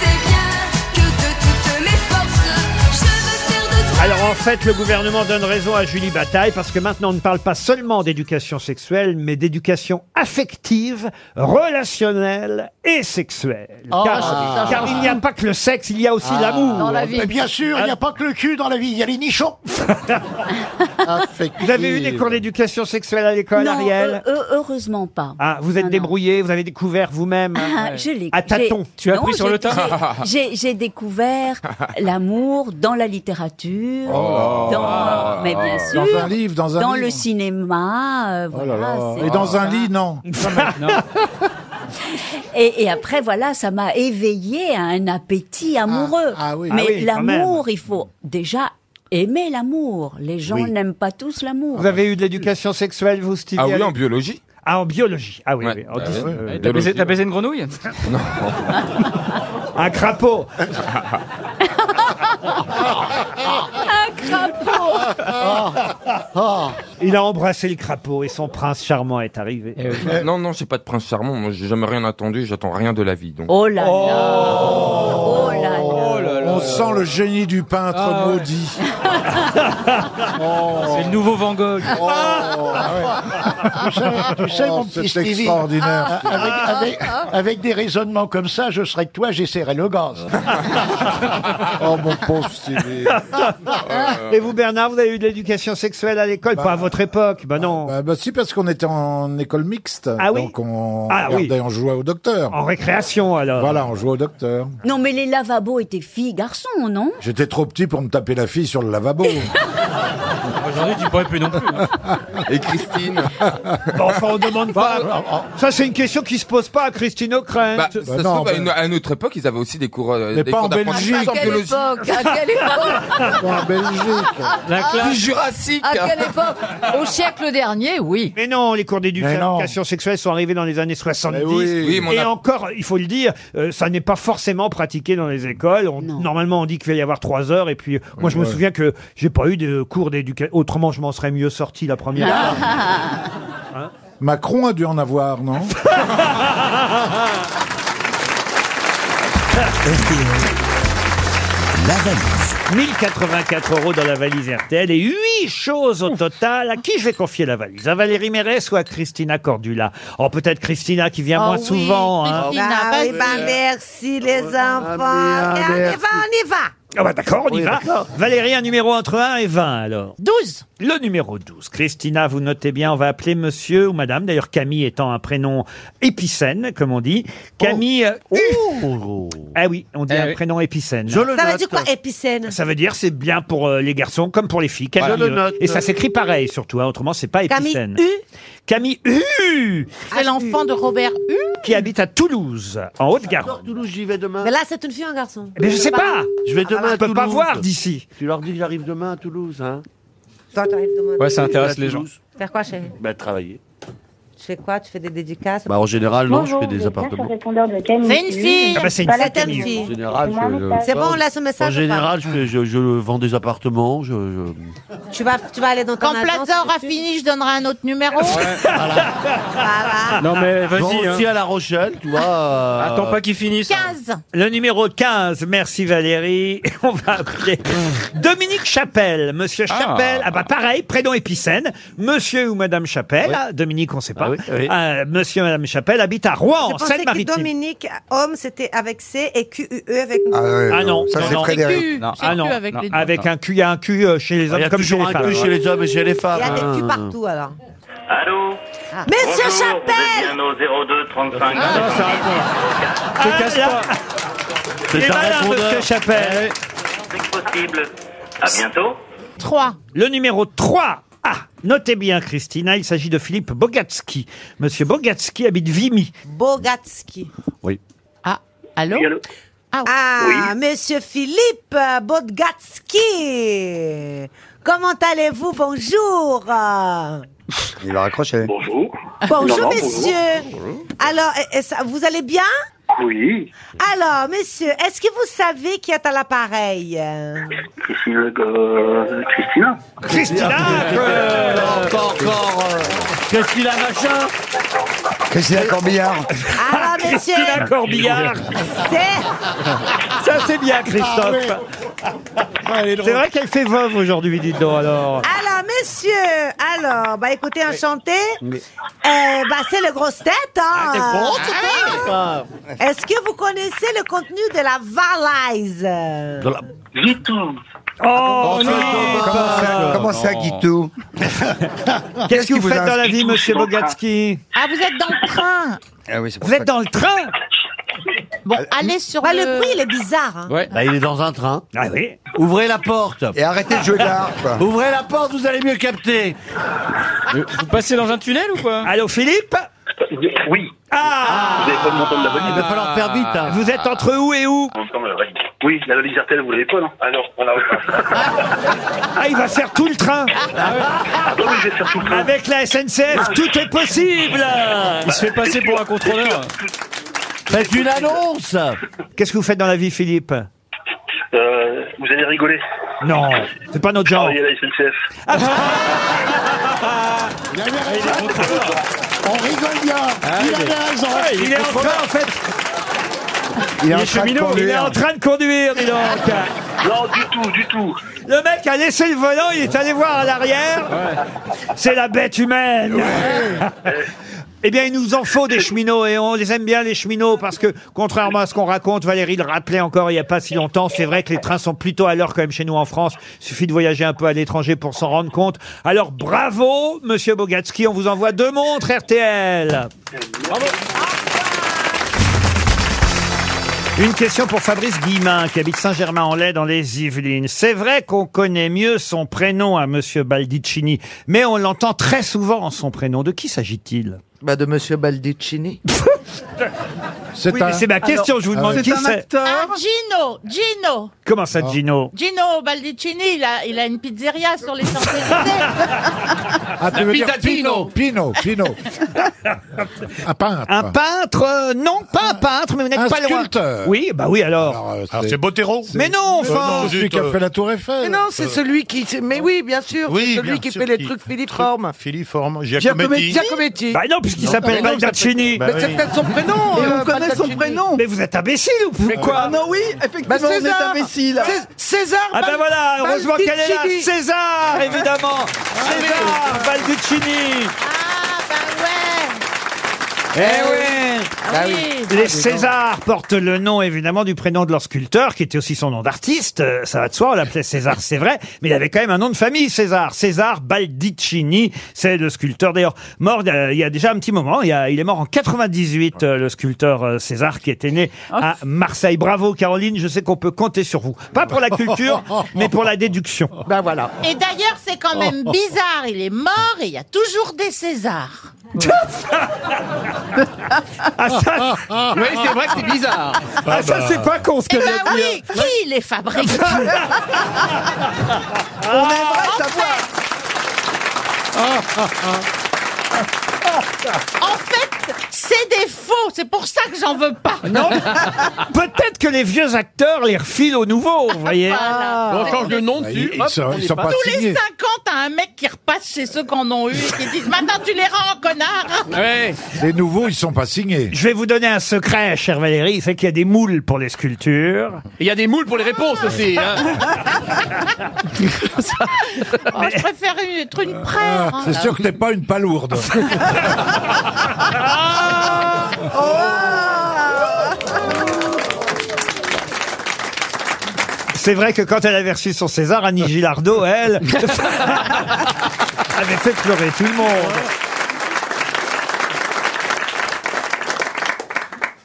sais bien que de toutes mes forces Je veux faire de toi Alors, en fait, le gouvernement donne raison à Julie Bataille parce que maintenant, on ne parle pas seulement d'éducation sexuelle, mais d'éducation affective, relationnelle et sexuelle. Ah, car ça, ça, car ça. il n'y a pas que le sexe, il y a aussi Ah, l'amour. Mais bien sûr, il n'y a pas que le cul dans la vie, il y a les nichons. Vous avez eu des cours d'éducation sexuelle à l'école, Non, Ariel heu- heu- heureusement pas. Ah, vous Non, êtes non. débrouillé, vous avez découvert vous-même. euh, Ah, je l'ai. À tâtons. j'ai- non, j'ai- j'ai- J'ai j'ai découvert l'amour dans la littérature, Oh. dans, euh, mais bien Ah. Dans sûr, un livre, dans un dans livre. Oh le cinéma, euh, voilà. c'est- Oh Et dans un lit, non. Et, et après, voilà, ça m'a éveillé à un appétit amoureux. Ah Mais oui, quand l'amour, il faut déjà aimer l'amour. Les gens Oui. n'aiment pas tous l'amour. Vous avez eu de l'éducation sexuelle, vous, Stevie Ah oui, en Alec biologie. Ah, en biologie. Ah oui, oui. En Ah dis- oui, euh, oui. T'as baisé, t'as baisé une grenouille Un crapaud Un crapaud Il a embrassé le crapaud et son prince charmant est arrivé. Eh Euh, Non, non, j'ai pas de prince charmant. Moi, j'ai jamais rien attendu. J'attends rien de la vie. Donc. Oh là là Oh là là. Oh Ah On sent le génie du peintre maudit. Oh. C'est le nouveau Van Gogh. Tu sais, tu sais, Oh, mon petit Oh, c'est Stevie, extraordinaire. a- Avec, avec- avec des raisonnements comme ça, je serais que toi, j'essaierais le gaz. Oh mon pauvre Et vous Bernard, vous avez eu de l'éducation sexuelle à l'école, pas à votre époque, bah non. Bah, bah si, parce qu'on était en école mixte. Ah oui Donc on, Ah oui. regardait, on jouait au docteur. En récréation alors. Voilà, on jouait au docteur. Non, mais les lavabos étaient filles-garçons, non J'étais trop petit pour me taper la fille sur le lavabo. Aujourd'hui, tu pourrais plus non plus. hein. Et Christine Bon, enfin, on demande pas. Ça, c'est une question qui se pose pas à Christine O'Krent. euh, Bah, ça se trouve, à, une, à une autre époque, ils avaient aussi des cours, euh, Mais des pas cours en Belgique. d'apprentissage À quelle biologique. époque À quelle époque Ah, En Belgique. La classe. Du Jurassique. À quelle époque Au siècle dernier, oui. Mais non, les cours Mais non. d'éducation sexuelle sont arrivés dans les années 70. oui. Oui, mais on et a- encore, il faut le dire, euh, ça n'est pas forcément pratiqué dans les écoles. On- normalement, on dit qu'il va y avoir trois heures. Et puis, euh, moi, je me Ouais. souviens que j'ai pas eu de cours d'éducation. Autrement, je m'en serais mieux sorti la première. Ah. Macron a dû en avoir, non Ah, La valise. 1084 euros dans la valise RTL et huit choses au total. À qui je vais confier la valise À Valérie Mérès ou à Christina Cordula Oh, peut-être Christina qui vient Oh moins souvent. hein. Ah oui, Ah, ben merci les enfants. Et on y va, on y va. Ah bah d'accord, on y Oui, va. d'accord. Valérie, un numéro entre 1 et 20 alors. 12. Le numéro 12. Christina, vous notez bien, on va appeler monsieur ou madame. D'ailleurs, Camille étant un prénom épicène, comme on dit. Camille. Oh. euh, Ah oui, on Eh dit un prénom épicène. Ça veut dire quoi, épicène Ça veut dire c'est bien pour euh, les garçons comme pour les filles. Camille, Voilà. Je le euh, note. Et ça s'écrit pareil surtout, hein, autrement c'est pas Camille épicène. U Camille U C'est l'enfant de Robert U Qui habite à Toulouse, en Haute-Garonne. Toulouse, j'y vais demain. Mais là, c'est une fille ou un garçon Mais je sais pas. Ah, Je vais demain voilà. à Toulouse. Pas voir d'ici. Tu leur dis que j'arrive demain à Toulouse, hein Toi, t'arrives demain. Ouais, ça intéresse les gens. Faire quoi, chérie Bah, travailler. Tu fais quoi Tu fais des dédicaces Bah, en général, non, je fais des appartements. C'est une fille. Ah bah, c'est une Voilà, fille, t'as une Camille. fille. En général, Ah, je- C'est bon, on laisse ce En message. ou pas général, je, fais- je, je vends des appartements, je... je- Tu vas, tu vas aller dans ton Quand agence. Plaza aura fini, je donnerai un autre numéro. Non mais vas-y. aussi hein. à La Rochelle, tu vois. euh, Attends pas qu'il finisse. hein. 15. Le numéro 15, merci Valérie. On va appeler Dominique Chapelle. Monsieur Ah. Chapelle, ah bah pareil, prénom épicène. Monsieur ou Madame Chapelle, ah, Dominique on sait pas. Euh, monsieur et Madame Chapelle habitent à Rouen, Je en pensais que Seine-Maritime. Dominique, homme, c'était avec C et QUE avec nous. Ah non, non, non. Non, Ah non, avec, un cul, il y a un cul euh, chez les Ah, Il hommes y a comme chez toujours les un femmes. cul chez les hommes et chez les femmes. Ah. Il y a des culs partout alors. Allô Monsieur Chapelle Bien au 02 35 Ah, là, C'est il est un malin, répondeur. monsieur Chapelle. c'est possible. À bientôt. 3. Le numéro 3. Ah, notez bien, Christina, il s'agit de Philippe Bogatski. Monsieur Bogatski habite Vimy. Bogatski. Oui. Ah, allô Ah, monsieur Philippe euh, Bogatski Comment allez-vous Bonjour euh, Il va raccrocher. Bonjour. Bonjour, messieurs Alors, eh, eh, ça- vous allez bien Oui, Alors, monsieur, est-ce que vous savez qui est à l'appareil euh Christine, euh, Christina. Christina Encore, encore euh, Christina Machin Christina Corbillard. Ah, Alors, monsieur Christina Corbillard. C'est... Ça, c'est bien, Christophe. C'est vrai qu'elle fait veuve aujourd'hui, dites donc alors. Alors, messieurs, alors, bah écoutez, enchanté. Euh, bah, c'est le grosse tête, hein. c'est grosse Ah. Est-ce que vous connaissez le contenu de la valise Dans la- Gitou. Oh, non. Comment ça, comment ça, Guitou Qu'est-ce que qui vous vous faites dans la inspire vie, tout monsieur ce contrat Bogatski Ah, vous êtes dans le train. Ah oui, c'est pour Vous ça êtes dans le train Bon, allez sur Bah, le... le bruit, il est bizarre. hein. Ouais. Bah, il est dans un train. Ah oui. Ouvrez la porte. Et arrêtez de jouer de l'harpe. Ouvrez la porte, vous allez mieux capter. Euh, Vous passez dans un tunnel ou quoi Allô, Philippe Oui. Ah Vous n'avez pas m'entendre la valise Il va falloir faire vite, hein. Vous êtes entre où et où Ensemble, la valise. Oui, la valise RTL, vous l'avez pas, non Ah non, voilà. Ah, il va faire tout le train Ah Avec la SNCF, tout est possible Il se fait passer pour un contrôleur. Faites une annonce Qu'est-ce que vous faites dans la vie, Philippe Euh, vous allez rigoler. Non, c'est pas notre genre. Ah, Travaillez à la SNCF. On rigole bien. Ah, il avait raison. Ah, Il est en train, en fait Il est en train de cheminot, il est conduire. en train de conduire, dis donc Non, du tout, du tout. Le mec a laissé le volant, il est allé voir à l'arrière. C'est la bête humaine. Eh bien, il nous en faut des cheminots et on les aime bien, les cheminots, parce que contrairement à ce qu'on raconte, Valérie le rappelait encore il n'y a pas si longtemps, c'est vrai que les trains sont plutôt à l'heure quand même chez nous en France. Suffit de voyager un peu à l'étranger pour s'en rendre compte. Alors bravo, monsieur Bogatski, on vous envoie deux montres RTL. Une question pour Fabrice Guillemin, qui habite Saint-Germain-en-Laye dans les Yvelines. C'est vrai qu'on connaît mieux son prénom à Monsieur Baldicini, mais on l'entend très souvent son prénom. De qui s'agit-il Bah de Monsieur Baldicini. C'est Oui, un- mais c'est ma question, je vous demande qui c'est. Ah, Gino, Gino. Comment ça, Gino Gino Baldicini, il a, il a une pizzeria sur les Champs-Élysées. Ah, tu veux dire Pino, Pino, Pino. un peintre. Un peintre euh, Non, pas un peintre, mais vous Un n'êtes pas loin. sculpteur. Oui, bah oui, alors. Alors, euh, c'est Euh, Botero Mais non, enfin C'est celui qui a fait la Tour Eiffel. Mais non, c'est celui qui. c'est- Mais euh, oui, bien sûr. c'est celui qui fait les trucs filiformes. Filiforme, Giacometti. Giacometti. Bah non, puisqu'il s'appelle mais non, Baldacchini. Bah, Mais c'est peut-être son prénom. Et euh, on connaît son Baldacchini. prénom. Mais vous êtes imbécile ou Mais quoi Non, oui, effectivement, on est imbécile. Bah, Cé- César. Ah ben Bal- voilà, heureusement qu'elle est là. Baldacchini. César, évidemment. César Balduccini. Eh oui. Ah oui. Ah, Les dis Césars portent le nom évidemment du prénom de leur sculpteur, qui était aussi son nom d'artiste. Euh, Ça va de soi, on l'appelait César, c'est vrai, mais il avait quand même un nom de famille, César. César Baldicini, c'est le sculpteur. D'ailleurs, mort euh, il y a déjà un petit moment. Il, y a- il est mort en 98, euh, le sculpteur euh, César, qui était né Oh. à Marseille. Bravo, Caroline. Je sais qu'on peut compter sur vous, pas pour la culture, mais pour la déduction. Ben voilà. Et d'ailleurs, c'est quand Oh. même bizarre. Il est mort et il y a toujours des Césars. Oui, c'est vrai que c'est bizarre. bah. Ah, ça, c'est pas con ce que Eh ben vient de oui, dire. qui les fabrique On Ah, aimerait savoir. En fait, c'est des faux. C'est pour ça que j'en veux pas. Non. Peut-être que les vieux acteurs les refilent aux nouveaux, vous voyez. Ah. Voilà. On change de nom Bah, Tous les 50, t'as un mec qui repasse chez ceux qui en ont eu et qui disent Maintenant, tu les rends, connard Les nouveaux, ils sont pas signés. Je vais vous donner un secret, cher Valérie, c'est qu'il y a des moules pour les sculptures. Il y a des moules pour les réponses aussi. hein. Oh, Je préfère être une prère. hein. Euh, Ah, C'est sûr que t'es pas une palourde. Ah. Oh, C'est vrai que quand elle avait reçu son César, Annie Gilardo, elle, avait fait pleurer tout le monde.